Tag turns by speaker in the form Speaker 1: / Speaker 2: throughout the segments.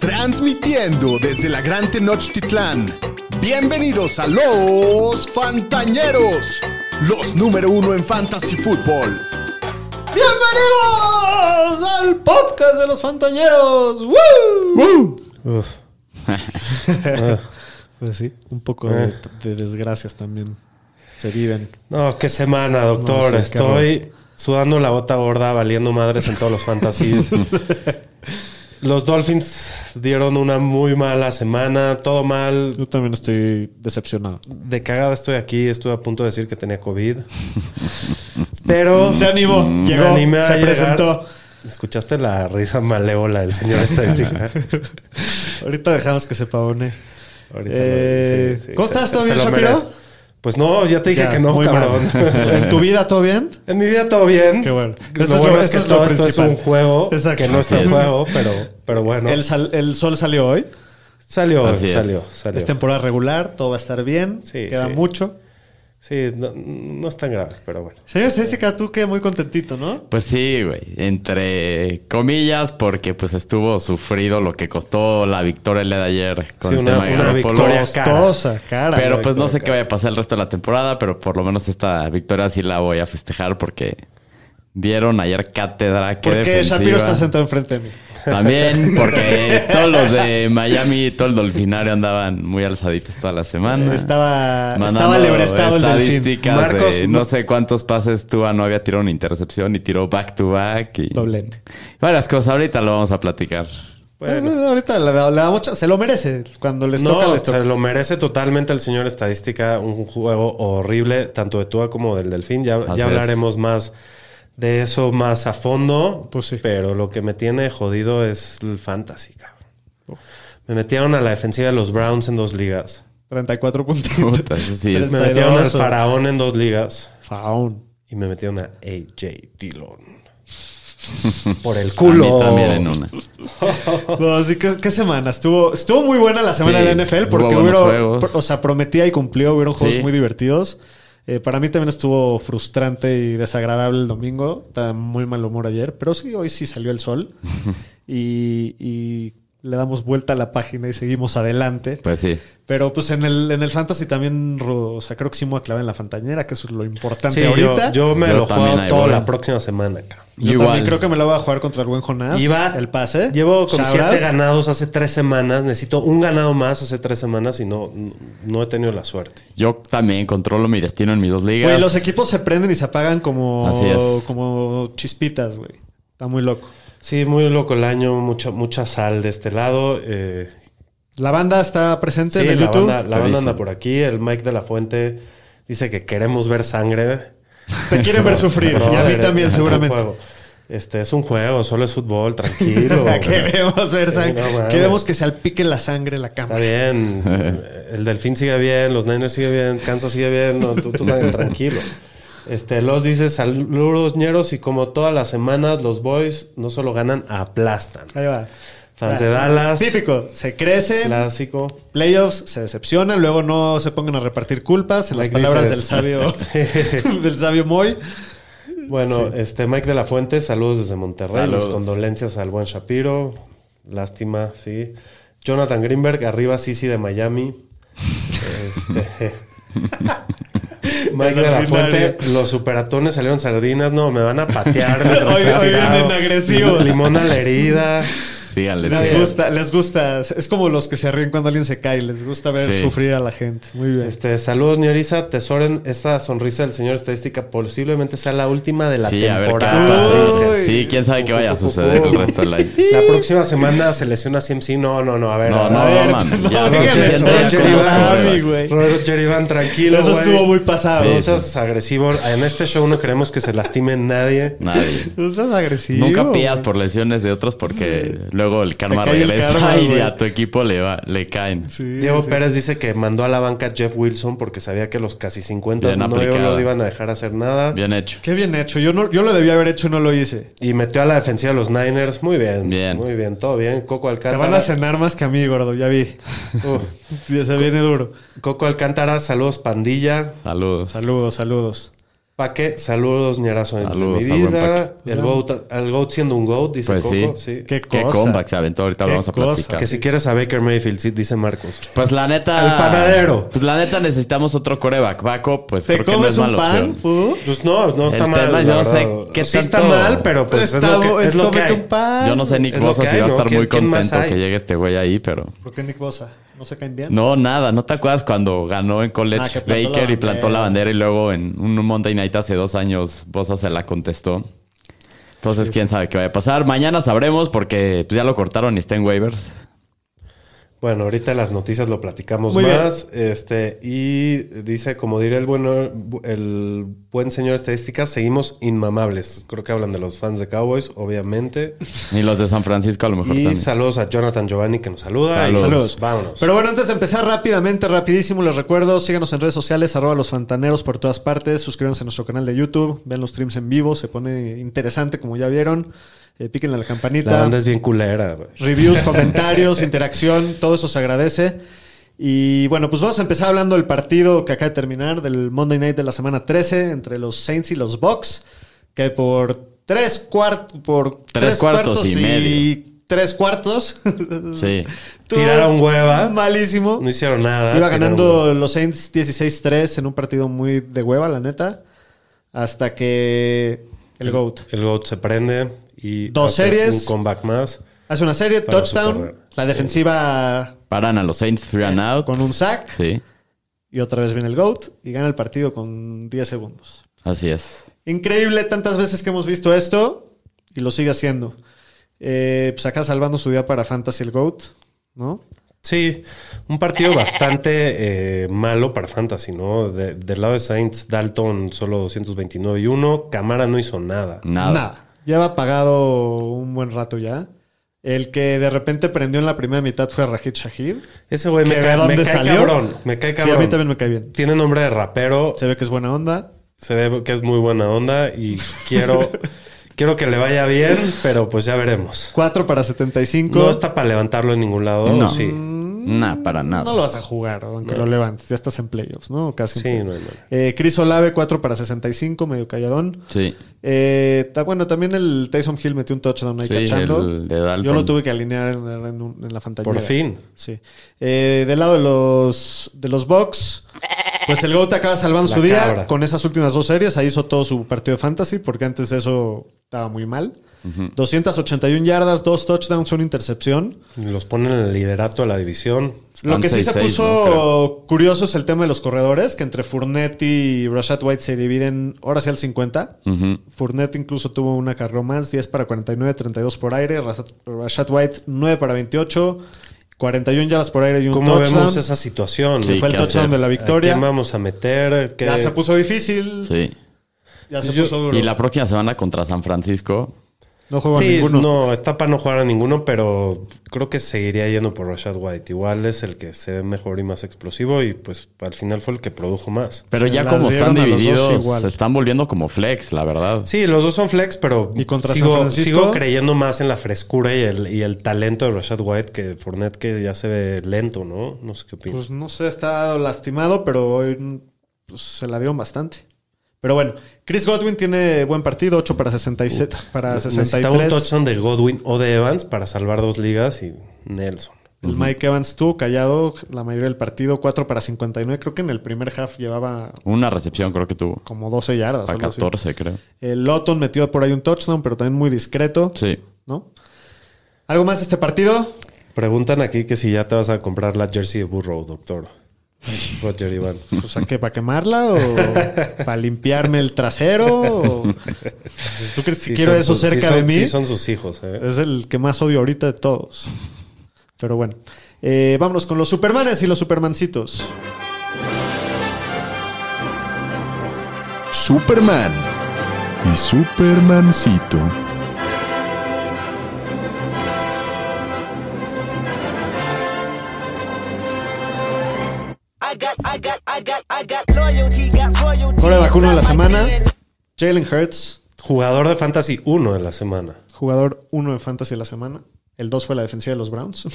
Speaker 1: Transmitiendo desde la Gran Tenochtitlán. Bienvenidos a los Fantañeros, los número uno en Fantasy Football.
Speaker 2: Bienvenidos al podcast de los Fantañeros. ¡Woo!
Speaker 3: Uf. Ah,
Speaker 2: Pues sí, un poco
Speaker 3: Eh.
Speaker 2: de, de desgracias también se viven.
Speaker 3: no, qué semana, doctor.
Speaker 2: No, sí,
Speaker 3: Estoy sudando la bota gorda, valiendo madres en todos los fantasies. los Dolphins dieron una muy mala semana, todo mal.
Speaker 2: Yo también estoy decepcionado.
Speaker 3: De cagada estoy aquí, estuve a punto de decir que tenía COVID. Pero
Speaker 2: Se animó,
Speaker 3: Mm. me
Speaker 2: llegó,
Speaker 3: animé a
Speaker 2: se
Speaker 3: llegar.
Speaker 2: presentó.
Speaker 3: ¿Escuchaste la risa malévola del señor estadística?
Speaker 2: Ahorita dejamos que se pavone.
Speaker 3: Ahorita
Speaker 2: Eh,
Speaker 3: lo- sí, sí,
Speaker 2: ¿Cómo
Speaker 3: se-
Speaker 2: estás?
Speaker 3: se-
Speaker 2: ¿Todo
Speaker 3: se
Speaker 2: bien,
Speaker 3: lo
Speaker 2: Shapiro?
Speaker 3: merece. Pues no, ya te dije
Speaker 2: Ya,
Speaker 3: que no,
Speaker 2: muy
Speaker 3: cabrón.
Speaker 2: mal. ¿En tu vida todo bien?
Speaker 3: En mi vida todo bien.
Speaker 2: Qué bueno.
Speaker 3: Lo
Speaker 2: Eso es
Speaker 3: bueno
Speaker 2: lo-
Speaker 3: es que
Speaker 2: eso es lo
Speaker 3: todo esto es
Speaker 2: principal.
Speaker 3: un juego
Speaker 2: Exacto.
Speaker 3: que no está
Speaker 4: Así
Speaker 3: en
Speaker 4: es.
Speaker 3: juego, pero, pero bueno.
Speaker 2: El, sal- el sol salió hoy.
Speaker 3: Salió,
Speaker 4: Así es.
Speaker 3: salió, salió.
Speaker 2: Es temporada regular, todo va a estar bien.
Speaker 3: Sí,
Speaker 2: Queda
Speaker 3: sí.
Speaker 2: mucho.
Speaker 3: Sí, no, no es tan grave, pero bueno.
Speaker 2: Señor Estadística, tú qué muy contentito, ¿no?
Speaker 4: Pues sí, güey. Entre comillas, porque pues estuvo sufrido lo que costó la victoria el día de ayer con
Speaker 3: Sí,
Speaker 4: el
Speaker 3: una-
Speaker 4: tema de
Speaker 3: una
Speaker 4: Garoppolo.
Speaker 3: victoria Cara.
Speaker 2: Costosa, cara.
Speaker 4: Pero pues no
Speaker 3: victoria
Speaker 4: sé
Speaker 3: cara.
Speaker 4: qué vaya a pasar el resto de la temporada, pero por lo menos esta victoria sí la voy a festejar porque dieron ayer cátedra. Qué
Speaker 2: ¿Por qué
Speaker 4: defensiva.
Speaker 2: Shapiro está sentado enfrente de mí?
Speaker 4: También porque todos los de Miami y todo el Dolfinario andaban muy alzaditos toda la semana.
Speaker 2: Estaba,
Speaker 4: Mandando
Speaker 2: estaba lebrestado el delfín.
Speaker 4: estadísticas
Speaker 3: Marcos,
Speaker 4: de
Speaker 3: no-
Speaker 4: no sé cuántos pases Tua no había tirado una intercepción y tiró back to back y
Speaker 2: Doblete.
Speaker 4: varias cosas. Ahorita lo vamos a platicar.
Speaker 3: Bueno.
Speaker 2: Eh, ahorita le, le damos chance. se lo merece. Cuando les toca,
Speaker 3: No,
Speaker 2: les toca.
Speaker 3: se lo merece totalmente el señor estadística. Un juego horrible, tanto de Tua como del Delfín. Ya,
Speaker 4: Así
Speaker 3: ya
Speaker 4: es.
Speaker 3: hablaremos más de eso más a fondo.
Speaker 2: Pues sí.
Speaker 3: Pero lo que me tiene jodido es el fantasy, cabrón. Me metieron a la defensiva de los Browns en dos ligas.
Speaker 2: 34 puntos.
Speaker 4: Puta, eso sí es-
Speaker 3: Me metieron al
Speaker 2: Poderoso.
Speaker 3: faraón en dos ligas.
Speaker 2: Faun.
Speaker 3: Y me metieron a AJ Dillon. Por el
Speaker 4: A
Speaker 3: culo.
Speaker 4: mí también en una.
Speaker 2: No, así que qué semana. Estuvo, estuvo muy buena la semana
Speaker 4: Sí,
Speaker 2: de la NFL porque
Speaker 4: hubo buenos
Speaker 2: hubo,
Speaker 4: juegos.
Speaker 2: o sea, prometía y cumplió. Hubieron juegos
Speaker 4: Sí.
Speaker 2: muy divertidos. Eh, para mí también estuvo frustrante y desagradable el domingo. Estaba muy mal humor ayer. Pero sí, hoy sí salió el sol. y, y le damos vuelta a la página y seguimos adelante.
Speaker 4: Pues sí.
Speaker 2: Pero pues en el, en el fantasy también, rudo. o sea, creo que sí me voy a clavar en la fantañera, que eso es lo importante
Speaker 3: Sí, yo,
Speaker 2: ahorita.
Speaker 3: yo me
Speaker 4: Yo
Speaker 3: lo
Speaker 4: también
Speaker 3: juego
Speaker 4: ahí
Speaker 3: toda
Speaker 4: voy.
Speaker 3: la próxima semana, cabrón.
Speaker 2: Yo
Speaker 4: Igual.
Speaker 2: también creo que me la voy a jugar contra el buen Jonás.
Speaker 3: Iba-
Speaker 2: el pase.
Speaker 3: Llevo con
Speaker 2: Shout
Speaker 3: siete
Speaker 2: out.
Speaker 3: ganados hace tres semanas. Necesito un ganado más hace tres semanas y no, no he tenido la suerte.
Speaker 4: Yo también controlo mi destino en mis dos ligas.
Speaker 2: Güey, los equipos se prenden y se apagan como,
Speaker 4: Así es.
Speaker 2: como chispitas, güey. Está muy loco.
Speaker 3: Sí, muy loco el año, mucha, mucha sal de este lado. eh,
Speaker 2: La banda está presente
Speaker 3: sí,
Speaker 2: en el
Speaker 3: la
Speaker 2: YouTube.
Speaker 3: banda, la banda
Speaker 4: Clarísimo.
Speaker 3: anda por aquí. El Mike de la Fuente dice que queremos ver sangre.
Speaker 2: Te quieren ver sufrir. y a mí
Speaker 3: Brother,
Speaker 2: también,
Speaker 3: es un
Speaker 2: seguramente.
Speaker 3: juego. Este es un juego, solo es fútbol, tranquilo.
Speaker 2: Queremos ver
Speaker 3: Sí,
Speaker 2: sangre.
Speaker 3: no mames.
Speaker 2: Queremos que se alpique la sangre en la
Speaker 3: Está
Speaker 2: cámara.
Speaker 3: bien. El Delfín sigue bien, los Niners sigue bien, Kansas sigue bien, no, tú, tú tan- tranquilo. Este, los dice saludos ñeros y como todas las semanas los boys no solo ganan, aplastan.
Speaker 2: Ahí va.
Speaker 3: Fans de
Speaker 2: Ah,
Speaker 3: Dallas.
Speaker 2: Típico. Se crecen.
Speaker 3: Clásico.
Speaker 2: playoffs se decepcionan, luego no se pongan a repartir culpas en las
Speaker 3: Mike
Speaker 2: palabras
Speaker 3: dices-
Speaker 2: del sabio del sabio Moy.
Speaker 3: Bueno, este Mike de la Fuente, saludos desde Monterrey,
Speaker 4: Saludos.
Speaker 3: las condolencias al buen Shapiro, lástima, sí. Jonathan Greenberg, arriba Sisi de Miami. Este, Mike de la
Speaker 2: El
Speaker 3: Fuente,
Speaker 2: ordinario.
Speaker 3: los superatones salieron sardinas, no, me van a patear. mientras
Speaker 2: Hoy-
Speaker 3: estoy
Speaker 2: hoy
Speaker 3: tirado.
Speaker 2: vienen agresivos.
Speaker 3: Limón a la herida.
Speaker 4: Síganle.
Speaker 2: Les
Speaker 4: síganle.
Speaker 2: gusta, les gusta, es como los que se ríen cuando alguien se cae, les gusta ver
Speaker 4: Sí.
Speaker 2: sufrir a la gente. Muy bien.
Speaker 3: Este, saludos, Niorisa. Tesoren esta sonrisa del señor estadística. Posiblemente sea la última de la
Speaker 4: Sí, a ver qué
Speaker 3: temporada.
Speaker 4: pasa.
Speaker 3: dicen.
Speaker 2: Uy.
Speaker 4: Sí, quién sabe qué vaya a suceder el resto del año.
Speaker 3: La próxima semana se lesiona CMC. No, no, no, a ver.
Speaker 4: No,
Speaker 3: a
Speaker 4: no,
Speaker 3: ver.
Speaker 2: ver,
Speaker 4: mames,
Speaker 2: no, díganle,
Speaker 4: ya, Roger,
Speaker 3: Roger,
Speaker 4: ya
Speaker 2: Roger
Speaker 4: entré con los
Speaker 2: Iván,
Speaker 4: corredores.
Speaker 2: güey.
Speaker 3: Roger Iván, tranquilo.
Speaker 2: Eso
Speaker 3: güey.
Speaker 2: estuvo muy pasado.
Speaker 3: No
Speaker 4: Sí,
Speaker 3: seas agresivo. En este show no queremos que se lastime nadie.
Speaker 4: Nadie.
Speaker 2: No seas agresivo.
Speaker 4: Nunca pidas
Speaker 2: güey.
Speaker 4: por lesiones de otros porque luego el karma
Speaker 2: Te cae el
Speaker 4: regresa
Speaker 2: karma,
Speaker 4: y
Speaker 2: güey.
Speaker 4: a tu equipo le va, le caen.
Speaker 2: Sí,
Speaker 3: Diego
Speaker 2: sí,
Speaker 3: Pérez dice que mandó a la banca a Jeff Wilson porque sabía que los casi 50
Speaker 4: Bien
Speaker 3: no
Speaker 4: aplicada.
Speaker 3: lo iban a dejar hacer nada.
Speaker 4: Bien hecho.
Speaker 2: sí. Qué bien hecho. Yo no, yo lo debía haber hecho y no lo hice.
Speaker 3: Y metió a la defensiva de los Niners. Muy bien.
Speaker 4: Bien.
Speaker 3: Muy bien. Todo bien. Coco
Speaker 2: Te
Speaker 3: Alcántara.
Speaker 2: van a cenar más que a mí, gordo, ya vi.
Speaker 3: Uh,
Speaker 2: Ya se viene duro.
Speaker 3: Coco Alcántara. Saludos, pandilla.
Speaker 4: Saludos.
Speaker 2: Saludos, saludos.
Speaker 3: Paque, saludos, ñerazo de
Speaker 4: Saludos,
Speaker 3: mi
Speaker 4: a buen
Speaker 3: vida.
Speaker 4: Paque.
Speaker 3: El goat, el goat siendo un goat, dice
Speaker 4: Pues sí.
Speaker 3: Coco. Sí.
Speaker 2: Qué
Speaker 4: Qué
Speaker 2: cosa.
Speaker 4: comeback se aventó. Ahorita
Speaker 2: Qué
Speaker 4: lo vamos a
Speaker 2: cosa.
Speaker 4: platicar.
Speaker 3: Que si quieres a Baker Mayfield, sí, dice Marcos.
Speaker 4: Pues la neta.
Speaker 2: Al panadero.
Speaker 4: Pues la neta necesitamos otro coreback. Backup, pues
Speaker 2: ¿Te
Speaker 4: creo que no
Speaker 2: comes
Speaker 4: es mala
Speaker 2: un pan,
Speaker 4: opción.
Speaker 2: Fu?
Speaker 3: Pues no, no está
Speaker 4: El
Speaker 3: mal.
Speaker 4: tema,
Speaker 3: la
Speaker 4: yo no sé
Speaker 3: verdad.
Speaker 4: qué
Speaker 3: sí está
Speaker 4: tanto-
Speaker 3: mal, pero pues es lo que, es lo que
Speaker 2: cómete
Speaker 3: hay.
Speaker 2: un pan.
Speaker 4: Yo no sé Nick
Speaker 3: Es lo
Speaker 4: Bosa
Speaker 3: que
Speaker 4: si
Speaker 3: hay,
Speaker 4: va a
Speaker 3: ¿no?
Speaker 4: estar
Speaker 3: ¿Quién-
Speaker 4: muy
Speaker 3: quién más
Speaker 4: contento
Speaker 3: hay?
Speaker 4: que llegue este güey ahí, pero.
Speaker 2: ¿Por qué Nick Bosa? ¿No se caen bien?
Speaker 4: No, nada, ¿no te acuerdas cuando ganó en
Speaker 2: Ah, que
Speaker 4: college
Speaker 2: plantó la
Speaker 4: Baker y plantó
Speaker 2: bandera.
Speaker 4: la bandera y luego en un Monday Night hace dos años Bosa se la contestó? Entonces, quién sabe qué vaya a pasar. Mañana sabremos porque pues, ya lo cortaron y está en waivers.
Speaker 3: Bueno, ahorita en las noticias lo platicamos
Speaker 2: Muy bien.
Speaker 3: más. Este, y dice, como diría el bueno, el buen señor estadística, seguimos inmamables. Creo que hablan de los fans de Cowboys, obviamente.
Speaker 4: Y los de San Francisco a lo mejor
Speaker 3: Y
Speaker 4: también.
Speaker 3: saludos a Jonathan Giovanni que nos saluda.
Speaker 4: Saludos.
Speaker 3: Y
Speaker 2: Saludos.
Speaker 3: Vámonos.
Speaker 2: Pero bueno, antes de empezar rápidamente, rapidísimo, les recuerdo, síganos en redes sociales, arroba los fantaneros por todas partes, suscríbanse a nuestro canal de YouTube, vean los streams en vivo, se pone interesante como ya vieron, eh, píquenle a la
Speaker 3: la
Speaker 2: campanita,
Speaker 3: banda es bien culera, güey.
Speaker 2: reviews, comentarios, interacción, todo eso se agradece. Y bueno, pues vamos a empezar hablando del partido que acaba de terminar, del Monday Night de la semana 13, entre los Saints y los Bucks, que por tres, cuart por
Speaker 4: Tres cuartos y medio.
Speaker 2: Tres cuartos.
Speaker 4: Sí.
Speaker 2: Tuvo
Speaker 3: Tiraron hueva.
Speaker 2: Malísimo.
Speaker 3: No hicieron nada.
Speaker 2: Iba
Speaker 3: Tiraron
Speaker 2: ganando los Saints 16-3 en un partido muy de hueva, la neta. Hasta que el GOAT
Speaker 3: El GOAT se prende y
Speaker 2: Dos
Speaker 3: hace
Speaker 2: series.
Speaker 3: un comeback más.
Speaker 2: hace una serie,
Speaker 3: Para
Speaker 2: touchdown,
Speaker 3: superar.
Speaker 2: la defensiva
Speaker 4: Paran a los Saints three and out.
Speaker 2: con un sack
Speaker 4: Sí,
Speaker 2: y otra vez viene el GOAT y gana el partido con 10 segundos.
Speaker 4: así es.
Speaker 2: Increíble tantas veces que hemos visto esto y lo sigue haciendo. Eh, pues acá salvando su día para Fantasy el GOAT, ¿no?
Speaker 3: Sí, un partido bastante eh, malo para Fantasy, ¿no? De- del lado de Saints, Dalton solo 229 y 1. Camara no hizo nada.
Speaker 2: Mm.
Speaker 4: Nada.
Speaker 2: Lleva pagado un buen rato ya. El que de repente prendió en la primera mitad fue Rajid Shahid.
Speaker 3: Ese güey me
Speaker 2: ¿Que
Speaker 3: cae,
Speaker 2: de
Speaker 3: me
Speaker 2: dónde
Speaker 3: cae
Speaker 2: salió?
Speaker 3: cabrón. Me cae
Speaker 2: Sí,
Speaker 3: cabrón.
Speaker 2: a mí también me cae bien.
Speaker 3: Tiene nombre de rapero.
Speaker 2: Se ve que es buena onda.
Speaker 3: Se ve que es muy buena onda y quiero, quiero que le vaya bien, pero pues ya veremos.
Speaker 2: 4 para 75.
Speaker 3: No está para levantarlo en ningún lado.
Speaker 4: No.
Speaker 3: Sí,
Speaker 2: Mm,
Speaker 4: Nah, para nada.
Speaker 2: No lo vas a jugar, aunque lo levantes. Ya estás en playoffs, ¿no? Casi. en
Speaker 3: sí,
Speaker 2: playoffs.
Speaker 3: no hay manera.
Speaker 2: Eh, Chris Olave, 4 para 65, medio calladón.
Speaker 4: Sí.
Speaker 2: Eh, ta- bueno, también el Tyson Hill metió un touchdown ahí
Speaker 4: Sí,
Speaker 2: cachando.
Speaker 4: el de Dalton.
Speaker 2: Yo lo tuve que alinear en, en un- en la fantasía.
Speaker 3: Por fin.
Speaker 2: Sí. Eh, del lado de los de los Bucks, pues el GOAT acaba salvando
Speaker 3: La
Speaker 2: su día
Speaker 3: cabra.
Speaker 2: con esas últimas dos series. Ahí hizo todo su partido de fantasy, porque antes de eso estaba muy mal. 281 yardas, dos touchdowns, una intercepción.
Speaker 3: Los ponen en el liderato de la división.
Speaker 2: Lo
Speaker 4: Van
Speaker 2: que sí se
Speaker 4: 6-6, ¿no?
Speaker 2: puso curioso es el tema de los corredores, que entre Fournette y Rashad White se dividen ahora sí al 50.
Speaker 4: Creo. Ujú.
Speaker 2: Fournette incluso tuvo una carro más, 10 para 49, 32 por aire. Rashad, Rashad White 9 para 28, 41 yardas por aire y un
Speaker 3: ¿Cómo
Speaker 2: touchdown.
Speaker 3: vemos esa situación?
Speaker 4: Sí,
Speaker 2: fue el
Speaker 4: ¿qué hacer?
Speaker 2: touchdown de la
Speaker 3: ¿A quién
Speaker 2: victoria.
Speaker 3: vamos a meter? ¿Qué-
Speaker 2: Ya se puso difícil.
Speaker 4: Sí.
Speaker 2: Ya se
Speaker 3: Yo-
Speaker 2: puso duro.
Speaker 4: Y la próxima semana contra San Francisco.
Speaker 2: No juego
Speaker 3: Sí,
Speaker 2: ninguno.
Speaker 3: no, está para no jugar a ninguno, pero creo que seguiría yendo por Rashad White. Igual es el que se ve mejor y más explosivo y pues al final fue el que produjo más.
Speaker 4: Pero
Speaker 2: Se
Speaker 4: ya
Speaker 2: las
Speaker 4: como están
Speaker 2: dieron a los dos
Speaker 4: divididos,
Speaker 2: igual.
Speaker 4: se están volviendo como flex, la verdad.
Speaker 3: Sí, los dos son flex, pero
Speaker 2: ¿Y contra San
Speaker 3: sigo,
Speaker 2: Francisco?
Speaker 3: sigo creyendo más en la frescura y el, y el talento de Rashad White que Fournette, que ya se ve lento, ¿no? No sé qué opinas.
Speaker 2: Pues no sé, está lastimado, pero hoy pues, se la dieron bastante. Pero bueno, Chris Godwin tiene buen partido, 8 para 67, para
Speaker 3: Necesitaba un
Speaker 2: 63.
Speaker 3: touchdown de Godwin o de Evans para salvar dos ligas y Nelson.
Speaker 2: El Mike Evans estuvo callado la mayoría del partido, 4 para 59. Creo que en el primer half llevaba
Speaker 4: Una recepción creo que tuvo.
Speaker 2: como 12 yardas.
Speaker 4: Para
Speaker 2: algo así.
Speaker 4: 14, creo.
Speaker 2: El Lotton metió por ahí un touchdown, pero también muy discreto,
Speaker 4: Sí.
Speaker 2: ¿no? ¿Algo más de este partido?
Speaker 3: Preguntan aquí que si ya te vas a comprar la jersey de Burrow, doctor. Roger Iván.
Speaker 2: Pues ¿a qué, para quemarla o para limpiarme el trasero. ¿O- pues, ¿Tú crees que
Speaker 3: Sí
Speaker 2: quiero
Speaker 3: son
Speaker 2: eso
Speaker 3: sus- sí
Speaker 2: cerca
Speaker 3: son-
Speaker 2: de mí?
Speaker 3: Sí, son sus hijos. ¿eh?
Speaker 2: Es el que más odio ahorita de todos. Pero bueno, Eh, vámonos con los Supermanes y los Supermancitos.
Speaker 1: Superman y Supermancito.
Speaker 2: Coreback uno de la semana, Jalen Hurts,
Speaker 3: Jugador de Fantasy 1 de la semana.
Speaker 2: jugador uno de Fantasy de la semana. El 2 fue la defensiva de los Browns.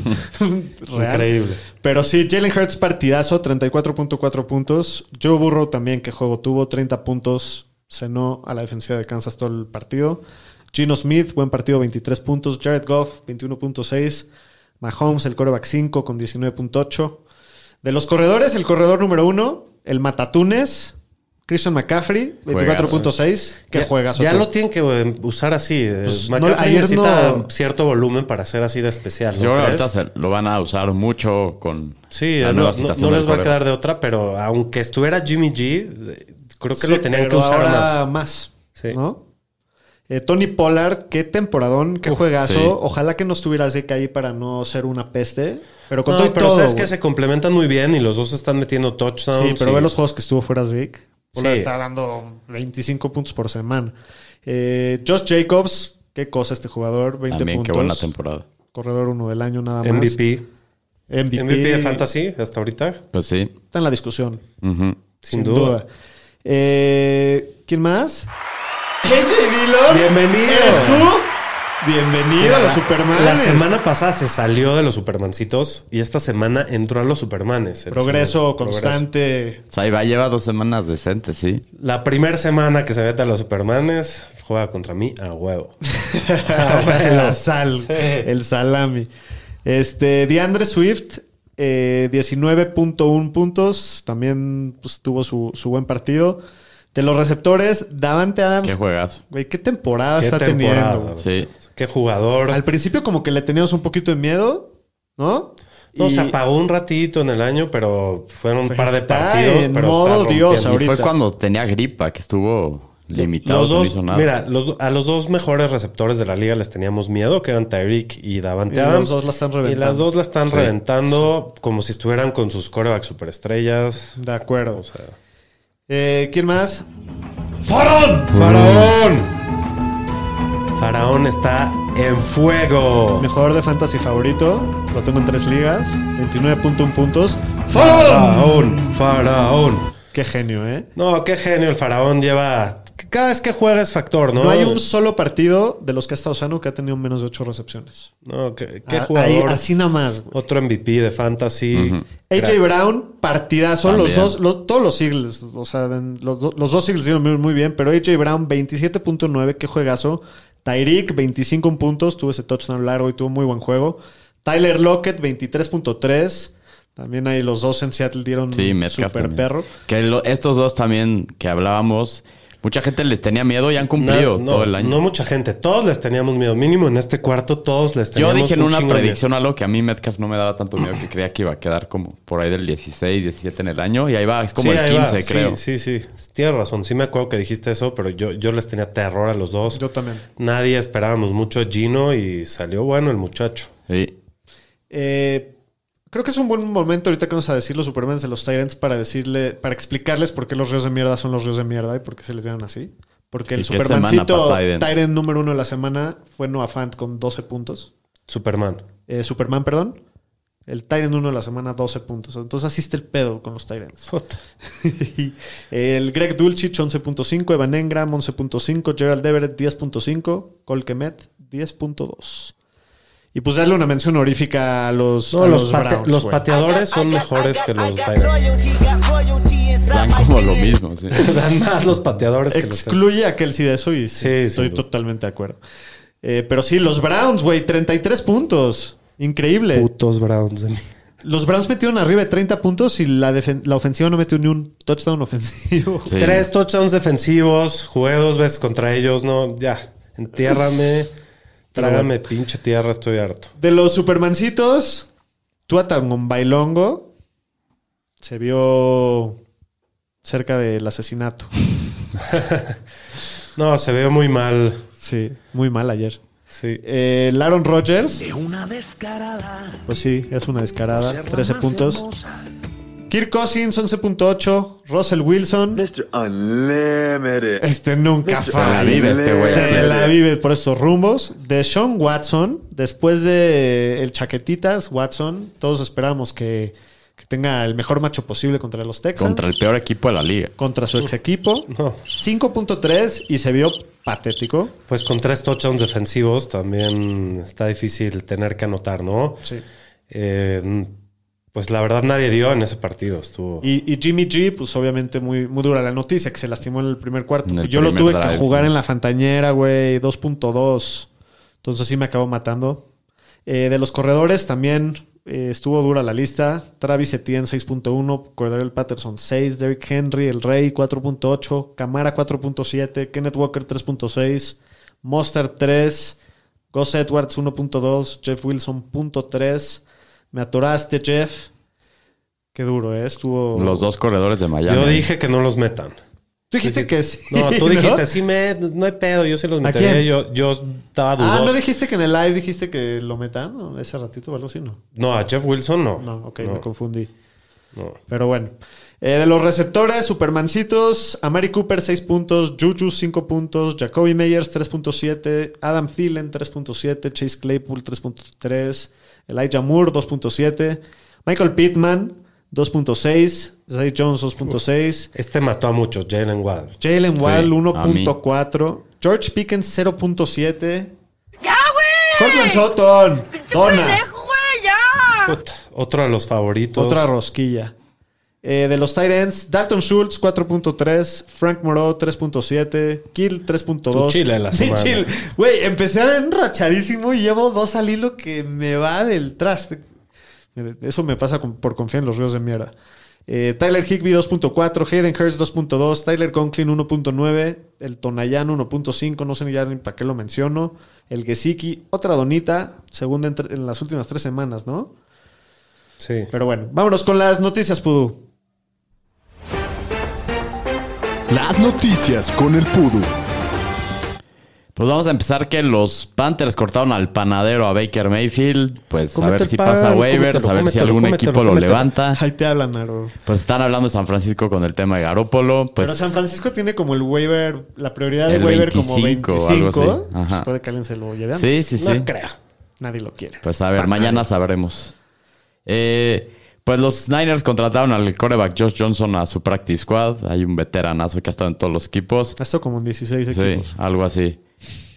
Speaker 2: Real.
Speaker 3: Increíble.
Speaker 2: Pero sí, Jalen Hurts partidazo, 34.4 puntos. Joe Burrow también, que juego tuvo, 30 puntos. Cenó a la defensiva de Kansas todo el partido. Gino Smith, buen partido, 23 puntos. Jared Goff, 21.6. Mahomes, el coreback 5 con 19.8. De los corredores, el corredor número 1, el Matatunes, Christian McCaffrey, 24.6. Que
Speaker 3: Ya-
Speaker 2: juegas.
Speaker 3: Ya lo tienen que eh, usar así. eh,
Speaker 2: Pues, no,
Speaker 3: McCaffrey
Speaker 2: ayer
Speaker 3: necesita
Speaker 2: no-
Speaker 3: cierto volumen para ser así de especial.
Speaker 4: Yo
Speaker 3: ¿no
Speaker 4: creo que
Speaker 3: crees?
Speaker 4: ahorita se Ah, lo van a usar mucho con
Speaker 3: Sí, eh,
Speaker 4: la
Speaker 3: no,
Speaker 4: nueva
Speaker 3: no-
Speaker 4: situación
Speaker 3: no
Speaker 4: del
Speaker 3: les va a
Speaker 4: coreo.
Speaker 3: quedar de otra, pero aunque estuviera Jimmy G, eh, creo que
Speaker 2: Sí,
Speaker 3: lo tenían que
Speaker 2: pero
Speaker 3: usar
Speaker 2: ahora
Speaker 3: más. Sí.
Speaker 2: ¿no? Eh, Tony Pollard, qué temporadón, qué juegazo.
Speaker 4: sí.
Speaker 2: Ojalá que no estuvieras de caí para no ser una peste. Pero con
Speaker 3: No,
Speaker 2: todo, y
Speaker 3: pero
Speaker 2: todo,
Speaker 3: sabes
Speaker 2: güey.
Speaker 3: que se complementan muy bien y los dos están metiendo touchdowns.
Speaker 2: Sí, pero
Speaker 3: y-
Speaker 2: ve los juegos que estuvo fuera Zeke. Pollard
Speaker 3: Sí.
Speaker 2: está dando 25 puntos por semana. Eh, Josh Jacobs, qué cosa este jugador, 20
Speaker 4: también
Speaker 2: puntos.
Speaker 4: qué buena temporada.
Speaker 2: Corredor uno del año nada más.
Speaker 3: MVP.
Speaker 2: MVP,
Speaker 3: MVP de Fantasy hasta ahorita,
Speaker 4: Pues sí.
Speaker 2: Está en la discusión.
Speaker 4: Ujú.
Speaker 3: sin, duda.
Speaker 2: Eh, ¿Quién más? KJ Dillon.
Speaker 3: Bienvenido.
Speaker 2: ¿Eres tú? Bienvenido a los Supermanes.
Speaker 3: La semana pasada se salió de los Supermancitos y esta semana entró a los Supermanes. El
Speaker 2: Progreso
Speaker 3: señor-
Speaker 2: constante.
Speaker 4: O sea, ahí va, lleva dos semanas decentes, sí.
Speaker 3: progreso. La primera semana que se mete a los Supermanes, juega contra mí a huevo.
Speaker 2: La sal, Ah, el salami. Este, DeAndre Swift, eh, 19.1 puntos. También pues, tuvo su, su buen partido. De los receptores, Davante
Speaker 4: Qué
Speaker 2: Adams.
Speaker 4: juegas.
Speaker 2: Güey, qué temporada
Speaker 3: Qué
Speaker 2: está
Speaker 3: temporada.
Speaker 2: teniendo.
Speaker 4: Sí.
Speaker 3: Qué jugador.
Speaker 2: Al principio, como que le teníamos un poquito de miedo, ¿no?
Speaker 3: No,
Speaker 2: Y-
Speaker 3: se apagó un ratito en el año, pero fueron un
Speaker 2: Pues
Speaker 3: par de
Speaker 2: está
Speaker 3: partidos.
Speaker 2: en
Speaker 3: pero está
Speaker 2: modo
Speaker 3: rompiendo.
Speaker 2: Dios
Speaker 4: Y
Speaker 2: ahorita.
Speaker 4: fue cuando tenía gripa, que estuvo limitado,
Speaker 3: Pues Los
Speaker 4: no
Speaker 3: dos,
Speaker 4: hizo nada.
Speaker 3: mira, los- a los dos mejores receptores de la liga les teníamos miedo, que eran Tyreek y Davante
Speaker 2: Y los
Speaker 3: Adams.
Speaker 2: dos la están
Speaker 3: Y
Speaker 2: reventando.
Speaker 3: las dos la están
Speaker 4: Sí.
Speaker 3: reventando como si estuvieran con sus corebacks superestrellas.
Speaker 2: De acuerdo.
Speaker 3: O sea,
Speaker 2: Eh, ¿Quién más?
Speaker 3: ¡Faraón! ¡Faraón! Faraón está en fuego.
Speaker 2: Mi jugador de fantasy favorito. Lo tengo en tres ligas. 29.1 puntos.
Speaker 3: ¡Faraón! ¡Faraón!
Speaker 2: Qué genio, ¿eh?
Speaker 3: No, qué genio el Faraón lleva. Cada vez que juega es factor, ¿no?
Speaker 2: No hay un solo partido de los que ha estado sano que ha tenido menos de ocho recepciones.
Speaker 3: No, qué, qué
Speaker 2: Ah, ahí,
Speaker 3: jugador.
Speaker 2: así nada más, güey.
Speaker 3: Otro MVP de fantasy.
Speaker 2: AJ Brown, partidazo. Los
Speaker 4: También.
Speaker 2: dos, los- todos los Eagles, o sea, en- los, do- los dos Eagles dieron muy, muy bien, pero AJ Brown, 27.9, qué juegazo. Tyreek, 25 puntos, tuvo ese touchdown largo y tuvo muy buen juego. Tyler Lockett, 23.3. También ahí los dos en Seattle dieron
Speaker 3: Mm,
Speaker 4: Sí, Metcalf
Speaker 2: super
Speaker 4: también.
Speaker 2: perro.
Speaker 4: Que lo- estos dos también que hablábamos, mucha gente les tenía miedo y han cumplido
Speaker 3: No,
Speaker 4: todo el año.
Speaker 3: no mucha gente. Todos les teníamos miedo. Mínimo en este cuarto, todos les
Speaker 4: Yo
Speaker 3: teníamos
Speaker 4: dije en
Speaker 3: un
Speaker 4: una
Speaker 3: chingo de
Speaker 4: predicción algo que a mí Metcalf no me daba tanto miedo que creía que iba a quedar como por ahí del 16, 17 en el año y ahí va, es como
Speaker 3: miedo. Sí,
Speaker 4: el
Speaker 3: ahí va.
Speaker 4: 15 creo.
Speaker 3: Sí, sí, sí. Tienes razón. Sí me acuerdo que dijiste eso, pero yo, yo les tenía terror a los dos.
Speaker 2: Yo también.
Speaker 3: Nadie esperábamos mucho a Gino y salió bueno el muchacho.
Speaker 4: Sí.
Speaker 2: Eh, creo que es un buen momento ahorita que vamos a decir los Supermans de los Tyrants para decirle, para explicarles por qué los ríos de mierda son los ríos de mierda y por qué se les llaman así. Porque el
Speaker 4: ¿Y qué semana
Speaker 2: Supermancito
Speaker 4: para Tyrant?
Speaker 2: Tyrant número uno de la semana fue Noah Fant con 12 puntos.
Speaker 3: Superman.
Speaker 2: Eh, Superman, perdón. El Tyrant uno de la semana, 12 puntos. Entonces asiste el pedo con los Tyrants.
Speaker 3: Puta.
Speaker 2: el Greg Dulcich, 11.5. Evan Engram, 11.5. Gerald Everett, 10.5. Colquemet, 10.2. Y pues darle una mención honorífica a los,
Speaker 3: No,
Speaker 2: a
Speaker 3: los,
Speaker 2: los
Speaker 3: pate-
Speaker 2: Browns,
Speaker 3: los
Speaker 2: güey.
Speaker 3: pateadores son mejores que los Tyrants.
Speaker 4: Dan como lo mismo, sí.
Speaker 3: Dan más los pateadores que los Tyrants.
Speaker 2: Excluye a Kelsey de eso y sí,
Speaker 3: Sí,
Speaker 2: estoy
Speaker 3: sin duda.
Speaker 2: totalmente de acuerdo. Eh, pero sí, los Browns, güey, 33 puntos. Increíble.
Speaker 3: Putos Browns de mí.
Speaker 2: Los Browns metieron arriba de 30 puntos y la, defen- la ofensiva no metió ni un touchdown ofensivo.
Speaker 4: Sí.
Speaker 3: Tres touchdowns defensivos, jugué dos veces contra ellos, no, ya, entiérrame, trágame pinche tierra, estoy harto.
Speaker 2: De los Supermancitos, Tuatan con Bailongo se vio cerca del asesinato.
Speaker 3: No, se ve muy mal.
Speaker 2: Sí, muy mal ayer.
Speaker 3: Sí.
Speaker 2: Eh, el Aaron Rodgers,
Speaker 5: Es una descarada.
Speaker 2: pues sí, es una descarada.
Speaker 5: ser la
Speaker 2: 13
Speaker 5: más
Speaker 2: puntos.
Speaker 5: hermosa.
Speaker 2: Kirk Cousins, 11.8. Russell Wilson.
Speaker 6: Mr. Unlimited.
Speaker 2: Este nunca
Speaker 6: Mr.
Speaker 4: la
Speaker 2: falla.
Speaker 4: vive este güey.
Speaker 2: Se
Speaker 6: Unlimited.
Speaker 2: la vive por esos rumbos. De Sean Watson, después de el chaquetitas, Watson, todos esperábamos que, que tenga el mejor macho posible contra los Texans.
Speaker 4: Contra el peor equipo de la liga.
Speaker 2: contra su ex equipo.
Speaker 3: No.
Speaker 2: 5.3 y se vio patético.
Speaker 3: Pues con tres touchdowns defensivos también está difícil tener que anotar, ¿no?
Speaker 2: Sí.
Speaker 3: Eh, pues la verdad nadie dio en ese partido. Estuvo.
Speaker 2: Y, y Jimmy G, pues obviamente muy, muy dura la noticia, que se lastimó en el primer cuarto.
Speaker 4: En el
Speaker 2: Yo lo
Speaker 4: primer
Speaker 2: tuve que
Speaker 4: drive,
Speaker 2: jugar
Speaker 4: sí.
Speaker 2: en la fantañera, güey, 2.2. Entonces sí me acabó matando. Eh, de los corredores también eh, estuvo dura la lista. Travis Etienne 6.1, Cordell Patterson 6, Derrick Henry, El Rey 4.8, Camara 4.7, Kenneth Walker 3.6, Monster 3, Gus Edwards 1.2, Jeff Wilson 0.3. Me atoraste, Jeff. Qué duro, ¿eh? Estuvo.
Speaker 4: Los dos corredores de Miami.
Speaker 3: Oh. Yo dije que no los metan.
Speaker 2: Tú dijiste que sí.
Speaker 3: No, tú dijiste, sí, me, no hay pedo, yo se los
Speaker 2: ¿A
Speaker 3: metería.
Speaker 2: quién?
Speaker 3: Yo, yo estaba dudoso.
Speaker 2: Ah,
Speaker 3: no,
Speaker 2: ¿no dijiste que en el live dijiste que lo metan ¿No? ese ratito o algo así? No.
Speaker 3: a Jeff Wilson no.
Speaker 2: No, ok,
Speaker 3: No,
Speaker 2: me confundí.
Speaker 3: no.
Speaker 2: Pero bueno. Eh, de los receptores, Supermancitos, Amari Cooper 6 puntos, Juju 5 puntos, Jacoby Meyers 3.7, Adam Thielen 3.7, Chase Claypool 3.3, Elijah Moore 2.7, Michael Pittman 2.6, Zay Jones 2.6,
Speaker 3: Este mató a muchos, Jalen Waddle.
Speaker 2: Jalen
Speaker 4: Sí,
Speaker 2: Wall
Speaker 4: a mí.
Speaker 2: 1.4. George Pickens 0.7. Cortland Sutton. Donna.
Speaker 3: Puta, Otro de los favoritos.
Speaker 2: Otra rosquilla. Eh, de los tight ends, Dalton Schultz 4.3, Frank Moreau 3.7, Kill 3.2.
Speaker 3: Tu chile de la
Speaker 2: Mi
Speaker 3: semana.
Speaker 2: chile. Güey, empecé enrachadísimo y llevo dos al hilo que me va del traste. Eso me pasa con- por confiar en los ríos de mierda. Eh, Tyler Higby 2.4, Hayden Hurst 2.2, Tyler Conklin 1.9, el Tonayan 1.5, no sé ni ya ni para qué lo menciono, el Gesicki, otra donita, segunda en, tre- en las últimas tres semanas, ¿no?
Speaker 3: Sí.
Speaker 2: Pero bueno, vámonos con las noticias, Pudu.
Speaker 1: Las noticias con el Pudu.
Speaker 4: Pues vamos a empezar que los Panthers cortaron al panadero a Baker Mayfield. Pues a
Speaker 3: Cómete
Speaker 4: ver
Speaker 3: el
Speaker 4: si
Speaker 3: pan,
Speaker 4: pasa waivers,
Speaker 3: cómetelo,
Speaker 4: a ver si
Speaker 3: cómetelo,
Speaker 4: algún
Speaker 3: cómetelo,
Speaker 4: equipo lo
Speaker 3: cómetelo.
Speaker 4: levanta.
Speaker 2: Ahí te hablan, Aro.
Speaker 4: Pues están hablando de San Francisco con el tema de Garópolo. Pues
Speaker 2: Pero San Francisco tiene como el waiver, la prioridad del
Speaker 4: El
Speaker 2: waiver
Speaker 4: 25
Speaker 2: como
Speaker 4: o algo
Speaker 2: 25.
Speaker 4: así.
Speaker 2: Pues
Speaker 4: Ajá.
Speaker 2: puede que alguien se lo lleve antes.
Speaker 4: sí, sí, sí.
Speaker 3: No creo.
Speaker 2: Nadie lo quiere.
Speaker 4: Pues a ver, mañana sabremos. Eh, pues los Niners contrataron al coreback Josh Johnson a su practice squad. Hay un veteranazo que ha estado en todos los equipos.
Speaker 2: Esto como en 16
Speaker 4: Sí,
Speaker 2: equipos.
Speaker 4: algo así.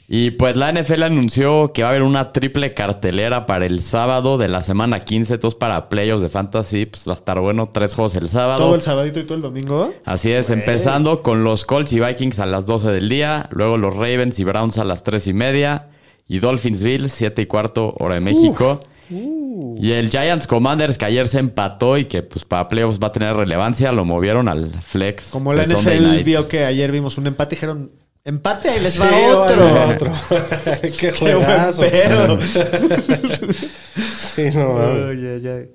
Speaker 4: Y pues la NFL anunció que va a haber una triple cartelera para el sábado de la semana 15. Entonces, para playoffs de fantasy, pues va a estar bueno. Tres juegos el sábado.
Speaker 2: Todo el sabadito y todo el domingo.
Speaker 4: Así es, empezando con los Colts y Vikings a las 12 del día, luego los Ravens y Browns a las 3 y media, y Dolphins Bills 7 y cuarto hora de México.
Speaker 2: Uh.
Speaker 4: Y el Giants Commanders que ayer se empató y que pues para playoffs va a tener relevancia, lo movieron al flex.
Speaker 2: Como
Speaker 4: de
Speaker 2: la
Speaker 4: Pues, Sunday
Speaker 2: NFL
Speaker 4: night.
Speaker 2: vio que ayer vimos un empate, dijeron: Empate, ahí les va
Speaker 3: Sí,
Speaker 2: otro.
Speaker 3: vale, otro. Qué
Speaker 2: Qué buen
Speaker 3: juegazo.
Speaker 2: pedo.
Speaker 3: Sí, no, mames.
Speaker 2: Ay, ay, ay.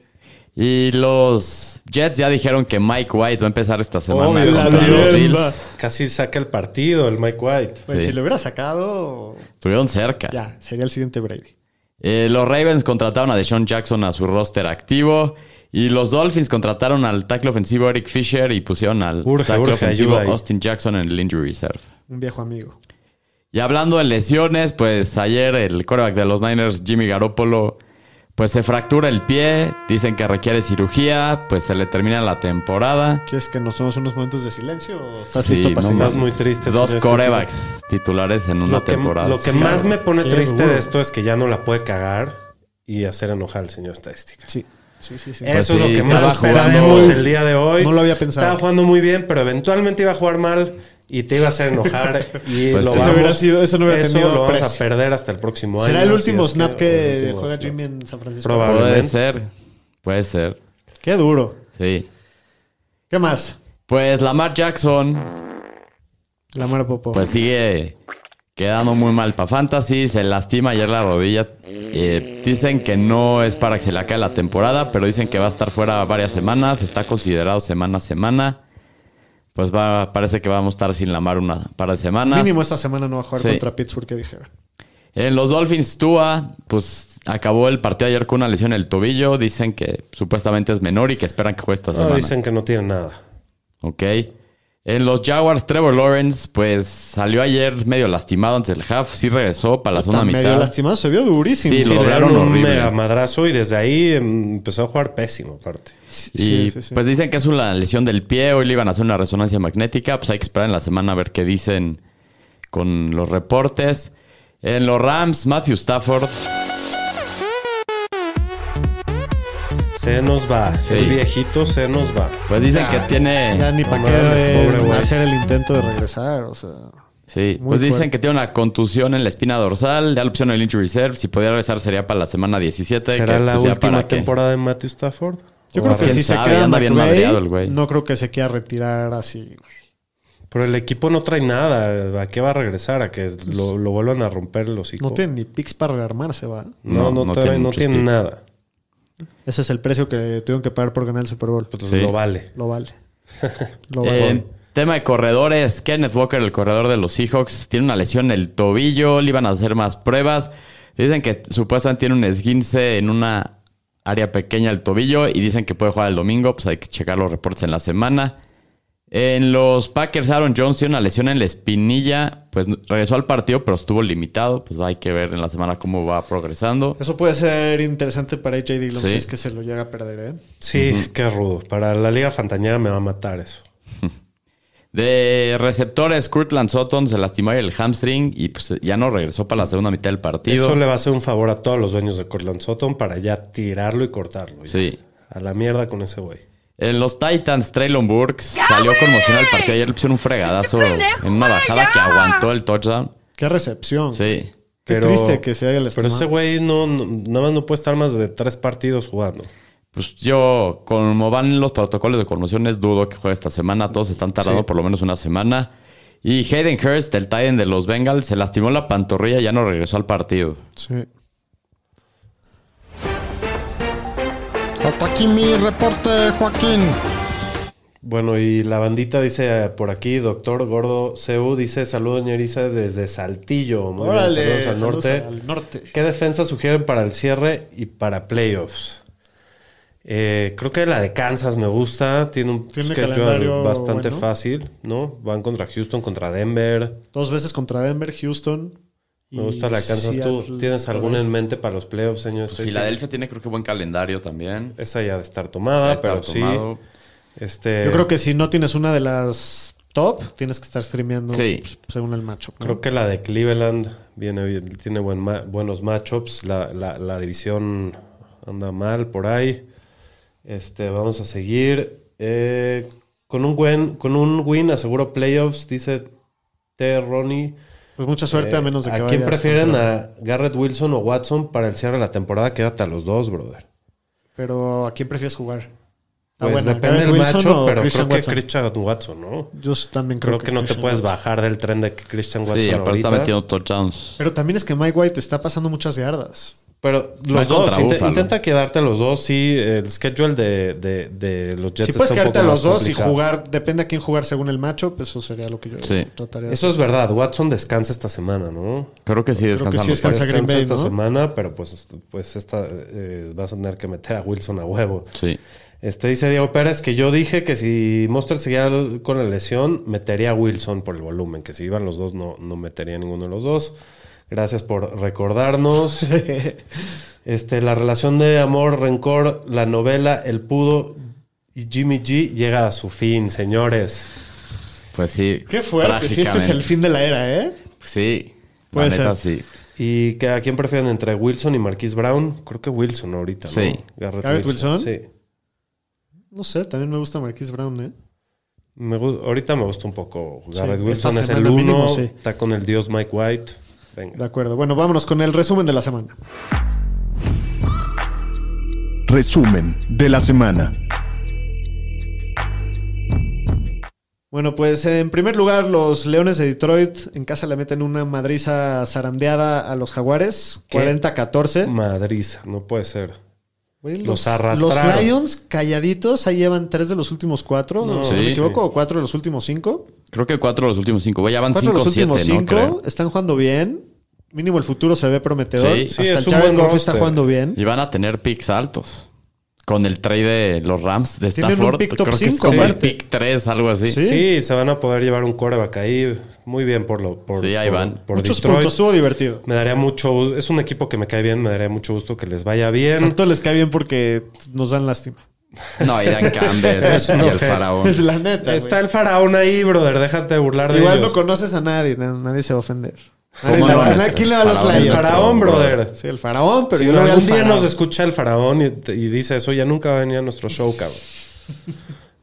Speaker 4: Y los Jets ya dijeron que Mike White va a empezar esta semana
Speaker 3: Obvio,
Speaker 4: contra
Speaker 3: también
Speaker 4: los
Speaker 2: va.
Speaker 4: Bills.
Speaker 3: Casi saca el partido el Mike White.
Speaker 2: Güey,
Speaker 4: Sí.
Speaker 2: Pues, Si lo hubiera sacado,
Speaker 4: Estuvieron cerca.
Speaker 2: ya, sería el siguiente Brady.
Speaker 4: Eh, los Ravens contrataron a Deshaun Jackson a su roster activo. Y los Dolphins contrataron al tackle ofensivo Eric Fisher y pusieron al
Speaker 3: Urge,
Speaker 4: tackle
Speaker 3: urge,
Speaker 4: ofensivo
Speaker 3: ayuda ahí.
Speaker 4: Austin Jackson en el injury reserve.
Speaker 2: Un viejo amigo.
Speaker 4: Y hablando de lesiones, pues ayer el quarterback de los Niners, Jimmy Garoppolo, pues se fractura el pie. Dicen que requiere cirugía, pues se le termina la temporada.
Speaker 2: ¿Quieres que nos tomemos unos momentos de silencio? o estás
Speaker 4: Sí,
Speaker 2: listo para
Speaker 4: no
Speaker 2: seguir?
Speaker 3: Estás muy triste.
Speaker 4: Dos
Speaker 3: Silvestre.
Speaker 4: corebacks titulares en una
Speaker 3: Lo que,
Speaker 4: temporada.
Speaker 3: lo que
Speaker 4: Sí,
Speaker 3: más me pone
Speaker 2: Qué
Speaker 3: triste
Speaker 2: duro.
Speaker 3: de esto es que ya no la puede cagar y hacer enojar al señor estadística.
Speaker 2: Sí, sí, sí. sí.
Speaker 3: Eso
Speaker 4: sí,
Speaker 3: es lo que más
Speaker 4: estaba
Speaker 3: esperaremos
Speaker 4: jugando-
Speaker 3: el día de hoy.
Speaker 2: No lo había pensado.
Speaker 3: Estaba jugando muy bien, pero eventualmente iba a jugar mal y te iba a hacer enojar. y
Speaker 4: Pues
Speaker 3: lo
Speaker 4: sí.
Speaker 3: vamos,
Speaker 4: Eso
Speaker 2: hubiera sido- eso no hubiera
Speaker 3: eso
Speaker 2: tenido
Speaker 3: lo vamos a
Speaker 2: precio.
Speaker 3: perder hasta el próximo año.
Speaker 2: ¿Será el
Speaker 3: si
Speaker 2: último
Speaker 3: es
Speaker 2: snap
Speaker 3: el
Speaker 2: que,
Speaker 3: último
Speaker 2: juega
Speaker 3: snap.
Speaker 2: Jimmy en San Francisco?
Speaker 3: Probable.
Speaker 4: Puede
Speaker 3: probablemente.
Speaker 4: ser, puede ser,
Speaker 2: Qué duro.
Speaker 4: sí.
Speaker 2: ¿Qué más?
Speaker 4: Pues Lamar Jackson
Speaker 2: La Mara Popo.
Speaker 4: Pues sigue quedando muy mal para Fantasy. Se lastima ayer la rodilla. Eh, dicen que no es para que se le acabe la temporada, pero dicen que va a estar fuera varias semanas. Está considerado semana a semana. Pues va, parece que vamos a estar sin Lamar una par de semanas.
Speaker 2: Mínimo esta semana no va a jugar
Speaker 4: Sí.
Speaker 2: contra Pittsburgh, que dijeron.
Speaker 4: En los Dolphins, Tua, pues acabó el partido ayer con una lesión en el tobillo. Dicen que supuestamente es menor y que esperan que juegue esta
Speaker 3: No,
Speaker 4: semana.
Speaker 3: dicen que no tiene nada.
Speaker 4: Ok. En los Jaguars, Trevor Lawrence, pues salió ayer medio lastimado antes del half. Sí regresó para la
Speaker 2: Está
Speaker 4: zona
Speaker 2: medio
Speaker 4: mitad.
Speaker 2: lastimado, se vio durísimo.
Speaker 4: Sí,
Speaker 3: Sí,
Speaker 4: lo
Speaker 3: le dieron
Speaker 4: doblaron
Speaker 3: un
Speaker 4: horrible.
Speaker 3: mega madrazo y desde ahí em, empezó a jugar pésimo, aparte.
Speaker 4: Y
Speaker 2: Sí, sí, sí.
Speaker 4: pues dicen que es una lesión del pie. Hoy le iban a hacer una resonancia magnética. Pues hay que esperar en la semana a ver qué dicen con los reportes. En los Rams, Matthew Stafford.
Speaker 3: Se nos va.
Speaker 4: Sí.
Speaker 3: El viejito se nos va.
Speaker 4: Pues dicen
Speaker 2: Ya,
Speaker 4: que tiene.
Speaker 2: Ya ni
Speaker 3: No
Speaker 2: para
Speaker 3: mames, pobre
Speaker 2: qué
Speaker 3: güey.
Speaker 2: hacer el intento de regresar, o sea...
Speaker 4: Sí,
Speaker 2: Muy
Speaker 4: pues dicen
Speaker 2: fuerte.
Speaker 4: que tiene una contusión en la espina dorsal, ya la opción el injury reserve, si pudiera regresar sería para la semana 17.
Speaker 3: ¿Será
Speaker 4: que,
Speaker 3: la
Speaker 4: pues, ya para
Speaker 3: última
Speaker 4: qué.
Speaker 3: temporada de Matthew Stafford?
Speaker 2: Yo creo
Speaker 3: ¿O va a
Speaker 2: que
Speaker 4: quién
Speaker 2: si se
Speaker 4: sabe,
Speaker 2: queda
Speaker 4: anda bien
Speaker 2: McVay,
Speaker 4: madreado el güey.
Speaker 2: no creo que se quiera retirar así. güey.
Speaker 3: Pero el equipo no trae nada. ¿A qué va a regresar? ¿A que lo, lo vuelvan a romper los hijos?
Speaker 2: Pues, No tiene ni picks para rearmarse, va.
Speaker 3: no,
Speaker 4: No,
Speaker 3: no,
Speaker 4: no
Speaker 3: trae-
Speaker 4: tiene
Speaker 3: no
Speaker 4: muchos
Speaker 3: tiene
Speaker 4: picks.
Speaker 3: nada.
Speaker 2: Ese es el precio que tuvieron que pagar por ganar el Super Bowl.
Speaker 3: Pues
Speaker 4: Sí.
Speaker 3: lo vale.
Speaker 2: Lo vale. Lo
Speaker 4: Eh,
Speaker 2: vale.
Speaker 4: en tema de corredores, Kenneth Walker, el corredor de los Seahawks, tiene una lesión en el tobillo, le iban a hacer más pruebas. Dicen que supuestamente tiene un esguince en una área pequeña del tobillo y dicen que puede jugar el domingo, pues hay que checar los reportes en la semana. En los Packers, Aaron Jones tiene una lesión en la espinilla, pues regresó al partido, pero estuvo limitado, pues hay que ver en la semana cómo va progresando.
Speaker 2: Eso puede ser interesante para AJ Dillon
Speaker 4: Sí.
Speaker 2: si es que se lo llega a perder, ¿eh?
Speaker 3: Sí, qué rudo. Para la Liga Fantañera me va a matar eso.
Speaker 4: De receptores, Kurtland Sutton se lastimó el hamstring y pues ya no regresó para la segunda mitad del partido.
Speaker 3: Eso le va a hacer un favor a todos los dueños de Cortland Sutton para ya tirarlo y cortarlo. ya.
Speaker 4: Sí.
Speaker 3: A la mierda con ese güey.
Speaker 4: En los Titans, Traylon Burks salió conmocionado el partido. Ayer le pusieron un fregadazo en una bajada que aguantó el touchdown.
Speaker 2: Qué recepción.
Speaker 4: Sí.
Speaker 2: Qué
Speaker 3: Pero-
Speaker 2: triste que se haya
Speaker 3: Pero
Speaker 2: lastimado.
Speaker 3: ese güey no, no- nada más no puede estar más de tres partidos jugando.
Speaker 4: Pues yo, como van los protocolos de conmociones, dudo que juegue esta semana. Todos están tardando
Speaker 3: Sí.
Speaker 4: por lo menos una semana. Y Hayden Hurst, el Titan de los Bengals, se lastimó la pantorrilla y ya no regresó al partido.
Speaker 2: Sí.
Speaker 1: Hasta aquí mi reporte, Joaquín.
Speaker 3: Bueno, y la bandita dice eh, por aquí, doctor Gordo CU dice saludos ñeriza desde Saltillo. Muy bien,
Speaker 2: Órale,
Speaker 3: saludos al
Speaker 2: saludos
Speaker 3: norte.
Speaker 2: al norte.
Speaker 3: ¿Qué defensa sugieren para el cierre y para playoffs? Eh, creo que la de Kansas me gusta. Tiene un
Speaker 2: Tiene
Speaker 3: schedule
Speaker 2: calendario
Speaker 3: bastante
Speaker 2: bueno.
Speaker 3: fácil, ¿no? Van contra Houston, contra Denver.
Speaker 2: Dos veces contra Denver, Houston.
Speaker 3: Me
Speaker 2: y
Speaker 3: gusta la de Kansas. ¿Tú
Speaker 2: Seattle.
Speaker 3: tienes alguna en mente para los playoffs, señor? Estoy-
Speaker 4: Filadelfia tiene creo que buen calendario también.
Speaker 3: Esa ya de estar tomada, Ah,
Speaker 4: Está
Speaker 3: pero
Speaker 4: tomado.
Speaker 3: sí. Este,
Speaker 2: Yo creo que si no tienes una de las top, tienes que estar streameando
Speaker 4: Sí.
Speaker 2: pues, según el macho.
Speaker 3: Creo que la de Cleveland viene bien, tiene buen ma- buenos matchups. La, la- la división anda mal por ahí. Este, vamos a seguir. eh, con, un buen, con un win aseguro playoffs, dice T. Ronnie. Eh,
Speaker 2: Pues mucha suerte, a menos de que
Speaker 3: ¿A quién
Speaker 2: vayas
Speaker 3: prefieren?
Speaker 2: contra-
Speaker 3: ¿A Garrett Wilson o Watson para el cierre de la temporada? Quédate a los dos, brother.
Speaker 2: Pero ¿a quién prefieres jugar? Ah,
Speaker 3: Pues
Speaker 2: bueno,
Speaker 3: depende
Speaker 2: ¿Garrett
Speaker 3: del
Speaker 2: Wilson
Speaker 3: macho,
Speaker 2: o
Speaker 3: pero
Speaker 2: Christian
Speaker 3: creo
Speaker 2: Watson?
Speaker 3: que Christian Watson, ¿no?
Speaker 2: Yo s- también creo,
Speaker 3: Creo, que, no te
Speaker 2: Christian
Speaker 3: puedes
Speaker 2: Watson.
Speaker 3: bajar del tren de Christian Watson.
Speaker 4: Sí, aparte está
Speaker 3: ahorita.
Speaker 4: metiendo touchdowns.
Speaker 2: Pero también es que Mike White está pasando muchas yardas.
Speaker 3: Pero
Speaker 4: Va
Speaker 3: los dos,
Speaker 4: contra
Speaker 3: inte-
Speaker 4: Buffalo.
Speaker 3: intenta quedarte a los dos. Sí, el schedule de, de- de los Jets
Speaker 2: si puedes
Speaker 3: está un
Speaker 2: quedarte a
Speaker 3: poco
Speaker 2: los
Speaker 3: más
Speaker 2: dos
Speaker 3: complicado.
Speaker 2: y jugar, depende a quién jugar según el macho, pues eso sería lo que yo
Speaker 4: Sí.
Speaker 2: trataría.
Speaker 3: Eso es verdad. Watson descansa esta semana, ¿no?
Speaker 4: Creo que sí descansan
Speaker 2: sí
Speaker 4: los
Speaker 2: descansa.
Speaker 4: Pats.
Speaker 2: Descansa Green Bay,
Speaker 3: esta
Speaker 2: ¿no?
Speaker 3: semana, pero pues, pues esta eh, vas a tener que meter a Wilson a huevo.
Speaker 4: Sí.
Speaker 3: Este dice Diego Pérez que yo dije que si Monster seguía l- con la lesión, metería a Wilson por el volumen, que si iban los dos, no, no metería a ninguno de los dos. Gracias por recordarnos. este, la relación de amor, rencor, la novela, el pudo y Jimmy G llega a su fin, señores.
Speaker 4: Pues sí.
Speaker 2: Qué fuerte, si este es el fin de la era, ¿eh?
Speaker 4: Sí.
Speaker 2: Puede
Speaker 4: la neta,
Speaker 2: ser.
Speaker 4: sí.
Speaker 3: ¿Y que, a quién prefieren entre Wilson y Marquise Brown? Creo que Wilson ahorita, ¿no?
Speaker 4: Sí.
Speaker 2: ¿Garrett Wilson?
Speaker 3: Sí.
Speaker 2: No sé, también me gusta Marquise Brown, ¿eh?
Speaker 3: Me gu- ahorita me gusta un poco.
Speaker 2: Sí,
Speaker 3: Garrett
Speaker 2: esta
Speaker 3: Wilson es el
Speaker 2: semana
Speaker 3: uno.
Speaker 2: mínimo, sí.
Speaker 3: Está con el dios Mike White. Venga.
Speaker 2: De acuerdo. Bueno, vámonos con el resumen de la semana.
Speaker 1: Resumen de la semana.
Speaker 2: Bueno, pues en primer lugar, los Leones de Detroit en casa le meten una madriza zarandeada a los Jaguares,
Speaker 3: ¿Qué?
Speaker 2: 40-14.
Speaker 3: Madriza, no puede ser.
Speaker 2: Güey,
Speaker 3: Los
Speaker 2: Los,
Speaker 3: arrastraron.
Speaker 2: los Lions calladitos, ahí llevan tres de los últimos cuatro,
Speaker 3: No,
Speaker 2: si no me
Speaker 4: sí.
Speaker 2: equivoco, o cuatro de los últimos cinco.
Speaker 4: Creo que cuatro de los últimos cinco. Güey, ya van
Speaker 2: Cuatro de
Speaker 4: cinco,
Speaker 2: los
Speaker 4: siete,
Speaker 2: últimos
Speaker 4: ¿no?
Speaker 2: cinco
Speaker 4: Creo.
Speaker 2: están jugando bien. Mínimo el futuro se ve prometedor.
Speaker 4: Sí.
Speaker 2: Hasta
Speaker 3: Sí, es
Speaker 2: el
Speaker 3: un
Speaker 2: Jared
Speaker 3: buen
Speaker 2: Goff está
Speaker 3: roster.
Speaker 2: jugando bien.
Speaker 4: Y van a tener picks altos. con el trade de los Rams de
Speaker 2: Tienen un
Speaker 4: Stafford.
Speaker 2: pick top
Speaker 4: creo que es
Speaker 2: cinco,
Speaker 4: como el
Speaker 2: aparte.
Speaker 4: pick 3, algo así.
Speaker 2: Sí.
Speaker 3: Sí, se van a poder llevar un coreback ahí. Muy bien por lo. Por,
Speaker 4: Sí, ahí
Speaker 3: por-
Speaker 4: van.
Speaker 3: por
Speaker 2: Muchos
Speaker 3: Detroit.
Speaker 2: puntos, estuvo divertido.
Speaker 3: Me daría mucho. gu- Es un equipo que me cae bien. Me daría mucho gusto que les vaya bien.
Speaker 2: Tanto les cae bien porque nos dan lástima.
Speaker 4: No, y Dan Campbell
Speaker 3: Es un
Speaker 4: y el
Speaker 3: ojete.
Speaker 4: faraón.
Speaker 2: Es la neta.
Speaker 3: Está
Speaker 2: güey.
Speaker 3: el faraón ahí, brother. Déjate de burlar de
Speaker 2: Igual no
Speaker 3: ellos.
Speaker 2: conoces a nadie, na- nadie se va a ofender.
Speaker 4: ¿Cómo
Speaker 2: Nadie-
Speaker 4: no?
Speaker 2: na- ¿Quién le va a los
Speaker 4: Faraón.
Speaker 3: el
Speaker 2: Lions?
Speaker 3: faraón, brother.
Speaker 2: Sí, el faraón, pero
Speaker 3: si
Speaker 2: yo no veo al
Speaker 3: algún día
Speaker 2: faraón.
Speaker 3: nos escucha el faraón y, y dice eso, ya nunca va a venir a nuestro show, cabrón.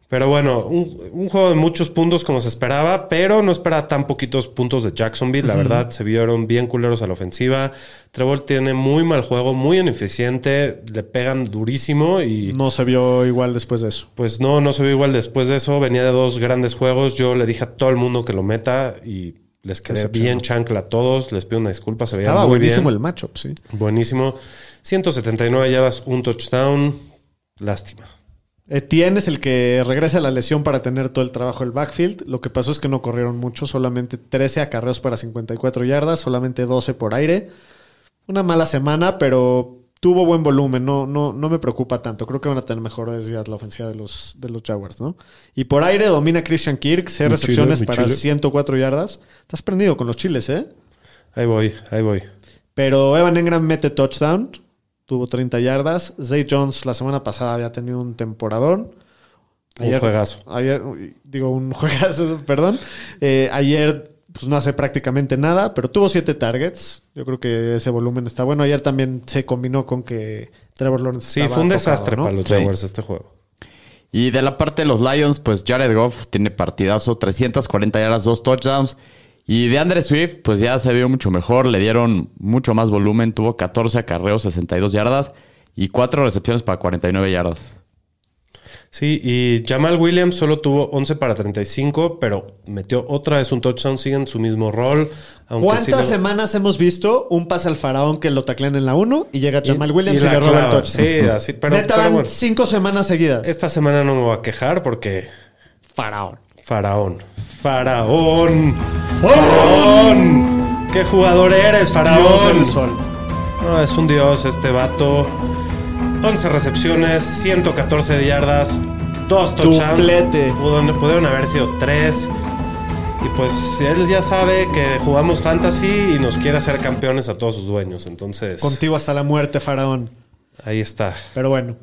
Speaker 3: Pero bueno, un, un juego de muchos puntos como se esperaba, pero no esperaba tan poquitos puntos de Jacksonville. La verdad, se vieron bien culeros a la ofensiva. Trevor tiene muy mal juego, muy ineficiente, le pegan durísimo y...
Speaker 2: No se vio igual después de eso.
Speaker 3: Pues no, no se vio igual después de eso. Venía de dos grandes juegos. Yo le dije a todo el mundo que lo meta y les quedé bien chancla a todos. Les pido una disculpa, se veía
Speaker 2: Estaba
Speaker 3: muy
Speaker 2: buenísimo
Speaker 3: bien.
Speaker 2: el matchup, sí.
Speaker 3: Buenísimo. 179 yardas, un touchdown. Lástima.
Speaker 2: Etienne es el que regresa a la lesión para tener todo el trabajo del backfield. Lo que pasó es que no corrieron mucho, solamente 13 acarreos para 54 yardas, solamente 12 por aire. Una mala semana, pero tuvo buen volumen. No, no, no me preocupa tanto. Creo que van a tener mejores días la ofensiva de los, de los Jaguars, ¿no? Y por aire domina Christian Kirk, 6
Speaker 3: Mi
Speaker 2: recepciones
Speaker 3: chile, mi
Speaker 2: para
Speaker 3: chile.
Speaker 2: 104 yardas. Estás prendido con los chiles, ¿eh?
Speaker 3: Ahí voy, ahí voy.
Speaker 2: Pero Evan Engram mete touchdown, tuvo 30 yardas. Zay Jones la semana pasada había tenido un temporadón.
Speaker 3: Un juegazo.
Speaker 2: Ayer, uy, digo, un juegazo, perdón. Eh, ayer pues no hace prácticamente nada, pero tuvo 7 targets. Yo creo que ese volumen está bueno. Ayer también se combinó con que Trevor Lawrence
Speaker 3: Sí,
Speaker 2: estaba
Speaker 3: fue un
Speaker 2: tocado,
Speaker 3: desastre
Speaker 2: ¿no?
Speaker 3: para los
Speaker 4: Sí.
Speaker 3: Jaguars este juego.
Speaker 4: Y de la parte de los Lions, pues Jared Goff tiene partidazo, 340 yardas, dos touchdowns. Y de Andre Swift, pues ya se vio mucho mejor, le dieron mucho más volumen, tuvo 14 acarreos, 62 yardas y 4 recepciones para 49 yardas.
Speaker 3: Sí, y Jamal Williams solo tuvo 11 para 35, pero metió otra vez un touchdown. Siguen su mismo rol. aunque
Speaker 2: ¿Cuántas
Speaker 3: sí le-
Speaker 2: semanas hemos visto un pase al faraón que lo taclean en la 1 y llega Jamal Williams y,
Speaker 3: la
Speaker 2: le roba el
Speaker 3: clava.
Speaker 2: touchdown?
Speaker 3: Sí, así, pero,
Speaker 2: Neta,
Speaker 3: pero
Speaker 2: van
Speaker 3: bueno.
Speaker 2: cinco semanas seguidas.
Speaker 3: Esta semana no me voy a quejar porque
Speaker 2: faraón.
Speaker 3: Faraón. Faraón. ¡Oh! Faraón. ¿Qué jugador eres,
Speaker 2: Dios
Speaker 3: Faraón?
Speaker 2: del sol.
Speaker 3: No, es un dios este vato. 11 recepciones, 114 yardas, dos touchdowns.
Speaker 2: Doblete.
Speaker 3: Pudieron, pudieron haber sido tres. Y pues él ya sabe que jugamos fantasy y nos quiere hacer campeones a todos sus dueños. Entonces,
Speaker 2: Contigo hasta la muerte, faraón.
Speaker 3: ahí está.
Speaker 2: Pero bueno.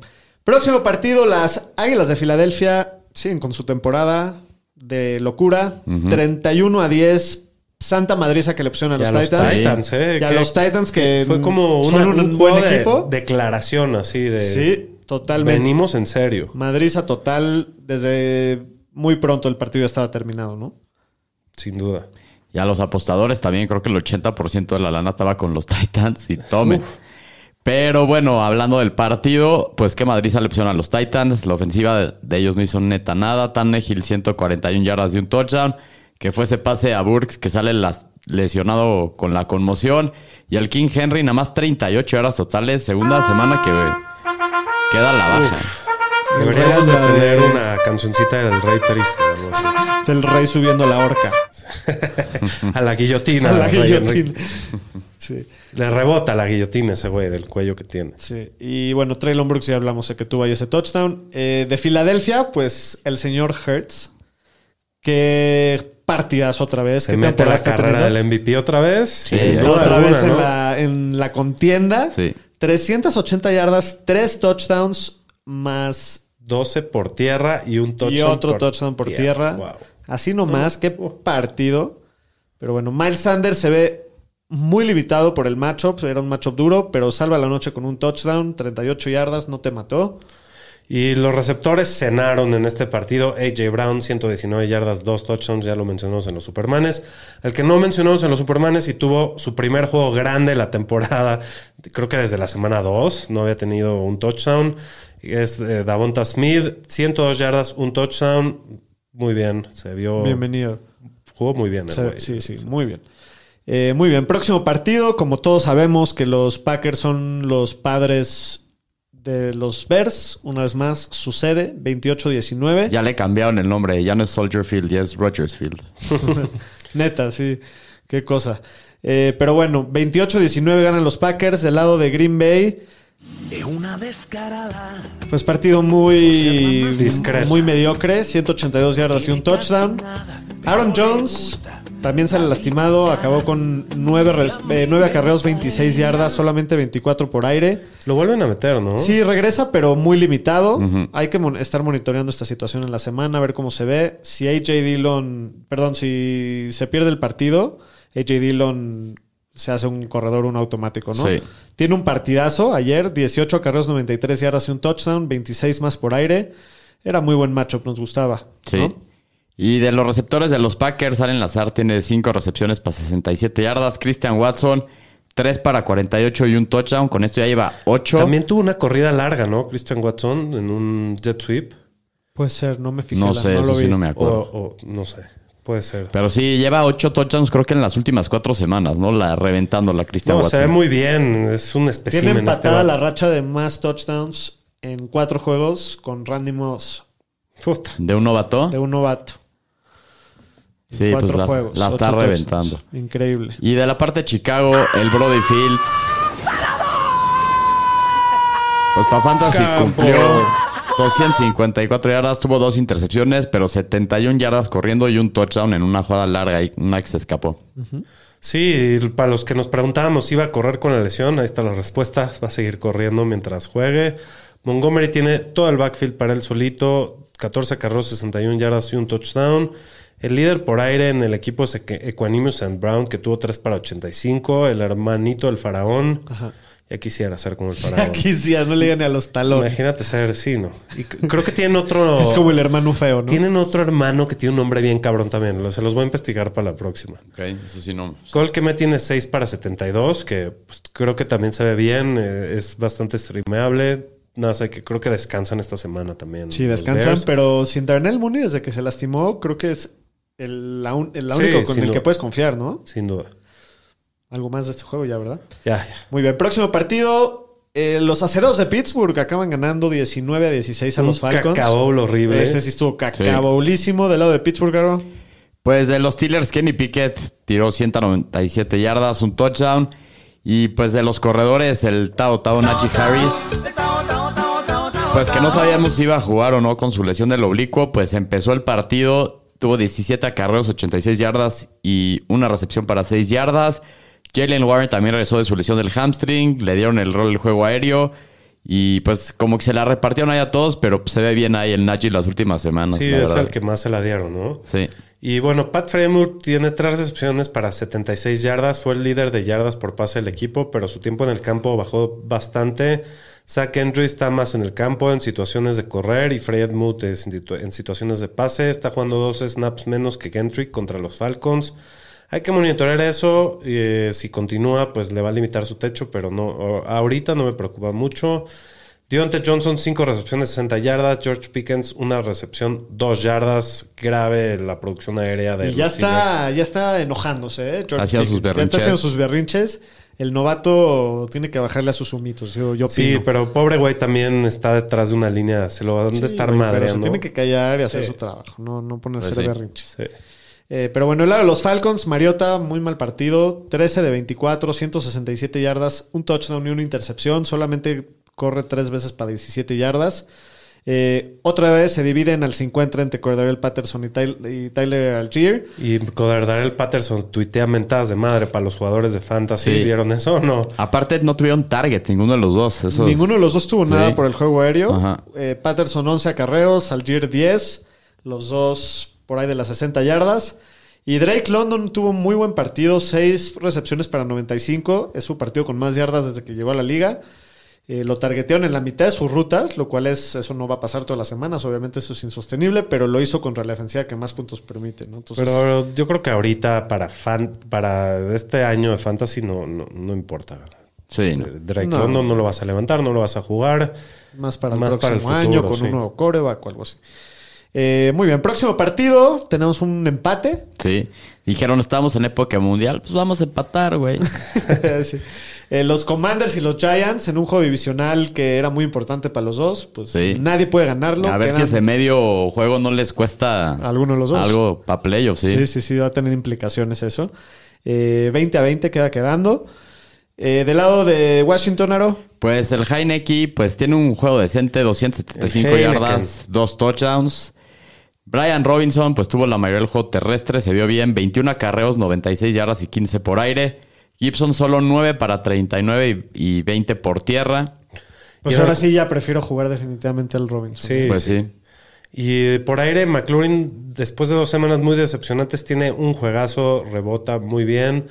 Speaker 2: Próximo partido, las Águilas de Filadelfia siguen con su temporada de locura. 31 a 10. Santa Madriza que le pusieron a
Speaker 3: Y
Speaker 2: los
Speaker 3: a los
Speaker 2: Titans.
Speaker 3: Titans, ¿eh?
Speaker 2: Y a
Speaker 3: Que-
Speaker 2: los Titans que
Speaker 3: Fue como
Speaker 2: son
Speaker 3: una,
Speaker 2: un, buen
Speaker 3: un juego de
Speaker 2: equipo.
Speaker 3: declaración así de...
Speaker 2: sí, totalmente.
Speaker 3: Venimos en serio.
Speaker 2: Madriza total. Desde muy pronto el partido ya estaba terminado, ¿no?
Speaker 3: Sin duda.
Speaker 4: Y a los apostadores también, creo que el 80% de la lana estaba con los Titans y tome. Pero bueno, hablando del partido, pues que Madrid se le pusieron a los Titans. La ofensiva de, de ellos no hizo neta nada. Tannehill 141 yardas de un touchdown. Que fue ese pase a Burks que sale las- lesionado con la conmoción. Y al King Henry nada más 38 yardas totales. Segunda semana que queda la baja.
Speaker 3: Deberíamos de
Speaker 2: Ronda
Speaker 3: tener
Speaker 2: de-
Speaker 3: una cancioncita del rey triste, algo así.
Speaker 2: Del rey subiendo a la horca.
Speaker 3: A la guillotina.
Speaker 2: A la
Speaker 3: del rey
Speaker 2: guillotina.
Speaker 3: Enrique.
Speaker 2: sí.
Speaker 3: Le rebota la guillotina ese güey del cuello que tiene.
Speaker 2: Sí, y bueno, Traylon Brooks ya hablamos de que tuvo ahí ese touchdown. Eh, de Filadelfia, pues el señor Hertz, que partidas otra vez,
Speaker 3: Se
Speaker 2: que
Speaker 3: mete
Speaker 2: temporada
Speaker 3: la
Speaker 2: está
Speaker 3: carrera
Speaker 2: teniendo.
Speaker 3: del MVP otra vez.
Speaker 4: Sí,
Speaker 3: Sin
Speaker 2: Está
Speaker 3: duda
Speaker 2: otra
Speaker 3: alguna,
Speaker 2: vez en,
Speaker 3: ¿no?
Speaker 2: la, en la contienda.
Speaker 4: Sí.
Speaker 2: 380 yardas, 3 touchdowns más
Speaker 3: 12 por tierra y un touchdown
Speaker 2: y otro
Speaker 3: por
Speaker 2: touchdown por tierra.
Speaker 3: Wow.
Speaker 2: Así nomás, qué partido. Pero bueno, Miles Sanders se ve muy limitado por el matchup. Era un matchup duro, pero salva la noche con un touchdown, 38 yardas, no te mató.
Speaker 3: Y los receptores cenaron en este partido. AJ Brown, 119 yardas, 2 touchdowns, ya lo mencionamos en los Supermanes. El que no mencionamos en los Supermanes y tuvo su primer juego grande de la temporada, creo que desde la semana 2, no había tenido un touchdown. Es eh, Davonta Smith, 102 yardas, un touchdown. Muy bien, se vio.
Speaker 2: Bienvenido.
Speaker 3: Jugó muy bien. el
Speaker 2: Se-
Speaker 3: güey.
Speaker 2: sí, sí, muy bien. Eh, muy bien, próximo partido. Como todos sabemos que los Packers son los padres de los Bears. Una vez más, sucede 28-19.
Speaker 4: Ya le cambiaron el nombre. Ya no es Soldier Field, ya es Rogers Field.
Speaker 2: Neta, sí. Qué cosa. Eh, pero bueno, 28-19 ganan los Packers. Del lado de Green Bay, Pues partido muy
Speaker 3: Discreto.
Speaker 2: muy mediocre, 182 yardas y un touchdown. Aaron Jones también sale lastimado, acabó con 9, acarreos, 26 yardas, solamente 24 por aire.
Speaker 3: Lo vuelven a meter, ¿no?
Speaker 2: Sí, regresa, pero muy limitado. Hay que mon- estar monitoreando esta situación en la semana, a ver cómo se ve. Si AJ Dillon, perdón, si se pierde el partido, AJ Dillon se hace un corredor, un automático, ¿no?
Speaker 4: Sí.
Speaker 2: Tiene un partidazo ayer, 18 acarreos, 93 yardas y un touchdown, 26 más por aire. Era muy buen matchup, nos gustaba.
Speaker 4: Sí.
Speaker 2: ¿no?
Speaker 4: Y de los receptores de los Packers, Allen Lazar tiene 5 recepciones para 67 yardas. Christian Watson, 3 para 48 y un touchdown. Con esto ya lleva 8.
Speaker 3: También tuvo una corrida larga, ¿no? Christian Watson en un jet sweep.
Speaker 2: Puede ser, no me fijé.
Speaker 4: No
Speaker 2: la-
Speaker 4: sé,
Speaker 2: lo
Speaker 4: eso sí
Speaker 2: vi.
Speaker 4: no me
Speaker 3: O,
Speaker 4: acuerdo.
Speaker 3: o no sé. Puede ser.
Speaker 4: Pero sí, lleva 8 touchdowns creo que en las últimas 4 semanas, ¿no? La reventando la Christian
Speaker 3: No, se
Speaker 4: Watson.
Speaker 3: ve muy bien. Es un
Speaker 2: Tiene
Speaker 3: espécimen. este
Speaker 2: empatada
Speaker 3: vato.
Speaker 2: la racha de más touchdowns en cuatro juegos con Randy Moss,
Speaker 3: Puta.
Speaker 4: De un novato.
Speaker 2: de un novato.
Speaker 4: Sí,
Speaker 2: cuatro
Speaker 4: pues la,
Speaker 2: juegos,
Speaker 4: la está
Speaker 2: ocho touchdowns.
Speaker 4: reventando.
Speaker 2: Increíble.
Speaker 4: Y de la parte de Chicago, el Brody Fields. Los Pafantasy
Speaker 3: Campo.
Speaker 4: cumplió 254 yardas, tuvo dos intercepciones, pero 71 yardas corriendo y un touchdown en una jugada larga y una que se escapó.
Speaker 3: Sí, y para los que nos preguntábamos si iba a correr con la lesión, ahí está la respuesta. Va a seguir corriendo mientras juegue. Montgomery tiene todo el backfield para él solito. 14 carros, 61 yardas y un touchdown. El líder por aire en el equipo es Equ- Equanimous and Brown, que tuvo 3 para 85. El hermanito del faraón. Ya quisiera ser como el faraón.
Speaker 2: Aquí sí, ya no le llegan ni a los talones.
Speaker 3: Imagínate ser así, ¿no? Y c- creo que tienen otro...
Speaker 2: Es como el hermano feo, ¿no?
Speaker 3: Tienen otro hermano que tiene un nombre bien cabrón también. Lo- Se los voy a investigar para la próxima.
Speaker 4: Ok, eso sí no.
Speaker 3: Cole Kmet tiene 6 para 72, que pues, creo que también se ve bien, eh, es bastante streameable. Nada, sé que creo que descansan esta semana también.
Speaker 2: Sí,
Speaker 3: los
Speaker 2: descansan,
Speaker 3: Bears.
Speaker 2: pero sin Darnell Mooney, desde que se lastimó, creo que es el, la un- el la
Speaker 3: Sí,
Speaker 2: único con
Speaker 3: sin
Speaker 2: el que
Speaker 3: duda.
Speaker 2: puedes confiar, ¿no?
Speaker 3: Sin duda.
Speaker 2: Algo más de este juego ya, ¿verdad?
Speaker 3: Ya, ya.
Speaker 2: Muy bien, próximo partido. eh, los aceros de Pittsburgh acaban ganando 19 a 16 a los Falcons.
Speaker 3: Cacabol horrible.
Speaker 2: Este sí estuvo cacabolísimo del lado de Pittsburgh, Aaron.
Speaker 4: Pues de los Steelers, Kenny Pickett tiró 197 yardas, un touchdown. Y pues de los corredores, el Tao Tao Najee Harris. Pues que no sabíamos si iba a jugar o no con su lesión del oblicuo, pues empezó el partido, tuvo 17 acarreos, 86 yardas y una recepción para 6 yardas. Jalen Warren también regresó de su lesión del hamstring, le dieron el rol del juego aéreo y pues como que se la repartieron ahí a todos, pero pues se ve bien ahí el Najee las últimas semanas.
Speaker 3: sí,
Speaker 4: la
Speaker 3: es
Speaker 4: verdad.
Speaker 3: el que más se la dieron, ¿no?
Speaker 4: Sí.
Speaker 3: Y bueno, Pat Fremur tiene tres recepciones para 76 yardas. Fue el líder de yardas por pase del equipo, pero su tiempo en el campo bajó bastante. Zach Andrews está más en el campo en situaciones de correr y Fred Moot es en, situ- en situaciones de pase. Está jugando dos snaps menos que Gentry contra los Falcons. Hay que monitorear eso. eh, si continúa, pues le va a limitar su techo, pero no o- ahorita no me preocupa mucho. Deontay Johnson, 5 recepciones, 60 yardas. George Pickens, una recepción, 2 yardas. Grave la producción aérea de
Speaker 2: Y ya
Speaker 3: los Steelers.
Speaker 2: está, ya está enojándose, ¿eh? George
Speaker 4: Haciendo sus
Speaker 2: Pickens. Ya está
Speaker 4: berrinches.
Speaker 2: haciendo sus berrinches. El novato tiene que bajarle a sus humitos, yo, yo
Speaker 3: Sí,
Speaker 2: opino.
Speaker 3: pero pobre güey también está detrás de una línea. Se lo van a
Speaker 2: Sí,
Speaker 3: estar
Speaker 2: güey,
Speaker 3: madre.
Speaker 2: Pero se tiene que callar y hacer su trabajo, no, no ponerse
Speaker 4: Pues sí.
Speaker 2: berrinches. Eh, pero bueno, el lado de los Falcons, Mariota, muy mal partido. 13 de 24, 167 yardas, un touchdown y una intercepción. Solamente corre tres veces para 17 yardas. Eh, otra vez se dividen al 50 entre Cordell Patterson y, Tyl- y Tyler Algier.
Speaker 3: Y Codardar el Patterson tuitea mentadas de madre para los jugadores de Fantasy.
Speaker 4: Sí.
Speaker 3: ¿Vieron eso o no?
Speaker 4: Aparte no tuvieron target ninguno de los dos. Eso
Speaker 2: Ninguno de los dos tuvo nada
Speaker 4: Sí.
Speaker 2: por el juego aéreo.
Speaker 4: Ajá.
Speaker 2: Eh, Patterson 11 acarreos, Algier 10, los dos por ahí de las 60 yardas. Y Drake London tuvo un muy buen partido, 6 recepciones para 95, es su partido con más yardas desde que llegó a la liga. Eh, lo targetearon en la mitad de sus rutas, lo cual es, eso no va a pasar todas las semanas, obviamente eso es insostenible, pero lo hizo contra la defensiva que más puntos permite, ¿no? Entonces,
Speaker 3: Pero yo creo que ahorita para fan, para este año de Fantasy no, no, no importa.
Speaker 4: Sí. no.
Speaker 3: Drake
Speaker 2: No.
Speaker 3: London no lo vas a levantar, no lo vas a jugar.
Speaker 2: Más para el
Speaker 3: Más para
Speaker 2: próximo
Speaker 3: el futuro,
Speaker 2: año, con
Speaker 3: sí.
Speaker 2: un nuevo coreback o algo así. Eh, muy bien, próximo partido. Tenemos un empate.
Speaker 4: Sí. Dijeron, estamos en época mundial, pues vamos a empatar, güey.
Speaker 2: Sí. Eh, los Commanders y los Giants en un juego divisional que era muy importante para los dos. Pues
Speaker 4: Sí.
Speaker 2: nadie puede ganarlo.
Speaker 4: A ver si
Speaker 2: Quedan-
Speaker 4: ese medio juego no les cuesta
Speaker 2: Alguno de los dos.
Speaker 4: algo para playoffs, sí.
Speaker 2: Sí. sí, sí, va a tener implicaciones eso. Eh, 20 a 20 queda quedando. Eh, del lado de Washington, Aro.
Speaker 4: Pues el Heineke, pues tiene un juego decente, 275
Speaker 3: El Heineken.
Speaker 4: yardas, dos touchdowns. Brian Robinson, pues tuvo la mayoría del juego terrestre, se vio bien, 21 acarreos, 96 yardas y 15 por aire. Gibson solo 9 para 39 y y 20 por tierra.
Speaker 2: Pues
Speaker 3: Y
Speaker 2: ahora
Speaker 3: ahora-
Speaker 2: sí ya prefiero jugar definitivamente al Robinson.
Speaker 3: Sí,
Speaker 4: Pues
Speaker 3: sí.
Speaker 4: sí.
Speaker 3: Y eh, por aire, McLaurin, después de dos semanas muy decepcionantes, tiene un juegazo, rebota muy bien.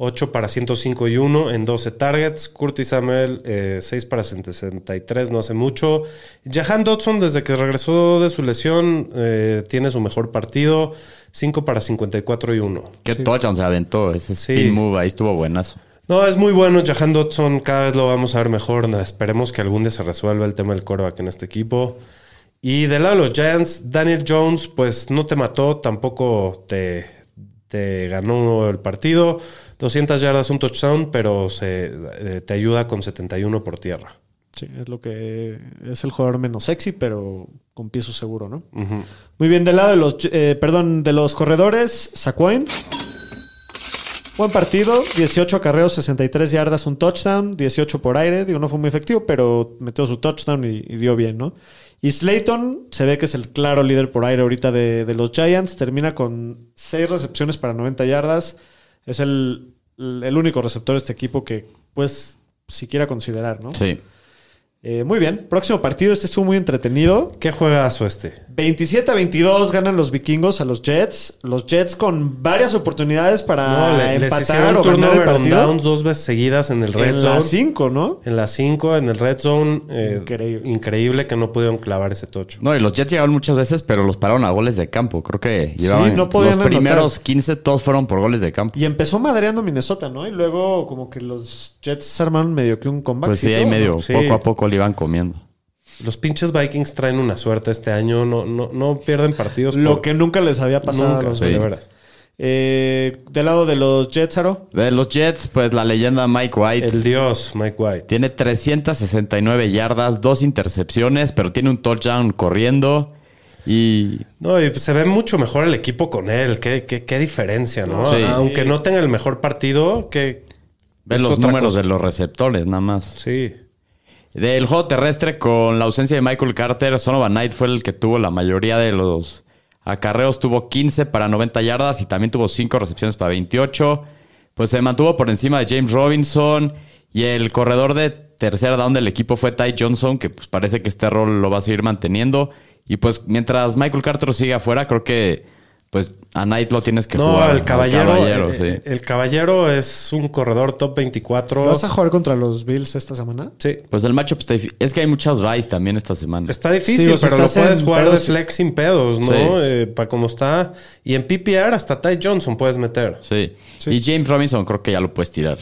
Speaker 3: 8 para 105 y 1 en 12 targets. Curtis Samuel, 6 para 63, no hace mucho. Jahan Dodson, desde que regresó de su lesión, eh, tiene su mejor partido. 5 para 54 y 1.
Speaker 4: Qué touchdown se aventó, ese
Speaker 3: Sí.
Speaker 4: spin move ahí estuvo buenazo.
Speaker 3: No, es muy bueno. Jahan Dodson cada vez lo vamos a ver mejor. Na- Esperemos que algún día se resuelva el tema del coreback en este equipo. Y del lado de los Giants, Daniel Jones, pues no te mató, tampoco te, te ganó el partido. 200 yardas, un touchdown, pero se, eh, te ayuda con 71 por tierra.
Speaker 2: Sí, es lo que es el jugador menos sexy, pero con pie seguro, ¿no?
Speaker 3: Ujú.
Speaker 2: Muy bien, del lado de los, eh, perdón, de los corredores, Saquon. Buen partido, 18 acarreos, 63 yardas, un touchdown, 18 por aire. Digo, no fue muy efectivo, pero metió su touchdown y, y dio bien, ¿no? Y Slayton se ve que es el claro líder por aire ahorita de, de los Giants. Termina con 6 recepciones para 90 yardas. Es el, el único receptor de este equipo que, pues, siquiera considerar, ¿no?
Speaker 4: Sí.
Speaker 2: Eh, muy bien, próximo partido. Este estuvo muy entretenido.
Speaker 3: ¿Qué juegazo este?
Speaker 2: 27 a 22 ganan los vikingos a los Jets. Los Jets con varias oportunidades para
Speaker 3: No, le- les
Speaker 2: Ah, empatar
Speaker 3: hicieron
Speaker 2: o ganar el
Speaker 3: turnover on
Speaker 2: partido.
Speaker 3: downs dos veces seguidas en el red
Speaker 2: en
Speaker 3: zone.
Speaker 2: la 5, ¿no?
Speaker 3: En las 5, en el red zone. eh,
Speaker 2: Increíble.
Speaker 3: increíble que no pudieron clavar ese tocho.
Speaker 4: No, y los Jets llegaron muchas veces, pero los pararon a goles de campo. Creo que llevaban
Speaker 2: no podían
Speaker 4: los
Speaker 2: anotar.
Speaker 4: primeros 15, todos fueron por goles de campo.
Speaker 2: Y empezó madreando Minnesota, ¿no? Y luego como que los Jets armaron medio que un comeback.
Speaker 4: Pues sí, ahí medio,
Speaker 3: Sí.
Speaker 4: poco a poco le iban comiendo.
Speaker 3: Los pinches Vikings traen una suerte este año, no, no, no pierden partidos.
Speaker 2: Lo
Speaker 3: por-
Speaker 2: que nunca les había pasado
Speaker 3: Nunca,
Speaker 2: a los
Speaker 4: sí.
Speaker 2: Vikings.
Speaker 3: de veras.
Speaker 2: Eh, Del lado de los Jets, Aro.
Speaker 4: De los Jets, pues la leyenda Mike White
Speaker 3: El dios, Mike White.
Speaker 4: tiene 369 yardas, dos intercepciones, pero tiene un touchdown corriendo. Y
Speaker 3: No, y pues, se ve mucho mejor el equipo con él. Qué, qué, qué diferencia, ¿no?
Speaker 4: Sí.
Speaker 3: Aunque no tenga el mejor partido, que.
Speaker 4: ve
Speaker 3: es
Speaker 4: los
Speaker 3: otra
Speaker 4: números
Speaker 3: cosa.
Speaker 4: de los receptores, nada más.
Speaker 3: Sí.
Speaker 4: Del juego terrestre, con la ausencia de Michael Carter, Sonovan Knight fue el que tuvo la mayoría de los acarreos. Tuvo 15 para 90 yardas y también tuvo 5 recepciones para 28. Pues se mantuvo por encima de James Robinson. Y el corredor de tercera down del equipo fue Ty Johnson, que pues, parece que este rol lo va a seguir manteniendo. Y pues mientras Michael Carter siga afuera, creo que pues a Knight lo tienes que
Speaker 3: no,
Speaker 4: jugar.
Speaker 3: el
Speaker 4: al
Speaker 3: caballero. eh,
Speaker 4: caballero,
Speaker 3: el,
Speaker 4: sí.
Speaker 3: el caballero es un corredor top 24.
Speaker 2: ¿Vas a jugar contra los Bills esta semana?
Speaker 3: Sí.
Speaker 4: Pues el matchup está difí- Es que hay muchas buys también esta semana.
Speaker 3: Está difícil,
Speaker 2: Sí, o sea,
Speaker 3: pero lo
Speaker 2: estás
Speaker 3: puedes
Speaker 2: en
Speaker 3: jugar de
Speaker 2: pedos.
Speaker 3: flex sin pedos, ¿no?
Speaker 4: Sí.
Speaker 3: Para como está. Y en PPR hasta Ty Johnson puedes meter.
Speaker 4: Sí.
Speaker 2: Sí.
Speaker 4: Y James Robinson creo que ya lo puedes tirar.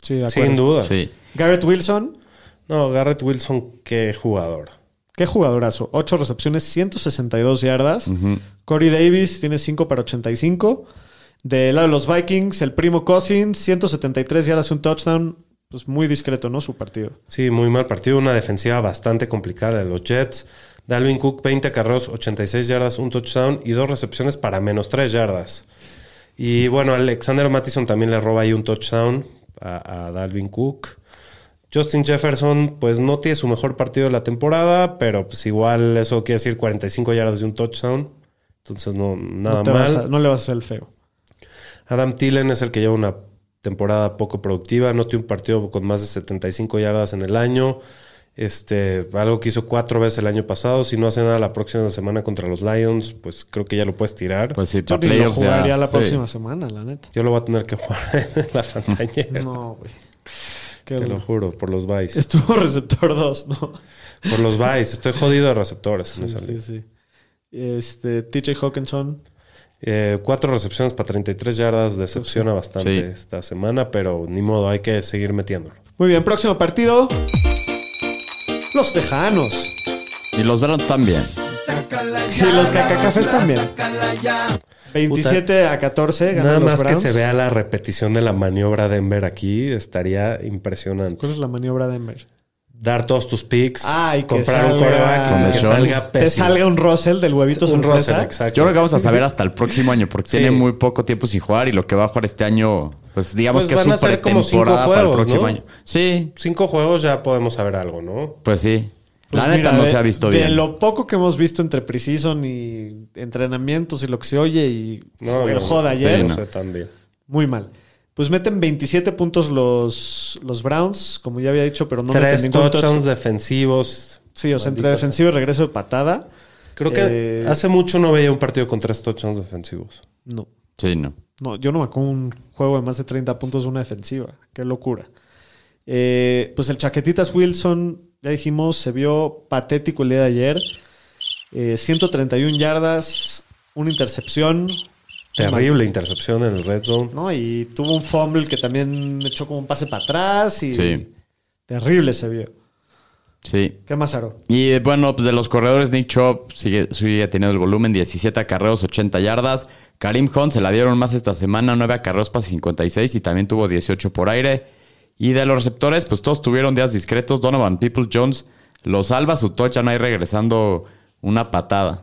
Speaker 2: Sí, de acuerdo.
Speaker 3: Sin duda.
Speaker 4: Sí.
Speaker 2: Garrett Wilson,
Speaker 3: No, Garrett Wilson, qué jugador.
Speaker 2: Qué jugadorazo. 8 recepciones, 162 yardas. Corey Davis tiene 5 para 85. Del lado de los Vikings, el primo Cousins, 173 yardas y un touchdown. Pues muy discreto, ¿no? Su partido.
Speaker 3: Sí, muy mal partido. Una defensiva bastante complicada de los Jets. Dalvin Cook, 20 carreos, 86 yardas, un touchdown y dos recepciones para menos 3 yardas. Y bueno, Alexander Mattison también le roba ahí un touchdown a, a Dalvin Cook. Justin Jefferson, pues no tiene su mejor partido de la temporada, pero pues igual eso quiere decir 45 yardas de un touchdown. Entonces no, nada
Speaker 2: no, te vas
Speaker 3: mal.
Speaker 2: a- no le vas a hacer el feo.
Speaker 3: Adam Thielen es el que lleva una temporada poco productiva, no tiene un partido con más de 75 yardas en el año. Este, algo que hizo cuatro veces el año pasado. Si no hace nada la próxima semana contra los Lions, pues creo que ya lo puedes tirar.
Speaker 4: Pues sí,
Speaker 2: Yo
Speaker 4: para
Speaker 2: ni lo
Speaker 4: playoffs ya.
Speaker 2: jugaría la
Speaker 4: Sí.
Speaker 2: próxima semana, la neta.
Speaker 3: Yo lo voy a tener que jugar en la fantañera.
Speaker 2: No, güey. Qué
Speaker 3: Te lo
Speaker 2: duro.
Speaker 3: juro, por los Vice.
Speaker 2: Estuvo receptor 2, ¿no?
Speaker 3: Por los Vice. Estoy jodido de receptores. en
Speaker 2: Sí,
Speaker 3: esa
Speaker 2: sí,
Speaker 3: liga.
Speaker 2: sí. Este, TJ Hawkinson,
Speaker 3: Eh, cuatro recepciones para 33 yardas. Decepciona bastante
Speaker 4: Sí.
Speaker 3: esta semana, pero ni modo, hay que seguir metiéndolo.
Speaker 2: Muy bien, próximo partido. Los Tejanos.
Speaker 4: Y los Browns también.
Speaker 2: Y los Cacacafés también. 27 a 14 ganan
Speaker 3: Nada
Speaker 2: los
Speaker 3: más
Speaker 2: Browns.
Speaker 3: que se vea la repetición de la maniobra Denver aquí, estaría impresionante.
Speaker 2: ¿Cuál es la maniobra de Denver?
Speaker 3: dar todos tus picks,
Speaker 2: Ay, que
Speaker 3: comprar un
Speaker 2: salga-
Speaker 3: coreback que
Speaker 4: Conversión.
Speaker 3: salga
Speaker 2: Te
Speaker 3: pésimo.
Speaker 2: salga un Russell del huevito
Speaker 3: un
Speaker 2: sorpresa. Pues
Speaker 3: Russell, exacto.
Speaker 4: Yo creo que vamos a saber hasta el próximo año, porque tiene muy poco tiempo sin jugar y lo que va a jugar este año, pues digamos
Speaker 3: Pues
Speaker 4: que es
Speaker 3: van a
Speaker 4: su
Speaker 3: ser como cinco
Speaker 4: pretemporada para el
Speaker 3: juegos,
Speaker 4: próximo
Speaker 3: ¿no?
Speaker 4: año. Sí,
Speaker 3: Cinco juegos ya podemos saber algo, ¿no?
Speaker 4: pues sí.
Speaker 2: Pues
Speaker 4: la neta
Speaker 2: mira,
Speaker 4: no
Speaker 2: de-
Speaker 4: se ha visto
Speaker 2: De
Speaker 4: bien.
Speaker 2: lo poco que hemos visto entre preseason y entrenamientos y lo que se oye y el joda ayer,
Speaker 4: Sí,
Speaker 3: No
Speaker 4: no.
Speaker 3: sé tan bien.
Speaker 2: muy mal. Pues meten 27 puntos los, los Browns, como ya había dicho, pero no
Speaker 3: Tres
Speaker 2: meten ningún
Speaker 3: touchdowns
Speaker 2: touchdown.
Speaker 3: defensivos.
Speaker 2: Sí, o sea, entre
Speaker 3: Maldita
Speaker 2: defensivo y regreso de patada.
Speaker 3: Creo que
Speaker 2: Eh,
Speaker 3: hace mucho no veía un partido con tres touchdowns defensivos.
Speaker 2: No,
Speaker 4: Sí, no.
Speaker 2: no, yo no me acuerdo un juego de más de 30 puntos de una defensiva. Qué locura. Eh, pues el Chaquetitas Wilson, ya dijimos, se vio patético el día de ayer. Eh, 131 yardas, una intercepción.
Speaker 3: Terrible intercepción en el red zone.
Speaker 2: ¿no? Y tuvo un fumble que también echó como un pase para atrás y
Speaker 4: Sí.
Speaker 2: terrible se vio.
Speaker 4: Sí.
Speaker 2: ¿Qué más, Aro?
Speaker 4: Y bueno, pues de los corredores, Nick Chop sigue, sigue teniendo el volumen, 17 acarreos, 80 yardas. Karim Hunt se la dieron más esta semana, 9 acarreos para 56 y también tuvo 18 por aire. Y de los receptores, pues todos tuvieron días discretos. Donovan People Jones lo salva su tocha, no hay regresando una patada.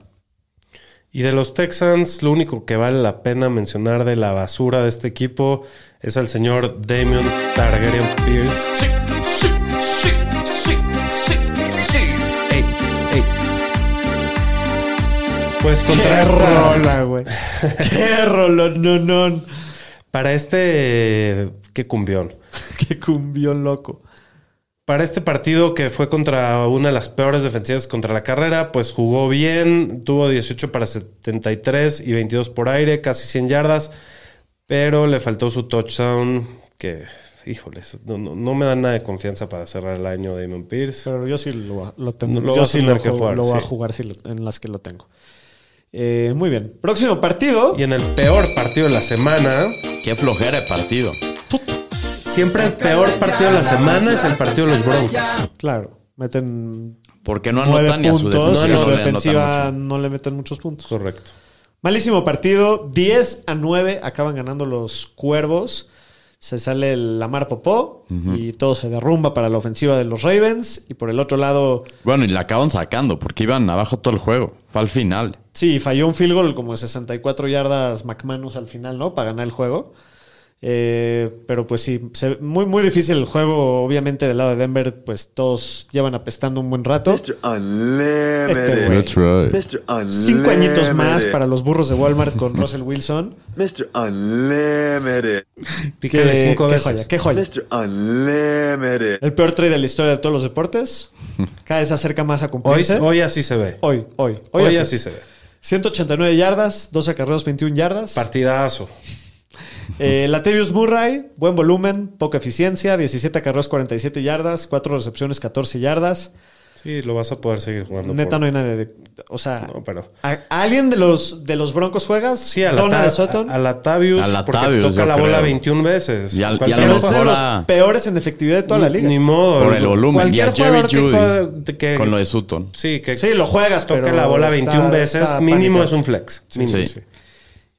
Speaker 3: Y de los Texans, lo único que vale la pena mencionar de la basura de este equipo es al señor Damian Targaryen Pierce. Pues contra esta-
Speaker 2: güey! ¡Qué rolón, no, no!
Speaker 3: para este qué cumbión.
Speaker 2: ¡Qué cumbión loco!
Speaker 3: Para este partido que fue contra una de las peores defensivas contra la carrera, pues jugó bien, tuvo 18 para 73 y 22 por aire, casi 100 yardas, pero le faltó su touchdown que, híjoles, no, no- no me da nada de confianza para cerrar el año Damon Pierce.
Speaker 2: Pero yo sí lo, lo tengo.
Speaker 3: No, lo
Speaker 2: yo
Speaker 3: vas a
Speaker 2: sí
Speaker 3: tener
Speaker 2: lo,
Speaker 3: que
Speaker 2: juego-
Speaker 3: jugar,
Speaker 2: lo voy a
Speaker 3: sí.
Speaker 2: jugar sí, lo- en las que lo tengo. Eh, muy bien. Próximo partido.
Speaker 3: Y en el peor partido de la semana,
Speaker 4: Qué flojera de partido.
Speaker 3: siempre el peor partido de la semana es el partido de los Broncos.
Speaker 2: Claro. Meten
Speaker 4: Porque no
Speaker 2: nueve
Speaker 4: anotan ni a su
Speaker 2: puntos y
Speaker 4: defensiva.
Speaker 2: a su
Speaker 4: no le anotan
Speaker 2: defensiva
Speaker 4: mucho.
Speaker 2: no le meten muchos puntos.
Speaker 3: Correcto.
Speaker 2: Malísimo partido. 10 a 9 acaban ganando los cuervos. Se sale el Lamar Popó y todo se derrumba para la ofensiva de los Ravens. Y por el otro lado,
Speaker 4: Bueno, y la acaban sacando porque iban abajo todo el juego. Fue al final.
Speaker 2: sí, falló un field goal como de 64 yardas McManus al final, ¿no? Para ganar el juego. Eh, pero pues sí, se- muy, muy difícil el juego. Obviamente del lado de Denver, pues todos llevan apestando un buen rato.
Speaker 6: Mr. Unlimited.
Speaker 2: That's
Speaker 6: Mr. Unlimited.
Speaker 2: Cinco añitos más para los burros de Walmart con Russell Wilson.
Speaker 6: Mr. Unlimited.
Speaker 3: Píquele
Speaker 2: Qué-
Speaker 3: cinco
Speaker 2: qué
Speaker 3: veces.
Speaker 2: joya, qué joya.
Speaker 6: Mr. Unlimited.
Speaker 2: El peor trade de la historia de todos los deportes. Cada vez se acerca más a
Speaker 3: Hoy,
Speaker 2: cumplirse.
Speaker 3: hoy así se ve.
Speaker 2: hoy, hoy,
Speaker 3: Hoy,
Speaker 2: hoy
Speaker 3: así se ve.
Speaker 2: 189 yardas, 12 acarreos, 21 yardas.
Speaker 3: Partidazo.
Speaker 2: Eh, Latavius Murray, buen volumen, poca eficiencia, 17 acarreos, 47 yardas, 4 recepciones, 14 yardas.
Speaker 3: Sí, lo vas a poder seguir jugando.
Speaker 2: Neta,
Speaker 3: por-
Speaker 2: no hay nadie. de- o sea,
Speaker 3: No, pero-
Speaker 2: ¿a, a alguien de los, de los Broncos juegas?
Speaker 3: Sí, a la,
Speaker 2: Donald
Speaker 3: ta-
Speaker 2: Sutton.
Speaker 3: a, a la Tavius,
Speaker 4: A la
Speaker 3: porque
Speaker 4: Tavius,
Speaker 3: toca
Speaker 4: yo
Speaker 3: la bola
Speaker 4: creo.
Speaker 3: 21 veces.
Speaker 4: Y al- y
Speaker 3: Cualquier
Speaker 4: a lo
Speaker 2: Pero es
Speaker 3: cosa-
Speaker 2: de
Speaker 4: mejor
Speaker 2: los
Speaker 4: a-
Speaker 2: peores en efectividad de toda la liga.
Speaker 3: Ni modo.
Speaker 4: Por el volumen. Y
Speaker 3: Cualquier
Speaker 4: a Jerry
Speaker 3: jugador que
Speaker 4: Judy
Speaker 3: co- que-
Speaker 4: con lo de Sutton.
Speaker 3: Sí, que
Speaker 2: Sí, lo juegas,
Speaker 3: toca
Speaker 2: pero
Speaker 3: la bola
Speaker 2: está-
Speaker 3: 21 veces,
Speaker 2: está
Speaker 3: mínimo
Speaker 2: paniqueado.
Speaker 3: es un flex. Mínimo,
Speaker 4: sí.
Speaker 3: sí.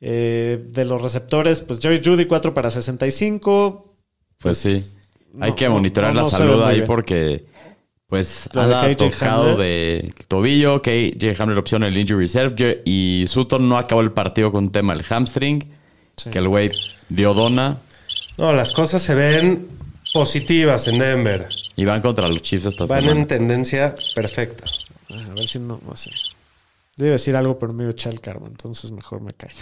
Speaker 2: Eh, de los receptores, pues Jerry Judy 4 para 65.
Speaker 4: Pues sí. Hay
Speaker 2: no,
Speaker 4: que
Speaker 2: no,
Speaker 4: monitorear
Speaker 2: no,
Speaker 4: la
Speaker 2: no se ve
Speaker 4: salud
Speaker 2: muy
Speaker 4: ahí
Speaker 2: bien.
Speaker 4: porque, pues,
Speaker 2: La de
Speaker 4: ha
Speaker 2: KJ
Speaker 4: tocado
Speaker 2: Hamler.
Speaker 4: de tobillo, KJ Hamler opción el injury reserve Yo- y Sutton no acabó el partido con tema el hamstring,
Speaker 2: Sí.
Speaker 4: que el güey dio dona
Speaker 3: No, las cosas se ven positivas en Denver.
Speaker 4: y van contra los Chiefs esta
Speaker 3: Van
Speaker 4: semana.
Speaker 3: en tendencia perfecta.
Speaker 2: A ver si no, no sé. Debe decir algo, pero me echa el karma, entonces mejor me callo.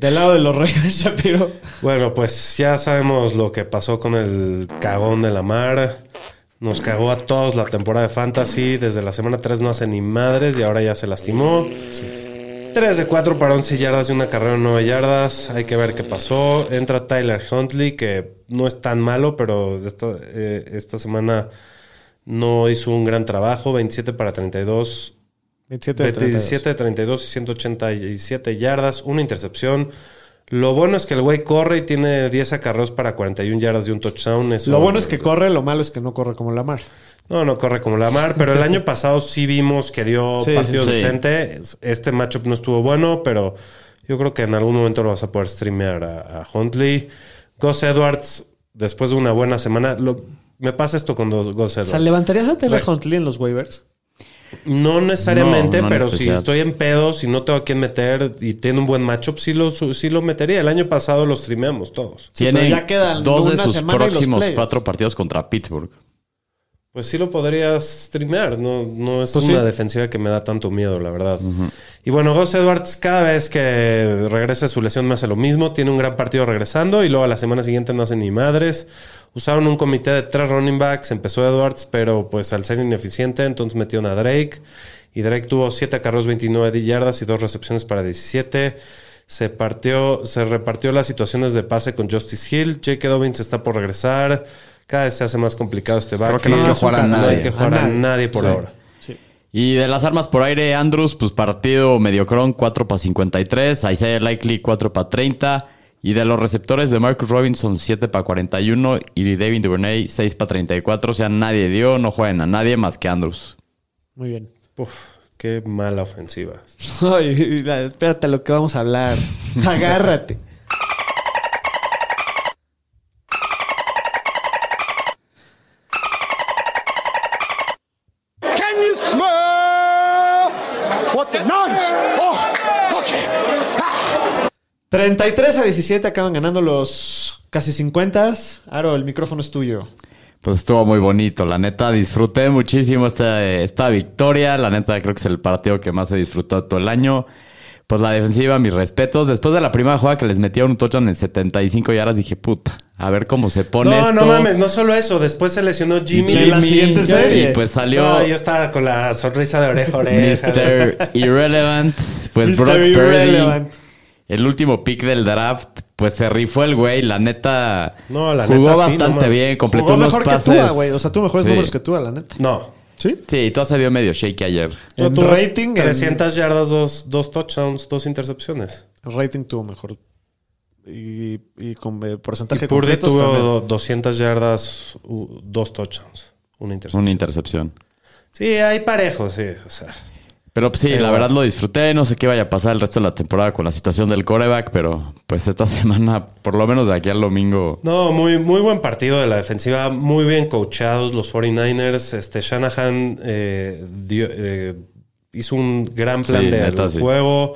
Speaker 2: Del lado de los Reyes Shapiro.
Speaker 3: Bueno, pues ya sabemos lo que pasó con el cagón de la mar. Nos cagó a todos la temporada de Fantasy. Desde la semana 3 no hace ni madres y ahora ya se lastimó. 3 de 4 para 11 yardas y una carrera de 9 yardas. Hay que ver qué pasó. Entra Tyler Huntley, que no es tan malo, pero esta, eh, esta semana no hizo un gran trabajo. 27 para 32,
Speaker 2: 27 de
Speaker 3: 27 de 32 y 187 yardas, una intercepción. Lo bueno es que el güey corre y tiene 10 acarreos para 41 yardas de un touchdown.
Speaker 2: 32.
Speaker 3: Eso-
Speaker 2: Lo bueno es que corre, lo malo es que no corre como la mar.
Speaker 3: No, no corre como la mar, pero el año pasado sí vimos que dio
Speaker 2: Sí, sí,
Speaker 3: partidos
Speaker 4: sí.
Speaker 3: decentes. Este matchup no estuvo bueno, pero yo creo que en algún momento lo vas a poder streamear a, a Huntley. Gus Edwards, después de una buena semana, lo me pasa esto con dos Gus
Speaker 2: O sea,
Speaker 3: Edwards.
Speaker 2: ¿levantarías a Taylor
Speaker 3: Right.
Speaker 2: Huntley en los waivers?
Speaker 3: No necesariamente,
Speaker 4: No, no en
Speaker 3: pero si
Speaker 4: especial.
Speaker 3: estoy en pedos y no tengo a quién meter y tiene un buen matchup, sí lo, su- sí lo metería. El año pasado los streameamos todos.
Speaker 2: Sí, pero
Speaker 4: Tiene
Speaker 2: ya quedan
Speaker 4: dos de
Speaker 2: una
Speaker 4: sus
Speaker 2: semana y los
Speaker 4: próximos
Speaker 2: playoffs.
Speaker 4: cuatro partidos contra Pittsburgh.
Speaker 3: Pues sí lo podrías streamear. No, no es
Speaker 2: Pues sí.
Speaker 3: una defensiva que me da tanto miedo, la verdad. Y bueno, Gus Edwards, cada vez que regresa de su lesión, me hace lo mismo. Tiene un gran partido regresando y luego a la semana siguiente no hace ni madres. Usaron un comité de tres running backs. Empezó Edwards, pero pues al ser ineficiente, entonces metieron a Drake. Y Drake tuvo 7 carros, 29 de yardas y dos recepciones para 17. Se, partió, se repartió las situaciones de pase con Justice Hill. Jake Dobbins está por regresar. Cada vez se hace más complicado este
Speaker 4: Creo
Speaker 3: backfield.
Speaker 4: que no hay que jugar a
Speaker 3: No hay
Speaker 4: nadie.
Speaker 3: que jugar a
Speaker 2: nadie.
Speaker 3: nadie por
Speaker 2: Sí.
Speaker 3: ahora.
Speaker 2: Sí.
Speaker 4: Y de las armas por aire, Andrews, pues partido mediocrón, 4 para 53. Isaiah Likely, 4 para 30. Y de los receptores de Marcus Robinson, 7 para 41. Y de David Duvernay, 6 para 34. O sea, nadie dio, no juegan a nadie más que Andrews.
Speaker 2: Muy bien.
Speaker 3: Uf, qué mala ofensiva.
Speaker 2: Ay, la- espérate a lo que vamos a hablar. Agárrate.
Speaker 5: Can you smell what the noise? Oh, okay.
Speaker 2: 33 a 17 acaban ganando los casi 50. Aro, el micrófono es tuyo.
Speaker 4: Pues estuvo muy bonito, la neta. Disfruté muchísimo esta, esta victoria. La neta, creo que es el partido que más he disfrutado todo el año. Pues la defensiva, mis respetos. Después de la primera jugada que les metieron un touchdown en 75 yardas, dije, puta, a ver cómo se pone
Speaker 3: No,
Speaker 4: esto.
Speaker 3: no mames, no solo eso. Después se lesionó Jimmy.
Speaker 2: en la siguiente
Speaker 3: Y-
Speaker 2: serie.
Speaker 4: Y pues salió
Speaker 3: No, Ah, yo estaba con la sonrisa de oreja a oreja.
Speaker 4: Mr. Irrelevant. Pues
Speaker 2: Mr.
Speaker 4: Brock Purdy.
Speaker 2: Irrelevant.
Speaker 4: El último pick del draft. Pues se rifó el güey. La neta.
Speaker 3: No, la
Speaker 4: jugó
Speaker 3: neta sí, no
Speaker 4: bastante
Speaker 3: mames.
Speaker 4: bien. eh, Completó
Speaker 2: Jugó
Speaker 4: unos
Speaker 2: mejor
Speaker 4: pases.
Speaker 2: que tú, güey. O sea, tú mejores
Speaker 4: Sí.
Speaker 2: números que tú, la neta.
Speaker 3: No.
Speaker 2: ¿Sí?
Speaker 4: Sí, todo se vio medio shaky ayer.
Speaker 3: Yo
Speaker 2: En
Speaker 3: tuve
Speaker 2: rating, en-
Speaker 3: 300 yardas, dos, dos touchdowns, dos intercepciones.
Speaker 2: El rating tuvo mejor. Y, y con eh, porcentaje
Speaker 3: Y Purdy
Speaker 2: completos
Speaker 3: tuvo
Speaker 2: también.
Speaker 3: do- 200 yardas, u- dos touchdowns, una intercepción.
Speaker 4: Una intercepción.
Speaker 3: sí, hay parejos, sí. O sea,
Speaker 4: Pero pues, sí, la verdad lo disfruté. No sé qué vaya a pasar el resto de la temporada con la situación del coreback. Pero pues esta semana, por lo menos de aquí al domingo.
Speaker 3: No, muy, muy buen partido de la defensiva, muy bien coachados los 49ers. Este Shanahan eh, dio- eh, hizo un gran plan
Speaker 4: Sí,
Speaker 3: de
Speaker 4: neta, sí.
Speaker 3: juego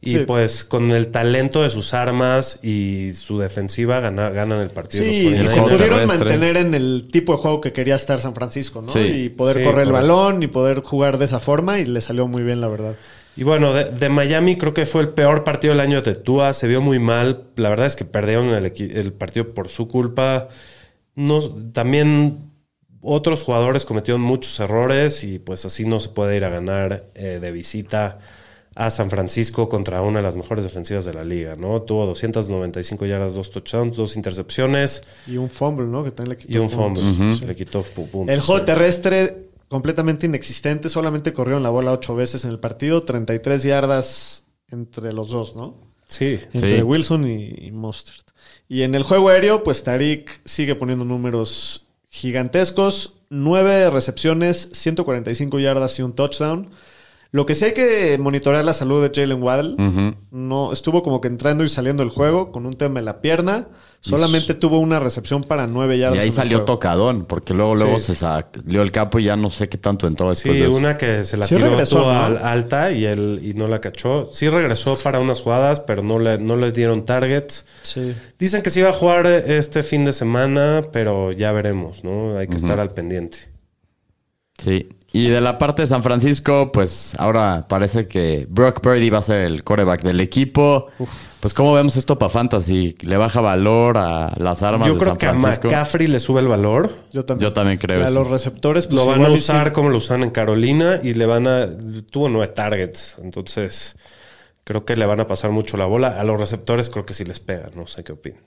Speaker 3: y
Speaker 2: Sí.
Speaker 3: pues con el talento de sus armas y su defensiva gana- ganan el partido
Speaker 2: Sí,
Speaker 3: los
Speaker 2: y se
Speaker 3: 49ers.
Speaker 2: pudieron
Speaker 4: terrestre.
Speaker 2: mantener en el tipo de juego que quería estar San Francisco, ¿no?
Speaker 4: Sí.
Speaker 2: y poder
Speaker 3: Sí,
Speaker 2: correr el
Speaker 3: correcto.
Speaker 2: balón y poder jugar de esa forma y le salió muy bien, la verdad.
Speaker 3: Y bueno, de, de Miami creo que fue el peor partido del año de Tua. Se vio muy mal. La verdad es que perdieron el, equi- el partido por su culpa. No, también otros jugadores cometieron muchos errores y pues así no se puede ir a ganar eh, de visita a San Francisco contra una de las mejores defensivas de la liga, ¿no? Tuvo 295 yardas, dos touchdowns, dos intercepciones
Speaker 2: Y un fumble, ¿no? Que también le quitó
Speaker 3: y un
Speaker 2: puntos.
Speaker 3: fumble. Le quitó pu- puntos.
Speaker 2: El juego terrestre completamente inexistente, solamente corrieron la bola ocho veces en el partido, 33 yardas entre los dos, ¿no?
Speaker 3: Sí.
Speaker 2: Entre
Speaker 4: Sí.
Speaker 2: Wilson y, y Mostert. Y en el juego aéreo, pues Tarik sigue poniendo números gigantescos. Nueve recepciones, 145 yardas y un touchdown. Lo que sí hay que monitorear la salud de Jalen Waddle.
Speaker 4: Ujú.
Speaker 2: No, estuvo como que entrando y saliendo del juego con un tema en la pierna. Solamente tuvo una recepción para nueve yardas.
Speaker 4: Y ahí
Speaker 2: en el
Speaker 4: salió
Speaker 2: juego.
Speaker 4: tocadón, porque luego, luego
Speaker 3: Sí.
Speaker 4: se salió el capo y ya no sé qué tanto entró después
Speaker 3: Sí,
Speaker 4: de eso.
Speaker 3: una que se la
Speaker 2: Sí
Speaker 3: tiró
Speaker 2: regresó,
Speaker 3: tú
Speaker 2: ¿no?
Speaker 3: al alta y él y no la cachó. Sí regresó para unas jugadas, pero no le, no le dieron targets.
Speaker 2: Sí.
Speaker 3: Dicen que sí iba a jugar este fin de semana, pero ya veremos, ¿no? Hay que estar al pendiente.
Speaker 4: Sí. Y de la parte de San Francisco, pues ahora parece que Brock Purdy va a ser el coreback del equipo. Pues cómo vemos esto para Fantasy, le baja valor a las armas
Speaker 3: Yo
Speaker 4: de
Speaker 3: creo
Speaker 4: San
Speaker 3: que a
Speaker 4: Francisco.
Speaker 3: McCaffrey le sube el valor.
Speaker 2: Yo también.
Speaker 4: Yo también creo
Speaker 2: A
Speaker 4: eso.
Speaker 2: los receptores, pues,
Speaker 3: Lo van a
Speaker 2: igual y sí.
Speaker 3: usar como lo usan en Carolina y le van a... Tuvo nueve targets, entonces creo que le van a pasar mucho la bola. A los receptores creo que sí les pega, no sé qué opinan.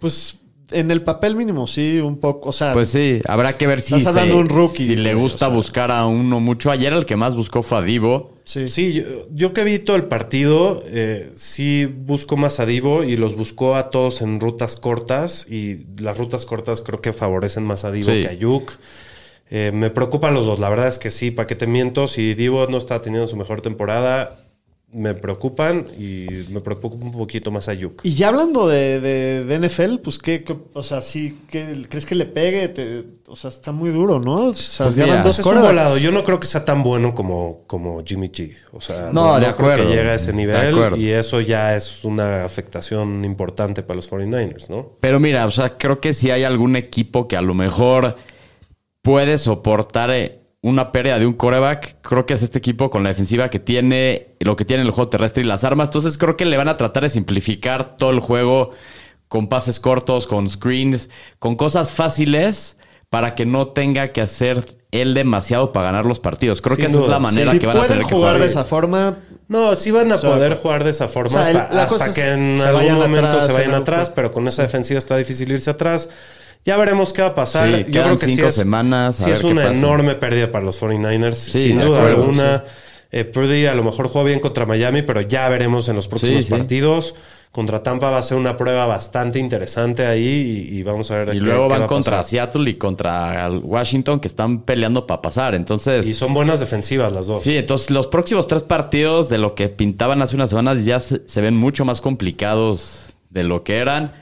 Speaker 2: Pues en el papel mínimo, sí, un poco. O sea,
Speaker 4: Pues sí, habrá que ver si,
Speaker 2: Estás hablando de un rookie,
Speaker 4: si le
Speaker 2: güey,
Speaker 4: gusta
Speaker 2: o sea.
Speaker 4: buscar a uno mucho. Ayer el que más buscó fue a Divo.
Speaker 2: sí.
Speaker 3: Sí, yo, yo que vi todo el partido, eh, sí busco más a Divo y los buscó a todos en rutas cortas y las rutas cortas creo que favorecen más a Divo
Speaker 4: Sí.
Speaker 3: que a Ayuk. Eh, me preocupan los dos, la verdad es que sí, ¿para qué te miento? Si Divo no está teniendo su mejor temporada, me preocupan y me preocupa un poquito más a Yuk.
Speaker 2: Y ya hablando de, de- de NFL, pues qué, qué- o sea, sí, ¿qué- ¿crees que le pegue? Te- o sea, está muy duro, ¿no? O sea,
Speaker 4: Pues
Speaker 2: ya
Speaker 4: mira,
Speaker 2: van dos
Speaker 3: Entonces es un
Speaker 2: quarterbacks.
Speaker 3: volado. Yo no creo que sea tan bueno como, como Jimmy G. O sea,
Speaker 4: No, de
Speaker 3: creo
Speaker 4: acuerdo.
Speaker 3: que llega a ese
Speaker 4: De
Speaker 3: nivel
Speaker 4: acuerdo.
Speaker 3: y eso ya es una afectación importante para los 49ers, ¿no?
Speaker 4: Pero mira, o sea, creo que si hay algún equipo que a lo mejor puede soportar eh, una pérdida de un coreback, creo que es este equipo con la defensiva que tiene, lo que tiene el juego terrestre y las armas. Entonces creo que le van a tratar de simplificar todo el juego con pases cortos, con screens, con cosas fáciles para que no tenga que hacer él demasiado para ganar los partidos. Creo
Speaker 3: Sin
Speaker 4: que esa es
Speaker 3: duda.
Speaker 4: la manera
Speaker 2: Si
Speaker 4: que van a
Speaker 2: pueden
Speaker 4: tener que
Speaker 2: jugar
Speaker 4: jugar.
Speaker 2: de esa forma,
Speaker 3: No, sí van a
Speaker 2: O sea,
Speaker 3: poder jugar de esa forma
Speaker 2: o sea, el-
Speaker 3: hasta,
Speaker 2: la
Speaker 3: hasta
Speaker 2: cosa es
Speaker 3: que en
Speaker 2: se
Speaker 3: algún
Speaker 2: vayan
Speaker 3: momento
Speaker 2: atrás,
Speaker 3: se
Speaker 2: en
Speaker 3: vayan
Speaker 2: algún-
Speaker 3: atrás, pero con esa defensiva está difícil irse atrás. Ya veremos qué va a pasar.
Speaker 4: Sí,
Speaker 3: Yo
Speaker 4: quedan
Speaker 3: creo que sí
Speaker 4: cinco
Speaker 3: es,
Speaker 4: semanas, a
Speaker 3: sí
Speaker 4: ver
Speaker 3: es
Speaker 4: qué
Speaker 3: una
Speaker 4: pasa.
Speaker 3: enorme pérdida para los 49ers,
Speaker 4: Sí,
Speaker 3: sin
Speaker 4: de
Speaker 3: duda
Speaker 4: acuerdo,
Speaker 3: alguna. Eh, Purdy a lo mejor juega bien contra Miami, pero ya veremos en los próximos
Speaker 4: sí.
Speaker 3: partidos. Contra Tampa va a ser una prueba bastante interesante ahí y, y vamos a ver.
Speaker 4: Y
Speaker 3: qué-
Speaker 4: luego
Speaker 3: qué va
Speaker 4: van
Speaker 3: a
Speaker 4: contra
Speaker 3: pasar.
Speaker 4: Seattle y contra Washington que están peleando para pasar. Entonces,
Speaker 3: Y son buenas defensivas las dos.
Speaker 4: Sí, entonces los próximos tres partidos de lo que pintaban hace unas semanas ya se, se ven mucho más complicados de lo que eran.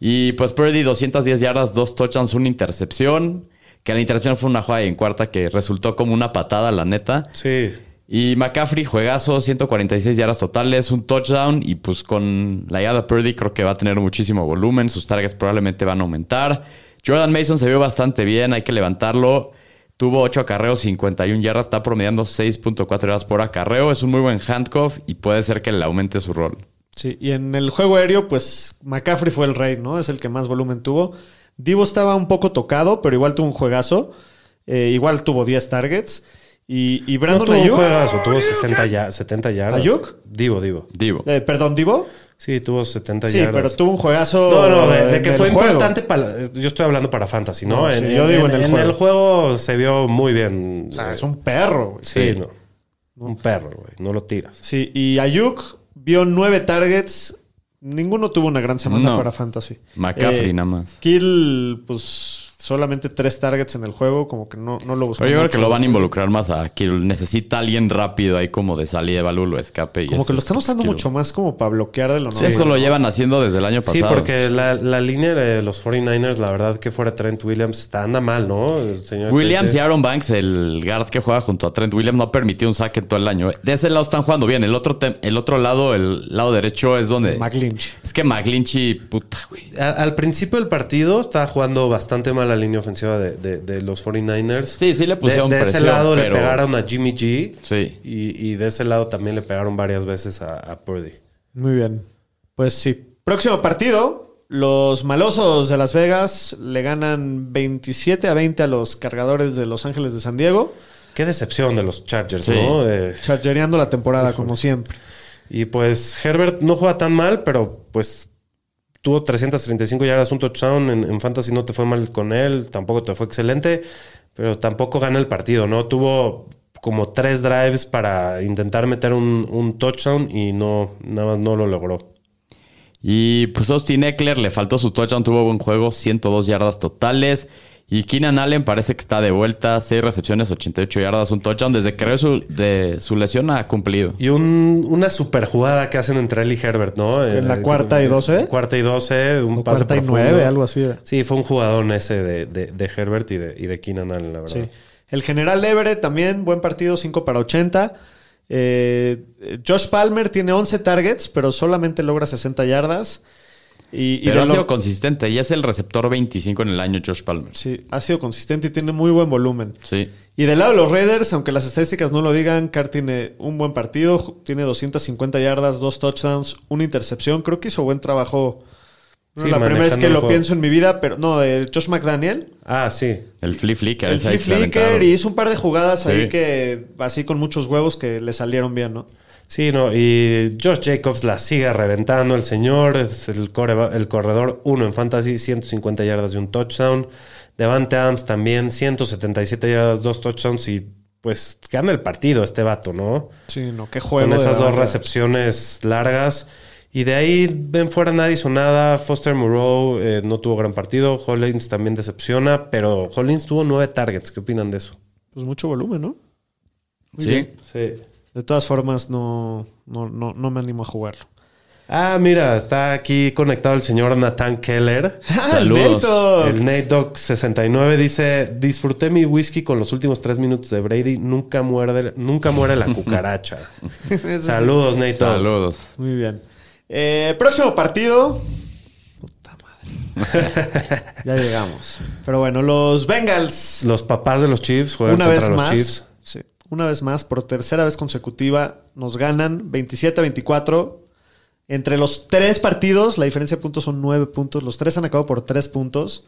Speaker 4: Y pues Purdy, 210 yardas, dos touchdowns, una intercepción. Que la intercepción fue una jugada en cuarta que resultó como una patada, la neta.
Speaker 3: Sí.
Speaker 4: Y McCaffrey, juegazo, 146 yardas totales, un touchdown. Y pues con la llegada de Purdy creo que va a tener muchísimo volumen. Sus targets probablemente van a aumentar. Jordan Mason se vio bastante bien, hay que levantarlo. Tuvo 8 acarreos, 51 yardas, está promediando 6.4 yardas por acarreo. Es un muy buen handcuff y puede ser que le aumente su rol.
Speaker 2: Sí, y en el juego aéreo, pues McCaffrey fue el rey, ¿no? Es el que más volumen tuvo. Divo estaba un poco tocado, pero igual tuvo un juegazo. Eh, igual tuvo 10 targets. Y, y
Speaker 3: No
Speaker 2: Brandon
Speaker 3: tuvo un
Speaker 2: Ayuk-
Speaker 3: juegazo, tuvo 60 ya, 70 yardas.
Speaker 2: ¿Ayuk?
Speaker 3: Divo, Divo.
Speaker 4: Divo.
Speaker 2: eh, perdón, Divo.
Speaker 3: Sí, tuvo 70
Speaker 2: Sí,
Speaker 3: yardas.
Speaker 2: pero tuvo un juegazo.
Speaker 3: No, no, de, de
Speaker 2: en
Speaker 3: que
Speaker 2: el
Speaker 3: fue
Speaker 2: juego.
Speaker 3: importante para. Yo estoy hablando para Fantasy, ¿no?
Speaker 2: No, sí, yo digo en el juego.
Speaker 3: juego se vio muy bien.
Speaker 2: O sea, Ah, es un perro. güey.
Speaker 3: Sí, no. Un perro, güey. No lo tiras.
Speaker 2: Sí, y Ayuk vio 9 targets. Ninguno tuvo una gran semana
Speaker 4: No.
Speaker 2: para Fantasy. Eh,
Speaker 4: McCaffrey nada más.
Speaker 2: Kill, pues solamente 3 targets en el juego, como que no, no lo buscó.
Speaker 4: Pero yo creo
Speaker 2: mucho.
Speaker 4: que lo van a involucrar más a Kittle. Necesita alguien rápido ahí como de salida de balón o escape. y
Speaker 2: Como
Speaker 4: eso
Speaker 2: que lo están
Speaker 4: es
Speaker 2: usando
Speaker 4: Kittle.
Speaker 2: mucho más como para bloquear de lo normal.
Speaker 4: Eso lo llevan haciendo desde el año pasado.
Speaker 3: Sí, porque la, la línea de los 49ers, la verdad que fuera Trent Williams, está anda mal, ¿no? El señor
Speaker 4: Williams y
Speaker 3: Sánchez.
Speaker 4: Aaron Banks, el guard que juega junto a Trent Williams, no ha permitido un saque en todo el año. ¿eh? De ese lado están jugando bien. El otro, tem- el otro lado, el lado derecho, es donde.
Speaker 2: McLinch.
Speaker 4: Es que McGlinchy, puta, güey.
Speaker 3: Al, al principio del partido estaba jugando bastante mal la línea ofensiva de, de- de los 49ers.
Speaker 4: Sí, sí le pusieron
Speaker 3: De, de ese
Speaker 4: presión,
Speaker 3: lado
Speaker 4: pero-
Speaker 3: le pegaron a Jimmy G.
Speaker 4: Sí.
Speaker 3: Y, y de ese lado también le pegaron varias veces a, a Purdy.
Speaker 2: Muy bien. Pues sí. Próximo partido. Los malosos de Las Vegas le ganan 27 a 20 a los cargadores de Los Ángeles de San Diego,
Speaker 3: Qué decepción de los Chargers,
Speaker 4: Sí.
Speaker 3: ¿no? Eh,
Speaker 2: chargereando la temporada como siempre.
Speaker 3: y pues Herbert no juega tan mal, pero pues tuvo 335 yardas, un touchdown. En, en Fantasy no te fue mal con él, tampoco te fue excelente, pero tampoco gana el partido, ¿no? Tuvo como tres drives para intentar meter un, un touchdown y no, nada más no lo logró.
Speaker 4: Y pues Austin Eckler le faltó su touchdown, tuvo buen juego, 102 yardas totales. Y Keenan Allen parece que está de vuelta, 6 recepciones, 88 yardas, un touchdown. Desde que regresó de su lesión ha cumplido.
Speaker 3: Y un- una super jugada que hacen entre él y Herbert, ¿no?
Speaker 2: En la
Speaker 3: Eh,
Speaker 2: cuarta y doce.
Speaker 3: Cuarta y 12, un
Speaker 2: O
Speaker 3: pase
Speaker 2: 49,
Speaker 3: profundo.
Speaker 2: algo así.
Speaker 3: Sí, fue un jugadón ese de, de- de Herbert y de, y de Keenan Allen, la verdad.
Speaker 2: Sí. El general Everett también, buen partido, 5 para 80. Eh, eh, Josh Palmer tiene 11 targets, pero solamente logra 60 yardas. Y, y
Speaker 4: Pero
Speaker 2: de
Speaker 4: ha
Speaker 2: lo-
Speaker 4: sido consistente y es el receptor 25 en el año, Josh Palmer.
Speaker 2: sí, ha sido consistente y tiene muy buen volumen.
Speaker 4: Sí.
Speaker 2: Y del lado de los Raiders, aunque las estadísticas no lo digan, Carr tiene un buen partido, ju- tiene 250 yardas, dos touchdowns, una intercepción. Creo que hizo buen trabajo. No,
Speaker 3: Sí,
Speaker 2: la primera vez
Speaker 3: manejando
Speaker 2: que
Speaker 3: el
Speaker 2: lo
Speaker 3: juego.
Speaker 2: pienso en mi vida, pero no, de Josh McDaniel.
Speaker 3: Ah, sí.
Speaker 4: El flea flicker.
Speaker 2: El
Speaker 4: ese ahí
Speaker 2: flea
Speaker 4: que le
Speaker 2: flicker
Speaker 4: aventaron.
Speaker 2: y hizo un par de jugadas ahí
Speaker 4: Sí.
Speaker 2: que, así con muchos huevos que le salieron bien, ¿no?
Speaker 3: Sí, no, y Josh Jacobs la sigue reventando el señor, es el, coreba- el corredor 1 en fantasy, 150 yardas de un touchdown. Devante Adams también, 177 yardas, dos touchdowns y pues gana el partido este vato, ¿no?
Speaker 2: Sí, no, qué juego.
Speaker 3: Con
Speaker 2: de
Speaker 3: esas dos
Speaker 2: verdad.
Speaker 3: recepciones largas. Y de ahí ven fuera nadie hizo nada. Foster Moreau eh, no tuvo gran partido. Hollins también decepciona, pero Hollins tuvo nueve targets. ¿Qué opinan de eso?
Speaker 2: Pues mucho volumen, ¿no?
Speaker 4: Sí.
Speaker 2: bien.
Speaker 3: Sí.
Speaker 2: De todas formas, no, No, no, no me animo a jugarlo.
Speaker 3: Ah, mira, está aquí conectado el señor Nathan Keller.
Speaker 4: Ah, Saludos.
Speaker 3: El Nate Dog 69 dice: Disfruté mi whisky con los últimos tres minutos de Brady. Nunca muerde, nunca muere la cucaracha.
Speaker 2: Ese es-
Speaker 3: Saludos, Nate Dog.
Speaker 4: Saludos.
Speaker 2: Muy bien. Eh, próximo partido. Puta madre. ya llegamos. Pero bueno, los Bengals.
Speaker 3: Los papás de los Chiefs juegan
Speaker 2: Una
Speaker 3: contra
Speaker 2: vez
Speaker 3: los
Speaker 2: más.
Speaker 3: Chiefs.
Speaker 2: sí, una vez más, por tercera vez consecutiva, nos ganan 27-24. Entre los tres partidos, la diferencia de puntos son nueve puntos. Los tres han acabado por tres puntos.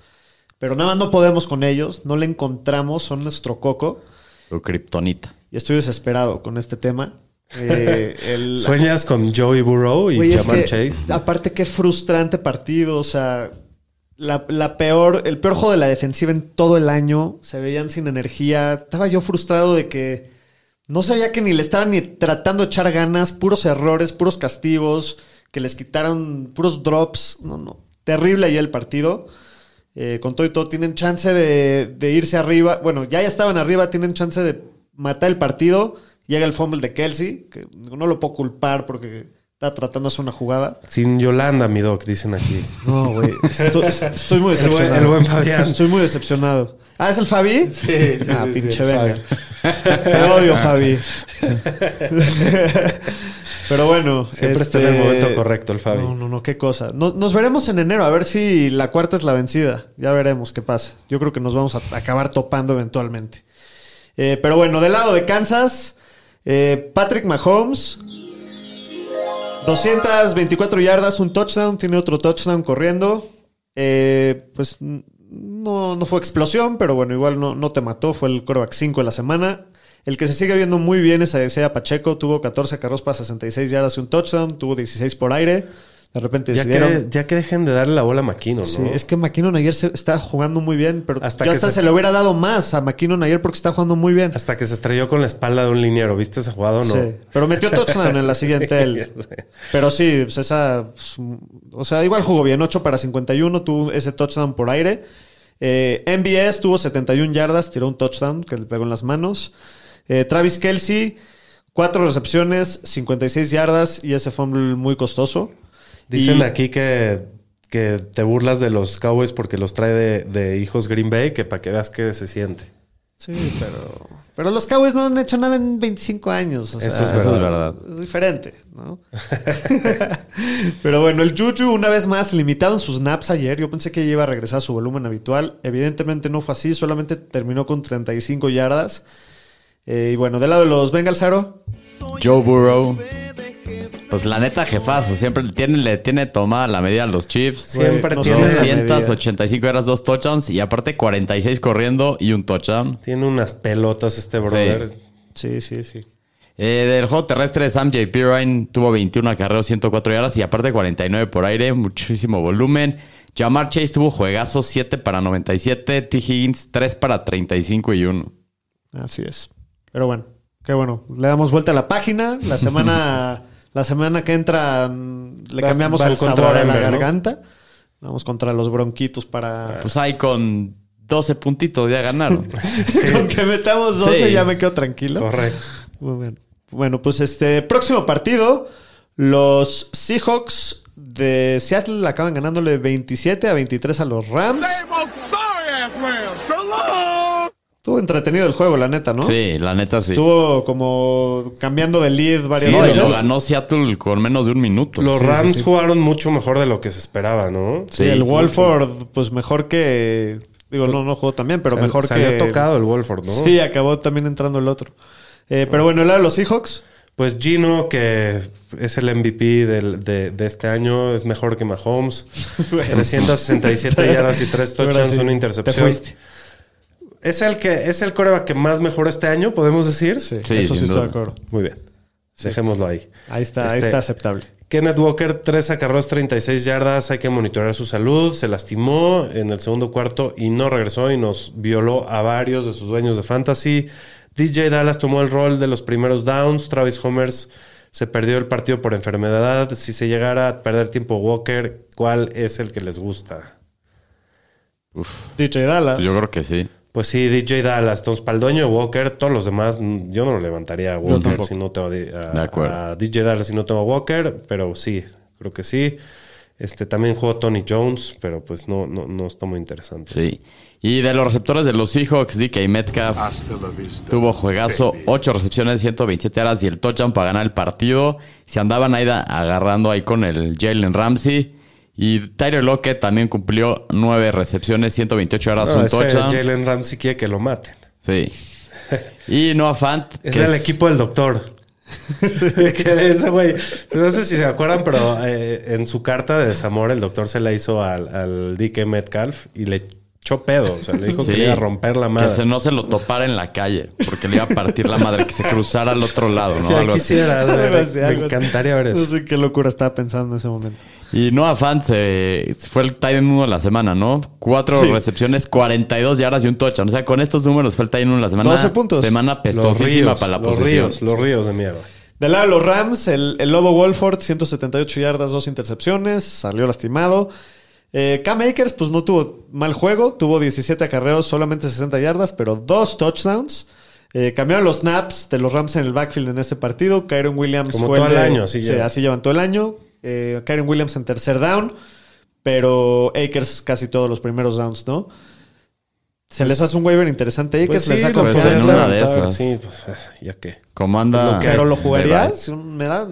Speaker 2: Pero nada más no podemos con ellos. No le encontramos. Son nuestro coco.
Speaker 4: Tu kriptonita.
Speaker 2: Y estoy desesperado con este tema. Eh, el-
Speaker 3: Sueñas con Joey Burrow y
Speaker 2: Güey, es
Speaker 3: Jamar
Speaker 2: que,
Speaker 3: Chase.
Speaker 2: Aparte, qué frustrante partido. O sea, la, la peor, el peor juego de la defensiva en todo el año. Se veían sin energía. Estaba yo frustrado de que no sabía que ni le estaban ni tratando de echar ganas. Puros errores, puros castigos, que les quitaron puros drops. No, no. Terrible ahí el partido. Eh, con todo y todo, tienen chance de, de irse arriba. Bueno, ya, ya estaban arriba, tienen chance de matar el partido. Llega el fumble de Kelsey, que no lo puedo culpar porque está tratando de hacer una jugada.
Speaker 3: Sin Yolanda, mi Doc, dicen aquí.
Speaker 2: No, güey. Estoy, estoy muy
Speaker 3: El buen-
Speaker 2: decepcionado.
Speaker 3: el buen Fabián.
Speaker 2: Estoy muy decepcionado. ¿Ah, es el Fabi?
Speaker 3: Sí, sí,
Speaker 2: Ah,
Speaker 3: sí,
Speaker 2: pinche
Speaker 3: sí, el
Speaker 2: verga. Te odio, Fabi. Pero bueno.
Speaker 3: Siempre está en el momento correcto el Fabi.
Speaker 2: Este, No, no, no, qué cosa. No- nos veremos en enero, a ver si la cuarta es la vencida. Ya veremos qué pasa. Yo creo que nos vamos a acabar topando eventualmente. Eh, pero bueno, del lado de Kansas, eh, Patrick Mahomes, 224 yardas, un touchdown, tiene otro touchdown corriendo. Eh, pues n- no, no fue explosión, pero bueno, igual no, no te mató, fue el coreback 5 de la semana. El que se sigue viendo muy bien es Isaiah Pacheco, tuvo 14 carros para 66 yardas y un touchdown, tuvo 16 por aire. De repente
Speaker 3: Ya
Speaker 2: decidieron...
Speaker 3: que, ya que dejen de darle la bola a Maquino, ¿no?
Speaker 2: Sí, es que McKinnon ayer se está jugando muy bien, pero
Speaker 3: Hasta
Speaker 2: yo
Speaker 3: que
Speaker 2: hasta
Speaker 3: se-
Speaker 2: se... le hubiera dado más a McKinnon ayer porque está jugando muy bien.
Speaker 3: Hasta que se estrelló con la espalda de un liniero. ¿Viste ese jugado o no?
Speaker 2: Sí, pero metió touchdown en la siguiente
Speaker 3: Sí,
Speaker 2: él.
Speaker 3: ya sé.
Speaker 2: Pero sí, pues esa. pues, o sea, igual jugó bien. 8 para 51, tuvo ese touchdown por aire. Eh, MBS tuvo 71 yardas, tiró un touchdown que le pegó en las manos. Eh, Travis Kelsey, 4 recepciones, 56 yardas y ese fumble muy costoso.
Speaker 3: Dicen
Speaker 2: Y-
Speaker 3: aquí que, que te burlas de los Cowboys porque los trae de, de hijos Green Bay, que para que veas qué se siente.
Speaker 2: Sí, pero. Pero los Cowboys no han hecho nada en 25 años. o
Speaker 3: Eso
Speaker 2: sea,
Speaker 3: es verdad. Eso es
Speaker 4: verdad.
Speaker 2: Es diferente, ¿no? pero bueno, el Juju, una vez más, limitado en sus naps ayer. Yo pensé que iba a regresar a su volumen habitual. Evidentemente no fue así, solamente terminó con 35 yardas. Eh, y bueno, del lado de los Bengals, Aro.
Speaker 4: Joe Burrow. Pues la neta, jefazo. Siempre tiene, le tiene tomada la medida a los Chiefs.
Speaker 2: Güey,
Speaker 3: Siempre
Speaker 2: no
Speaker 3: tiene-
Speaker 2: sé la medida.
Speaker 4: 285 eras dos touchdowns y aparte 46 corriendo y un touchdown.
Speaker 3: Tiene unas pelotas este brother.
Speaker 2: Sí, sí, sí.
Speaker 4: Eh, del juego terrestre, Sam J. Pirine tuvo 21 acarreos, 104 yardas y aparte 49 por aire, muchísimo volumen. Jamar Chase tuvo juegazos 7 para 97, T. Higgins 3 para 35 y 1.
Speaker 2: Así es. Pero bueno, qué bueno. Le damos vuelta a la página. La semana, la semana que entra mm, le
Speaker 3: Vas-
Speaker 2: cambiamos
Speaker 3: van
Speaker 2: el
Speaker 3: contra
Speaker 2: sabor a la
Speaker 3: Denver, ¿no? Ah.
Speaker 2: garganta. Vamos contra los bronquitos para...
Speaker 4: Pues ahí con 12 puntitos ya ganaron.
Speaker 2: Con que metamos 12
Speaker 4: Sí.
Speaker 2: ya me quedo tranquilo.
Speaker 3: Correcto.
Speaker 2: Muy bien. Bueno, pues este próximo partido, los Seahawks de Seattle acaban ganándole 27 a 23 a los Rams. Estuvo entretenido el juego, la neta, ¿no?
Speaker 4: Sí, la neta sí.
Speaker 2: Estuvo como cambiando de lead varias
Speaker 4: Sí,
Speaker 2: veces.
Speaker 4: lo ganó Seattle con menos de un minuto.
Speaker 3: Los
Speaker 4: Pues Sí,
Speaker 3: Rams
Speaker 4: sí, sí.
Speaker 3: jugaron mucho mejor de lo que se esperaba, ¿no?
Speaker 4: Sí,
Speaker 2: Y el Walford, pues mejor que. Digo, no, no jugó tan bien, pero
Speaker 3: Sal-
Speaker 2: mejor
Speaker 3: salió
Speaker 2: que.
Speaker 3: tocado el Wolford, ¿no?
Speaker 2: Sí, acabó también entrando el otro. Eh, pero bueno, el lado de los Seahawks.
Speaker 3: Pues Gino, que es el MVP del- de, de este año, es mejor que Mahomes. 367 yardas y 3
Speaker 2: Ahora
Speaker 3: touchdowns,
Speaker 2: sí,
Speaker 3: una
Speaker 2: Te
Speaker 3: intercepción.
Speaker 2: fuiste.
Speaker 3: Es el que es el coreback que más mejoró este año, podemos decir.
Speaker 2: Sí,
Speaker 4: Sí,
Speaker 2: eso sí estoy
Speaker 4: sin
Speaker 2: de
Speaker 4: duda.
Speaker 2: acuerdo.
Speaker 3: Muy bien. Dejémoslo ahí.
Speaker 2: Ahí está, ahí
Speaker 3: Este-
Speaker 2: está aceptable.
Speaker 3: Kenneth Walker, 3 acarreos, 36 yardas. Hay que monitorear su salud. Se lastimó en el segundo cuarto y no regresó y nos violó a varios de sus dueños de fantasy. DJ Dallas tomó el rol de los primeros downs. Travis Homers se perdió el partido por enfermedad. Si se llegara a perder tiempo Walker, ¿cuál es el que les gusta?
Speaker 2: DJ Dallas.
Speaker 4: Yo creo que sí.
Speaker 3: Pues sí, DJ Dallas. Entonces, para el dueño de Walker, todos los demás, mm, yo no lo levantaría a Walker
Speaker 4: tampoco.
Speaker 3: si no tengo a, di- a-
Speaker 4: De acuerdo.
Speaker 3: a DJ Dallas si no tengo a Walker, pero sí, creo que sí. Este también jugó Tony Jones, pero pues no, no, no está muy interesante.
Speaker 4: Sí. Y de los receptores de los Seahawks, DK Metcalf
Speaker 6: Hasta la vista.
Speaker 4: tuvo juegazo, 8 recepciones, 127 aras y el touchdown para ganar el partido. Se andaban ahí da- agarrando ahí con el Jalen Ramsey. Y Tyler Lockett también cumplió 9 recepciones, 128 aras,
Speaker 3: No,
Speaker 4: un
Speaker 3: Ah, ese
Speaker 4: touchdown.
Speaker 3: Jalen Ramsey quiere que lo maten.
Speaker 4: Sí. Y Noah Fant.
Speaker 3: Es
Speaker 4: que
Speaker 3: del equipo del doctor. que ese güey. No sé si se acuerdan, pero eh, en su carta de desamor, el doctor se la hizo al, al DK Metcalf y le echó pedo. O sea, le dijo
Speaker 4: Sí.
Speaker 3: que le iba a romper la madre.
Speaker 4: Que se- no se lo topara en la calle, porque le iba a partir la madre, que se cruzara al otro lado, ¿no?
Speaker 3: Sí,
Speaker 4: Algo así.
Speaker 3: quisiera, la verdad,
Speaker 2: Algo así,
Speaker 3: me,
Speaker 2: algo así.
Speaker 3: encantaría ver
Speaker 2: No
Speaker 3: eso.
Speaker 2: sé qué locura estaba pensando en ese momento.
Speaker 4: Y Noah Fant se, fue el tight end uno de la semana, ¿no? Cuatro
Speaker 2: Sí.
Speaker 4: recepciones, 42 yardas y un touchdown. O sea, con estos números fue el tight end uno de la semana.
Speaker 2: 12 puntos.
Speaker 4: Semana
Speaker 3: Los
Speaker 4: pestosísima
Speaker 3: ríos,
Speaker 4: para la
Speaker 3: los
Speaker 4: posición.
Speaker 3: ríos, los ríos de mierda.
Speaker 2: Del lado de los Rams, el, el Lobo Wolford, 178 yardas, dos intercepciones, salió lastimado. Eh, Cam Akers, pues no tuvo mal juego, tuvo 17 acarreos, solamente 60 yardas, pero dos touchdowns. Eh, cambiaron los snaps de los Rams en el backfield en este partido. Kyron Williams
Speaker 3: Como
Speaker 2: fue
Speaker 3: todo el
Speaker 2: de-
Speaker 3: año, así
Speaker 2: sí,
Speaker 3: lleva.
Speaker 2: así llevan todo el año. Eh, Kyron Williams en tercer down, pero Akers casi todos los primeros downs, ¿no? Se les hace un waiver interesante a Akers,
Speaker 3: Pues
Speaker 2: les
Speaker 3: sí,
Speaker 2: da
Speaker 3: lo
Speaker 4: pues en
Speaker 2: confianza.
Speaker 4: una de
Speaker 3: levantar,
Speaker 4: esas.
Speaker 3: Sí, pues, ya qué.
Speaker 4: ¿Cómo anda?
Speaker 3: Lo que-
Speaker 2: Pero lo
Speaker 4: de
Speaker 2: jugarías, me da...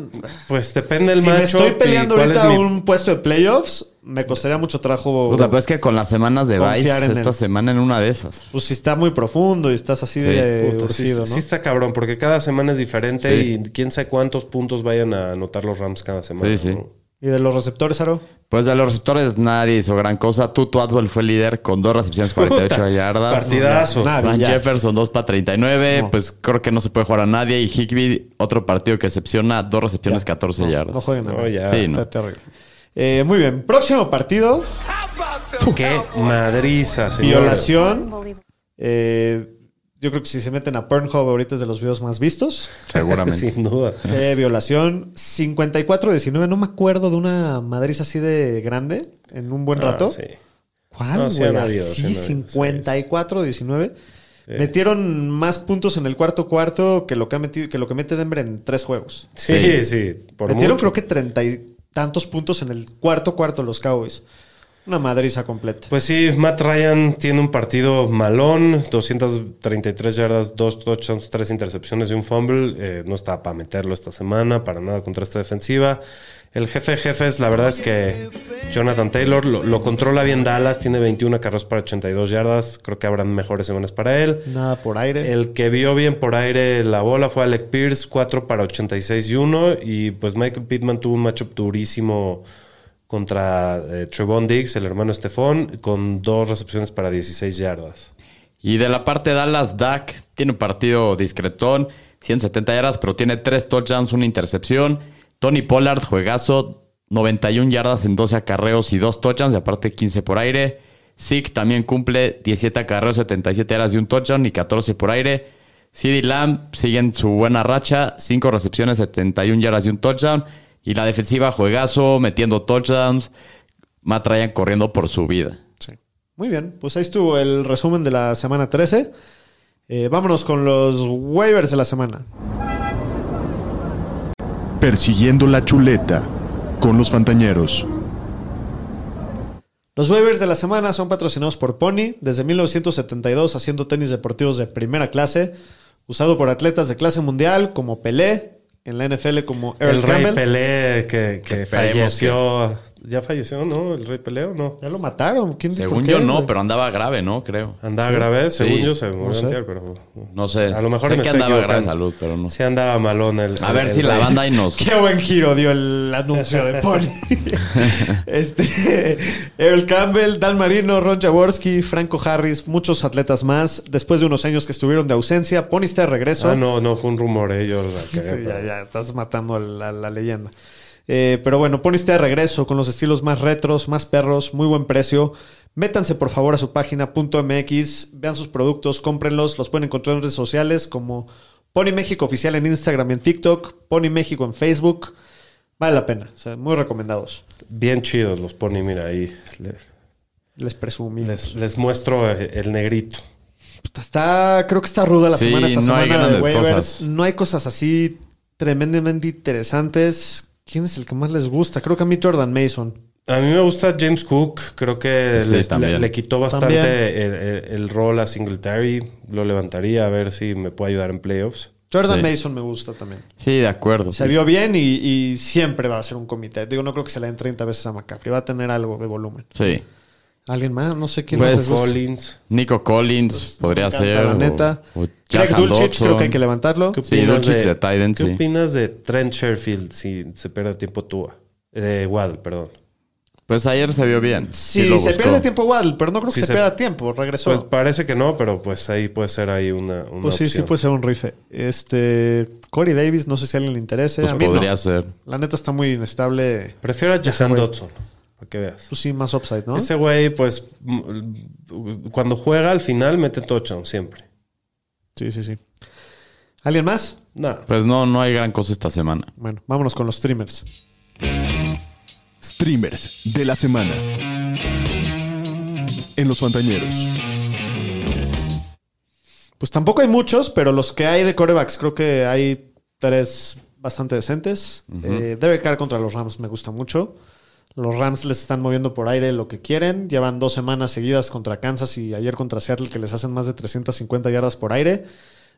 Speaker 3: Pues depende del
Speaker 2: Si
Speaker 3: macho.
Speaker 2: me estoy peleando
Speaker 3: y cuál
Speaker 2: ahorita
Speaker 3: es mi-
Speaker 2: un puesto de playoffs, me costaría mucho trabajo.
Speaker 4: bye? O sea, pues es que con las semanas de Vice,
Speaker 2: Confiar en
Speaker 4: esta
Speaker 2: él.
Speaker 4: semana en una de esas.
Speaker 2: Pues si está muy profundo y estás así
Speaker 4: Sí,
Speaker 2: de
Speaker 3: Puta, sí,
Speaker 2: urgido,
Speaker 3: está-
Speaker 2: ¿no?
Speaker 3: sí está cabrón, porque cada semana es diferente
Speaker 4: Sí.
Speaker 3: y quién sabe cuántos puntos vayan a anotar los Rams cada semana.
Speaker 4: Sí, sí.
Speaker 3: ¿no?
Speaker 2: Y de los receptores, Aro.
Speaker 4: Pues de los receptores nadie hizo gran cosa. Tutu Atwell fue líder con dos recepciones, 48
Speaker 3: Puta,
Speaker 4: yardas.
Speaker 3: Partidazo.
Speaker 2: Nada.
Speaker 4: Van
Speaker 2: Ya.
Speaker 4: Jefferson 2 para 39. Pues creo que no se puede jugar a nadie. Y Higby, otro partido que excepciona, dos recepciones, 14
Speaker 2: No,
Speaker 4: yardas.
Speaker 2: No jueguen
Speaker 3: No,
Speaker 2: nada.
Speaker 3: Oh, ya.
Speaker 4: Sí, no.
Speaker 2: Está terrible. Eh, muy bien. Próximo partido.
Speaker 3: Qué madriza, señor.
Speaker 2: Violación. Eh, yo creo que si se meten a Pornhub ahorita es de los videos más vistos.
Speaker 4: Seguramente.
Speaker 3: Sin duda.
Speaker 2: Eh, violación 54-19. No me acuerdo de una madriz así de grande en un buen
Speaker 3: Ah,
Speaker 2: rato.
Speaker 3: sí.
Speaker 2: ¿Cuál,
Speaker 3: No,
Speaker 2: güey?
Speaker 3: sí han habido, sí han
Speaker 2: Así,
Speaker 3: habido, sí,
Speaker 2: 54-19. Metieron más puntos en el cuarto cuarto que lo que, ha metido, que, lo que mete Denver en tres juegos.
Speaker 3: Sí, sí. por
Speaker 2: Metieron
Speaker 3: mucho.
Speaker 2: creo que treinta y tantos puntos en el cuarto cuarto los Cowboys. Una madriza completa.
Speaker 3: Pues sí, Matt Ryan tiene un partido malón, 233 yardas, dos touchdowns, tres intercepciones y un fumble. Eh, no está para meterlo esta semana, para nada contra esta defensiva. El jefe de jefes, la verdad es que Jonathan Taylor lo, lo controla bien Dallas, tiene 21 carros para 82 yardas. Creo que habrán mejores semanas para él.
Speaker 2: Nada por aire.
Speaker 3: El que vio bien por aire la bola fue Alec Pierce, 4 para 86 y 1. Y pues Michael Pittman tuvo un matchup durísimo contra eh, Trevon Diggs, el hermano Estefón, con dos recepciones para 16 yardas.
Speaker 4: Y de la parte de Dallas, Dak tiene un partido discretón, 170 yardas, pero tiene tres touchdowns, una intercepción. Tony Pollard, juegazo, 91 yardas en 12 acarreos y dos touchdowns, y aparte 15 por aire. Zeke también cumple 17 acarreos, 77 yardas y un touchdown y 14 por aire. CD Lamb sigue en su buena racha, 5 recepciones, 71 yardas y un touchdown. Y la defensiva, juegazo, metiendo touchdowns. Matt Ryan corriendo por su vida.
Speaker 2: Muy bien, pues ahí estuvo el resumen de la semana 13. Eh, vámonos con los waivers de la semana.
Speaker 1: Persiguiendo la chuleta con los Fantañeros.
Speaker 2: Los waivers de la semana son patrocinados por Pony, desde 1972 haciendo tenis deportivos de primera clase, usado por atletas de clase mundial como Pelé, en la NFL como Earl
Speaker 3: el Rey
Speaker 2: Campbell.
Speaker 3: Pelé que, que
Speaker 4: Que esperemos
Speaker 3: falleció. ¿Ya falleció, no? ¿El Rey Pelé o no?
Speaker 2: Ya lo mataron. ¿Quién por
Speaker 4: Según
Speaker 2: qué,
Speaker 4: yo no,
Speaker 2: güey?
Speaker 4: pero andaba grave, ¿no? Creo.
Speaker 3: Andaba grave, según
Speaker 4: Sí.
Speaker 3: yo se murió
Speaker 2: sé.
Speaker 3: antier, pero...
Speaker 4: No sé.
Speaker 3: A lo mejor
Speaker 4: sé
Speaker 3: me
Speaker 4: que
Speaker 3: estoy
Speaker 4: andaba grave de
Speaker 3: equivocando.
Speaker 4: salud, pero no.
Speaker 3: Sí andaba malón el
Speaker 4: A ver
Speaker 3: el
Speaker 4: si la
Speaker 3: Rey.
Speaker 4: banda ahí nos...
Speaker 2: Qué buen giro dio el anuncio de Pony. este, Earl Campbell, Dan Marino, Ron Jaworski, Franco Harris, muchos atletas más. Después de unos años que estuvieron de ausencia, Pony está de regreso.
Speaker 3: Ah, no, no, fue un rumor, eh, yo la cagué,
Speaker 2: Sí,
Speaker 3: pero-
Speaker 2: ya, ya, estás matando a la, la leyenda. Eh, pero bueno, poniste de regreso con los estilos más retros, más perros, muy buen precio. Métanse por favor a su página punto .mx, vean sus productos, cómprenlos, los pueden encontrar en redes sociales como Pony México Oficial en Instagram y en TikTok, Pony México en Facebook. Vale la pena, o sea, muy recomendados.
Speaker 3: Bien chidos los pony, mira ahí. Le-
Speaker 2: Les presumí.
Speaker 3: Les, les muestro eh, el negrito.
Speaker 2: Puta, Está, creo que está ruda la
Speaker 4: Sí,
Speaker 2: semana esta
Speaker 4: no hay
Speaker 2: semana de
Speaker 4: grandes
Speaker 2: waivers.
Speaker 4: cosas.
Speaker 2: No hay cosas así tremendamente interesantes. ¿Quién es el que más les gusta? Creo que a mí Jordan Mason.
Speaker 3: A mí me gusta James Cook. Creo que
Speaker 4: Sí,
Speaker 3: le-
Speaker 4: también.
Speaker 3: le, le quitó bastante
Speaker 2: También.
Speaker 3: el, el- el rol a Singletary. Lo levantaría a ver si me puede ayudar en playoffs.
Speaker 2: Jordan
Speaker 4: Sí.
Speaker 2: Mason me gusta también.
Speaker 4: Sí, de acuerdo.
Speaker 2: Se vio bien y, y siempre va a ser un comité. Digo, no creo que se le den 30 veces a McCaffrey. Va a tener algo de volumen.
Speaker 4: Sí.
Speaker 2: ¿Alguien más? No sé quién
Speaker 4: Pues,
Speaker 2: más les gusta.
Speaker 3: Collins.
Speaker 4: Nico Collins podría
Speaker 2: Pues, encanta,
Speaker 4: ser.
Speaker 2: la
Speaker 4: o-
Speaker 2: neta.
Speaker 4: o
Speaker 2: Greg
Speaker 4: Jahan
Speaker 2: Dulcich,
Speaker 4: Dodson.
Speaker 2: creo que hay que levantarlo.
Speaker 3: ¿Qué
Speaker 4: Sí,
Speaker 3: opinas
Speaker 4: Dulcich de tight end,
Speaker 3: ¿Qué
Speaker 4: sí.
Speaker 3: opinas de Trent Sherfield si se pierde tiempo Tua? Eh, De Waddle, perdón.
Speaker 4: Pues ayer se vio bien.
Speaker 2: Sí,
Speaker 4: lo
Speaker 2: se
Speaker 4: buscó.
Speaker 2: pierde tiempo Waddle, pero no creo que
Speaker 3: Sí,
Speaker 2: se,
Speaker 3: se-
Speaker 2: pierda tiempo. Regresó.
Speaker 3: Pues parece que no, pero pues ahí puede ser ahí una, una
Speaker 2: Pues sí, sí
Speaker 3: opción.
Speaker 2: puede ser un rife. Este, Corey Davis, no sé si a alguien le interese.
Speaker 4: Pues
Speaker 2: a mí no.
Speaker 4: podría ser.
Speaker 2: La neta está muy inestable.
Speaker 3: Prefiero a Jahan
Speaker 2: güey.
Speaker 3: Dodson, para que veas.
Speaker 2: Tú sí, más upside, ¿no?
Speaker 3: Ese güey, pues, mm, cuando juega al final mete touchdown siempre.
Speaker 2: Sí, sí, sí. ¿Alguien más?
Speaker 3: Nada.
Speaker 4: Pues no, no hay gran cosa esta semana.
Speaker 2: Bueno, vámonos con los streamers.
Speaker 1: Streamers de la semana. En los Fantañeros.
Speaker 2: Pues tampoco hay muchos, pero los que hay de corebacks, creo que hay tres bastante decentes. Eh, Derek Carr contra los Rams me gusta mucho. Los Rams les están moviendo por aire lo que quieren. Llevan dos semanas seguidas contra Kansas y ayer contra Seattle que les hacen más de 350 yardas por aire.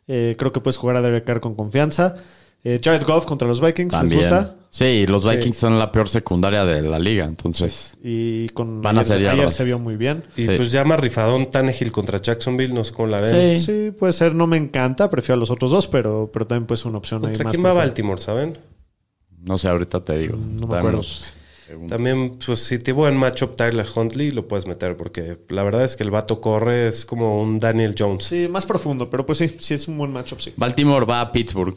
Speaker 2: Eh, creo que puedes jugar a Derek Carr con confianza. Eh, Jared Goff contra los Vikings, ¿les
Speaker 4: También.
Speaker 2: gusta?
Speaker 4: Sí, los
Speaker 3: Sí.
Speaker 4: Vikings son la peor secundaria de la liga, entonces.
Speaker 2: Y con
Speaker 4: Van a
Speaker 2: ayer,
Speaker 4: ser
Speaker 2: ayer
Speaker 4: yardas.
Speaker 2: se vio muy bien.
Speaker 3: Y
Speaker 4: Sí.
Speaker 3: pues ya más rifadón Tannehill contra Jacksonville, no sé cómo la ven.
Speaker 4: Sí.
Speaker 2: Sí, puede ser. No me encanta. Prefiero a los otros dos, pero, pero también puede ser una opción ahí
Speaker 3: ¿Contra
Speaker 2: más.
Speaker 3: quién va
Speaker 2: perfecta.
Speaker 3: Baltimore, saben?
Speaker 4: No sé, ahorita te digo.
Speaker 2: No me
Speaker 4: Dame
Speaker 2: acuerdo.
Speaker 4: unos segundos.
Speaker 3: También, pues si te buen matchup Tyler Huntley, lo puedes meter, porque la verdad es que el vato corre, es como un Daniel Jones.
Speaker 2: Sí, más profundo, pero pues sí, sí es un buen matchup, sí.
Speaker 4: Baltimore va a Pittsburgh.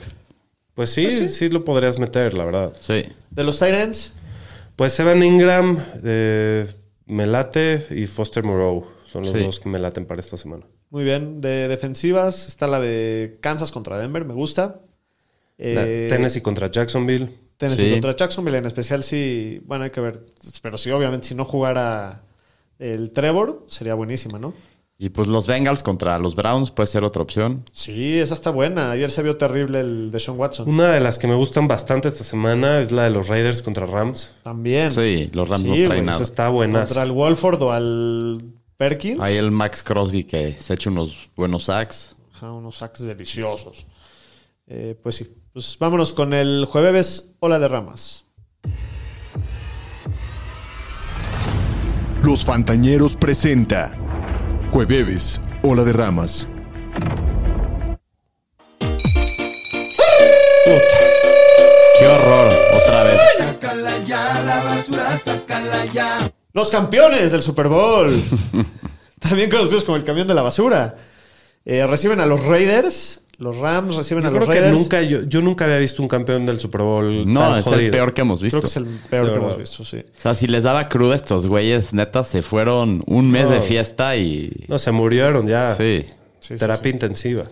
Speaker 3: Pues sí, sí, lo podrías meter, la verdad.
Speaker 4: Sí.
Speaker 2: De los Tyrants,
Speaker 3: Pues Evan Ingram, eh, me late, y Foster Moreau. Son los
Speaker 4: Sí.
Speaker 3: dos que me laten para esta semana.
Speaker 2: muy bien. De defensivas, está la de Kansas contra Denver, me gusta.
Speaker 3: La-
Speaker 2: Eh,
Speaker 3: Tennessee contra Jacksonville.
Speaker 2: Tennessee
Speaker 4: Sí.
Speaker 2: contra Jacksonville, en especial si, bueno, hay que ver, pero sí, obviamente, si no jugara el Trevor, sería buenísima, ¿no?
Speaker 4: Y pues los Bengals contra los Browns puede ser otra opción.
Speaker 2: Sí, esa está buena. Ayer se vio terrible el de Sean Watson.
Speaker 3: Una de las que me gustan bastante esta semana es la de los Raiders contra Rams.
Speaker 2: También.
Speaker 4: Sí, los Rams
Speaker 2: Sí,
Speaker 4: no
Speaker 2: güey,
Speaker 4: traen
Speaker 3: Esa
Speaker 4: nada.
Speaker 3: está buena.
Speaker 2: Contra el Wolford o al Perkins.
Speaker 4: Ahí el Max Crosby que se ha hecho unos buenos sacks.
Speaker 2: Ajá, Ah, unos sacks deliciosos. Eh, pues sí. Pues vámonos con el jueves Ola de Ramas.
Speaker 1: Los Fantañeros presenta. Jueves, Ola de Ramas.
Speaker 4: ¡Qué horror! Otra vez.
Speaker 2: Los campeones del Super Bowl. También conocidos como el camión de la basura. Eh, reciben a los Raiders. Los Rams reciben
Speaker 3: Yo
Speaker 2: a los
Speaker 3: creo que
Speaker 2: Raiders.
Speaker 3: nunca, yo, yo nunca había visto un campeón del Super Bowl.
Speaker 4: No,
Speaker 3: tan
Speaker 4: es el
Speaker 3: jodido.
Speaker 4: peor que hemos visto.
Speaker 2: Creo que es el peor
Speaker 3: De
Speaker 2: que hemos
Speaker 3: verdad.
Speaker 2: visto, sí.
Speaker 4: O sea, si les daba cruda estos güeyes, neta, se fueron un mes de fiesta y...
Speaker 3: No, se murieron
Speaker 2: Ah.
Speaker 3: ya.
Speaker 4: Sí.
Speaker 2: Sí, sí, sí.
Speaker 3: Terapia intensiva.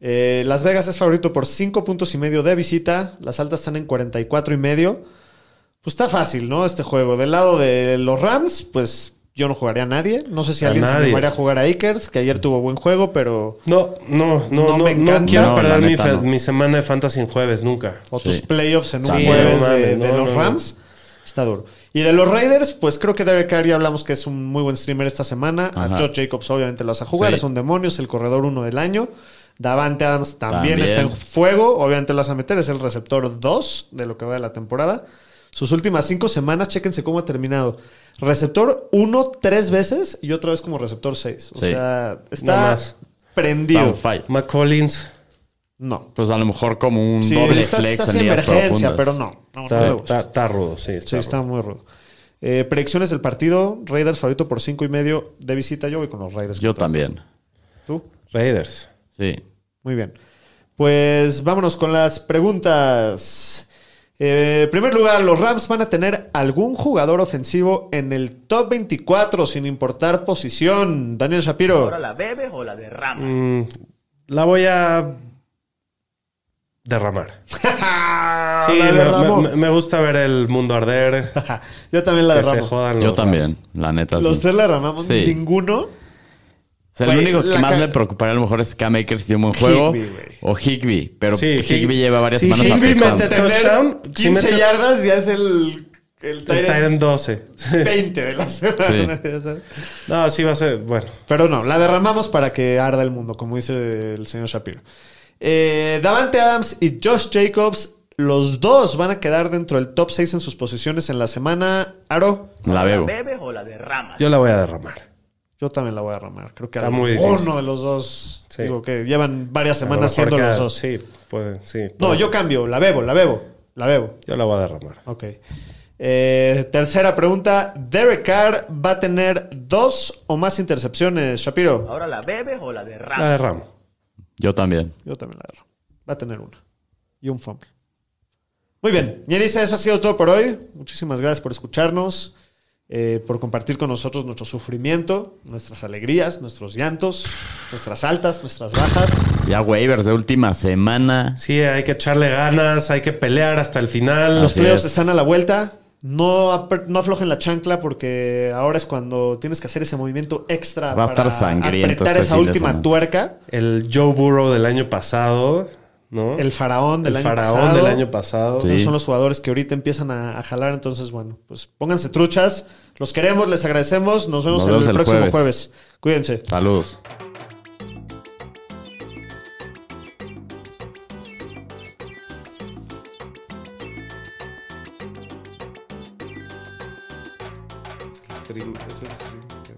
Speaker 2: Eh, Las Vegas es favorito por 5 puntos y medio de visita. Las altas están en 44 y medio. Pues está fácil, ¿no? Este juego. Del lado de los Rams, pues yo no jugaría a nadie. No sé si
Speaker 3: A
Speaker 2: alguien se
Speaker 3: nadie.
Speaker 2: animaría a jugar a Akers, que ayer tuvo buen juego, pero.
Speaker 3: No, no,
Speaker 2: No
Speaker 3: no, no,
Speaker 2: me
Speaker 3: no,
Speaker 2: encanta.
Speaker 3: quiero
Speaker 4: No,
Speaker 3: perder
Speaker 4: la
Speaker 3: mi,
Speaker 4: neta,
Speaker 3: fe-
Speaker 4: no.
Speaker 3: mi semana de fantasy en jueves, nunca.
Speaker 2: O
Speaker 4: Sí.
Speaker 2: tus playoffs en un
Speaker 4: Sí,
Speaker 2: jueves
Speaker 3: no
Speaker 2: de,
Speaker 3: mames,
Speaker 2: de
Speaker 3: no,
Speaker 2: los
Speaker 3: no, no.
Speaker 2: Rams. Está duro. Y de los Raiders, pues creo que Derek Carr ya hablamos que es un muy buen streamer esta semana. A
Speaker 4: Ajá.
Speaker 2: Josh Jacobs obviamente lo vas a jugar.
Speaker 4: Sí.
Speaker 2: Es un demonio, es el corredor uno del año. Davante Adams también,
Speaker 4: También.
Speaker 2: está en fuego. Obviamente lo vas a meter. Es el receptor 2 de lo que va de la temporada. Sus últimas cinco semanas, chéquense cómo ha terminado. Receptor 1 tres veces y otra vez como receptor 6. O
Speaker 4: Sí.
Speaker 2: sea,
Speaker 3: No
Speaker 2: está
Speaker 3: más.
Speaker 2: prendido.
Speaker 4: Down fight.
Speaker 3: McCollins.
Speaker 2: No.
Speaker 4: Pues a lo mejor como un
Speaker 2: Sí,
Speaker 4: doble
Speaker 2: estás,
Speaker 4: flex
Speaker 2: estás
Speaker 4: en
Speaker 2: en
Speaker 4: días
Speaker 2: emergencia, pero
Speaker 4: profundas.
Speaker 2: no. no, no
Speaker 3: Está,
Speaker 2: me gusta.
Speaker 3: está- está rudo, sí. Está
Speaker 2: Sí, está
Speaker 3: rudo.
Speaker 2: muy rudo. Eh, predicciones del partido. Raiders favorito por cinco y medio de visita. Yo voy con los Raiders.
Speaker 4: Yo también.
Speaker 2: ¿Tú?
Speaker 3: Raiders.
Speaker 4: Sí.
Speaker 2: Muy bien. Pues vámonos con las preguntas. Eh, en primer lugar, los Rams van a tener algún jugador ofensivo en el top 24 sin importar posición. Daniel Shapiro.
Speaker 7: ¿Ahora la bebes o la derramas?
Speaker 3: Mm, la voy a derramar. sí,
Speaker 2: Ah, la
Speaker 3: me-
Speaker 2: derramó.
Speaker 3: me, me gusta ver el mundo arder.
Speaker 2: Yo también la
Speaker 3: que se
Speaker 2: derramo.
Speaker 3: jodan
Speaker 4: Yo
Speaker 3: los
Speaker 4: también,
Speaker 3: Rams.
Speaker 4: la neta.
Speaker 2: Los
Speaker 4: sí.
Speaker 2: tres la derramamos.
Speaker 4: Sí.
Speaker 2: Ninguno
Speaker 4: O sea, el
Speaker 2: Güey,
Speaker 4: único que
Speaker 2: la
Speaker 4: más
Speaker 2: ca-
Speaker 4: me preocuparía a lo mejor es Cam Akers tiene un buen juego.
Speaker 2: Higbee, güey.
Speaker 4: o Higby. Pero
Speaker 3: Sí, Hig-
Speaker 4: Higby lleva varias
Speaker 3: Sí,
Speaker 4: semanas
Speaker 3: Higbee
Speaker 4: apestando.
Speaker 3: mete- touchdown,
Speaker 2: Tener 15
Speaker 3: si mete-
Speaker 2: yardas ya es el, el tight
Speaker 3: Está
Speaker 2: end
Speaker 3: en 12. Sí.
Speaker 2: 20 de la semana.
Speaker 4: Sí.
Speaker 2: ya sabes.
Speaker 3: No, sí va a ser. Bueno,
Speaker 2: Pero no, la derramamos para que arda el mundo, como dice el señor Shapiro. Eh, Davante Adams y Josh Jacobs, los dos van a quedar dentro del top 6 en sus posiciones en la semana. Aro,
Speaker 4: La bebo.
Speaker 3: yo la voy a derramar.
Speaker 2: yo también la voy a derramar. Creo que
Speaker 3: Está
Speaker 2: alguno
Speaker 3: muy difícil.
Speaker 2: de los dos.
Speaker 3: Sí.
Speaker 2: Digo que llevan varias
Speaker 3: A lo
Speaker 2: semanas
Speaker 3: mejor
Speaker 2: siendo
Speaker 3: cada-
Speaker 2: los dos.
Speaker 3: Sí, puede, sí.
Speaker 2: No,
Speaker 3: puede.
Speaker 2: yo cambio, la bebo, la bebo, la bebo.
Speaker 3: Yo la voy a derramar.
Speaker 2: Ok. Eh, tercera pregunta. ¿Derek Carr va a tener dos o más intercepciones, Shapiro?
Speaker 7: ¿Ahora la bebes o la derramas?
Speaker 3: La derramo.
Speaker 4: Yo también.
Speaker 2: Yo también la agarro. Va a tener una. Y un fumble. Muy bien. Mielisa, eso ha sido todo por hoy. Muchísimas gracias por escucharnos, eh, por compartir con nosotros nuestro sufrimiento, nuestras alegrías, nuestros llantos, nuestras altas, nuestras bajas.
Speaker 4: Ya waivers de última semana.
Speaker 3: Sí, hay que echarle ganas, hay que pelear hasta el final.
Speaker 2: Los
Speaker 4: Así
Speaker 2: playoffs
Speaker 4: es.
Speaker 2: están a la vuelta. No, apre- no aflojen la chancla porque ahora es cuando tienes que hacer ese movimiento extra
Speaker 4: Va a estar sangriento
Speaker 2: apretar
Speaker 4: este
Speaker 2: esa
Speaker 4: fin de
Speaker 2: última
Speaker 4: semana.
Speaker 2: tuerca.
Speaker 3: El Joe Burrow del año pasado, ¿no?
Speaker 2: El faraón del
Speaker 3: El
Speaker 2: año
Speaker 3: faraón
Speaker 2: pasado.
Speaker 3: del año pasado.
Speaker 4: Sí.
Speaker 2: No son los jugadores que ahorita empiezan a, a jalar. Entonces, bueno, pues pónganse truchas. Los queremos, les agradecemos. Nos vemos,
Speaker 4: Nos vemos
Speaker 2: el,
Speaker 4: el
Speaker 2: próximo
Speaker 4: jueves.
Speaker 2: jueves. Cuídense.
Speaker 4: Saludos.
Speaker 3: Stream, es el stream.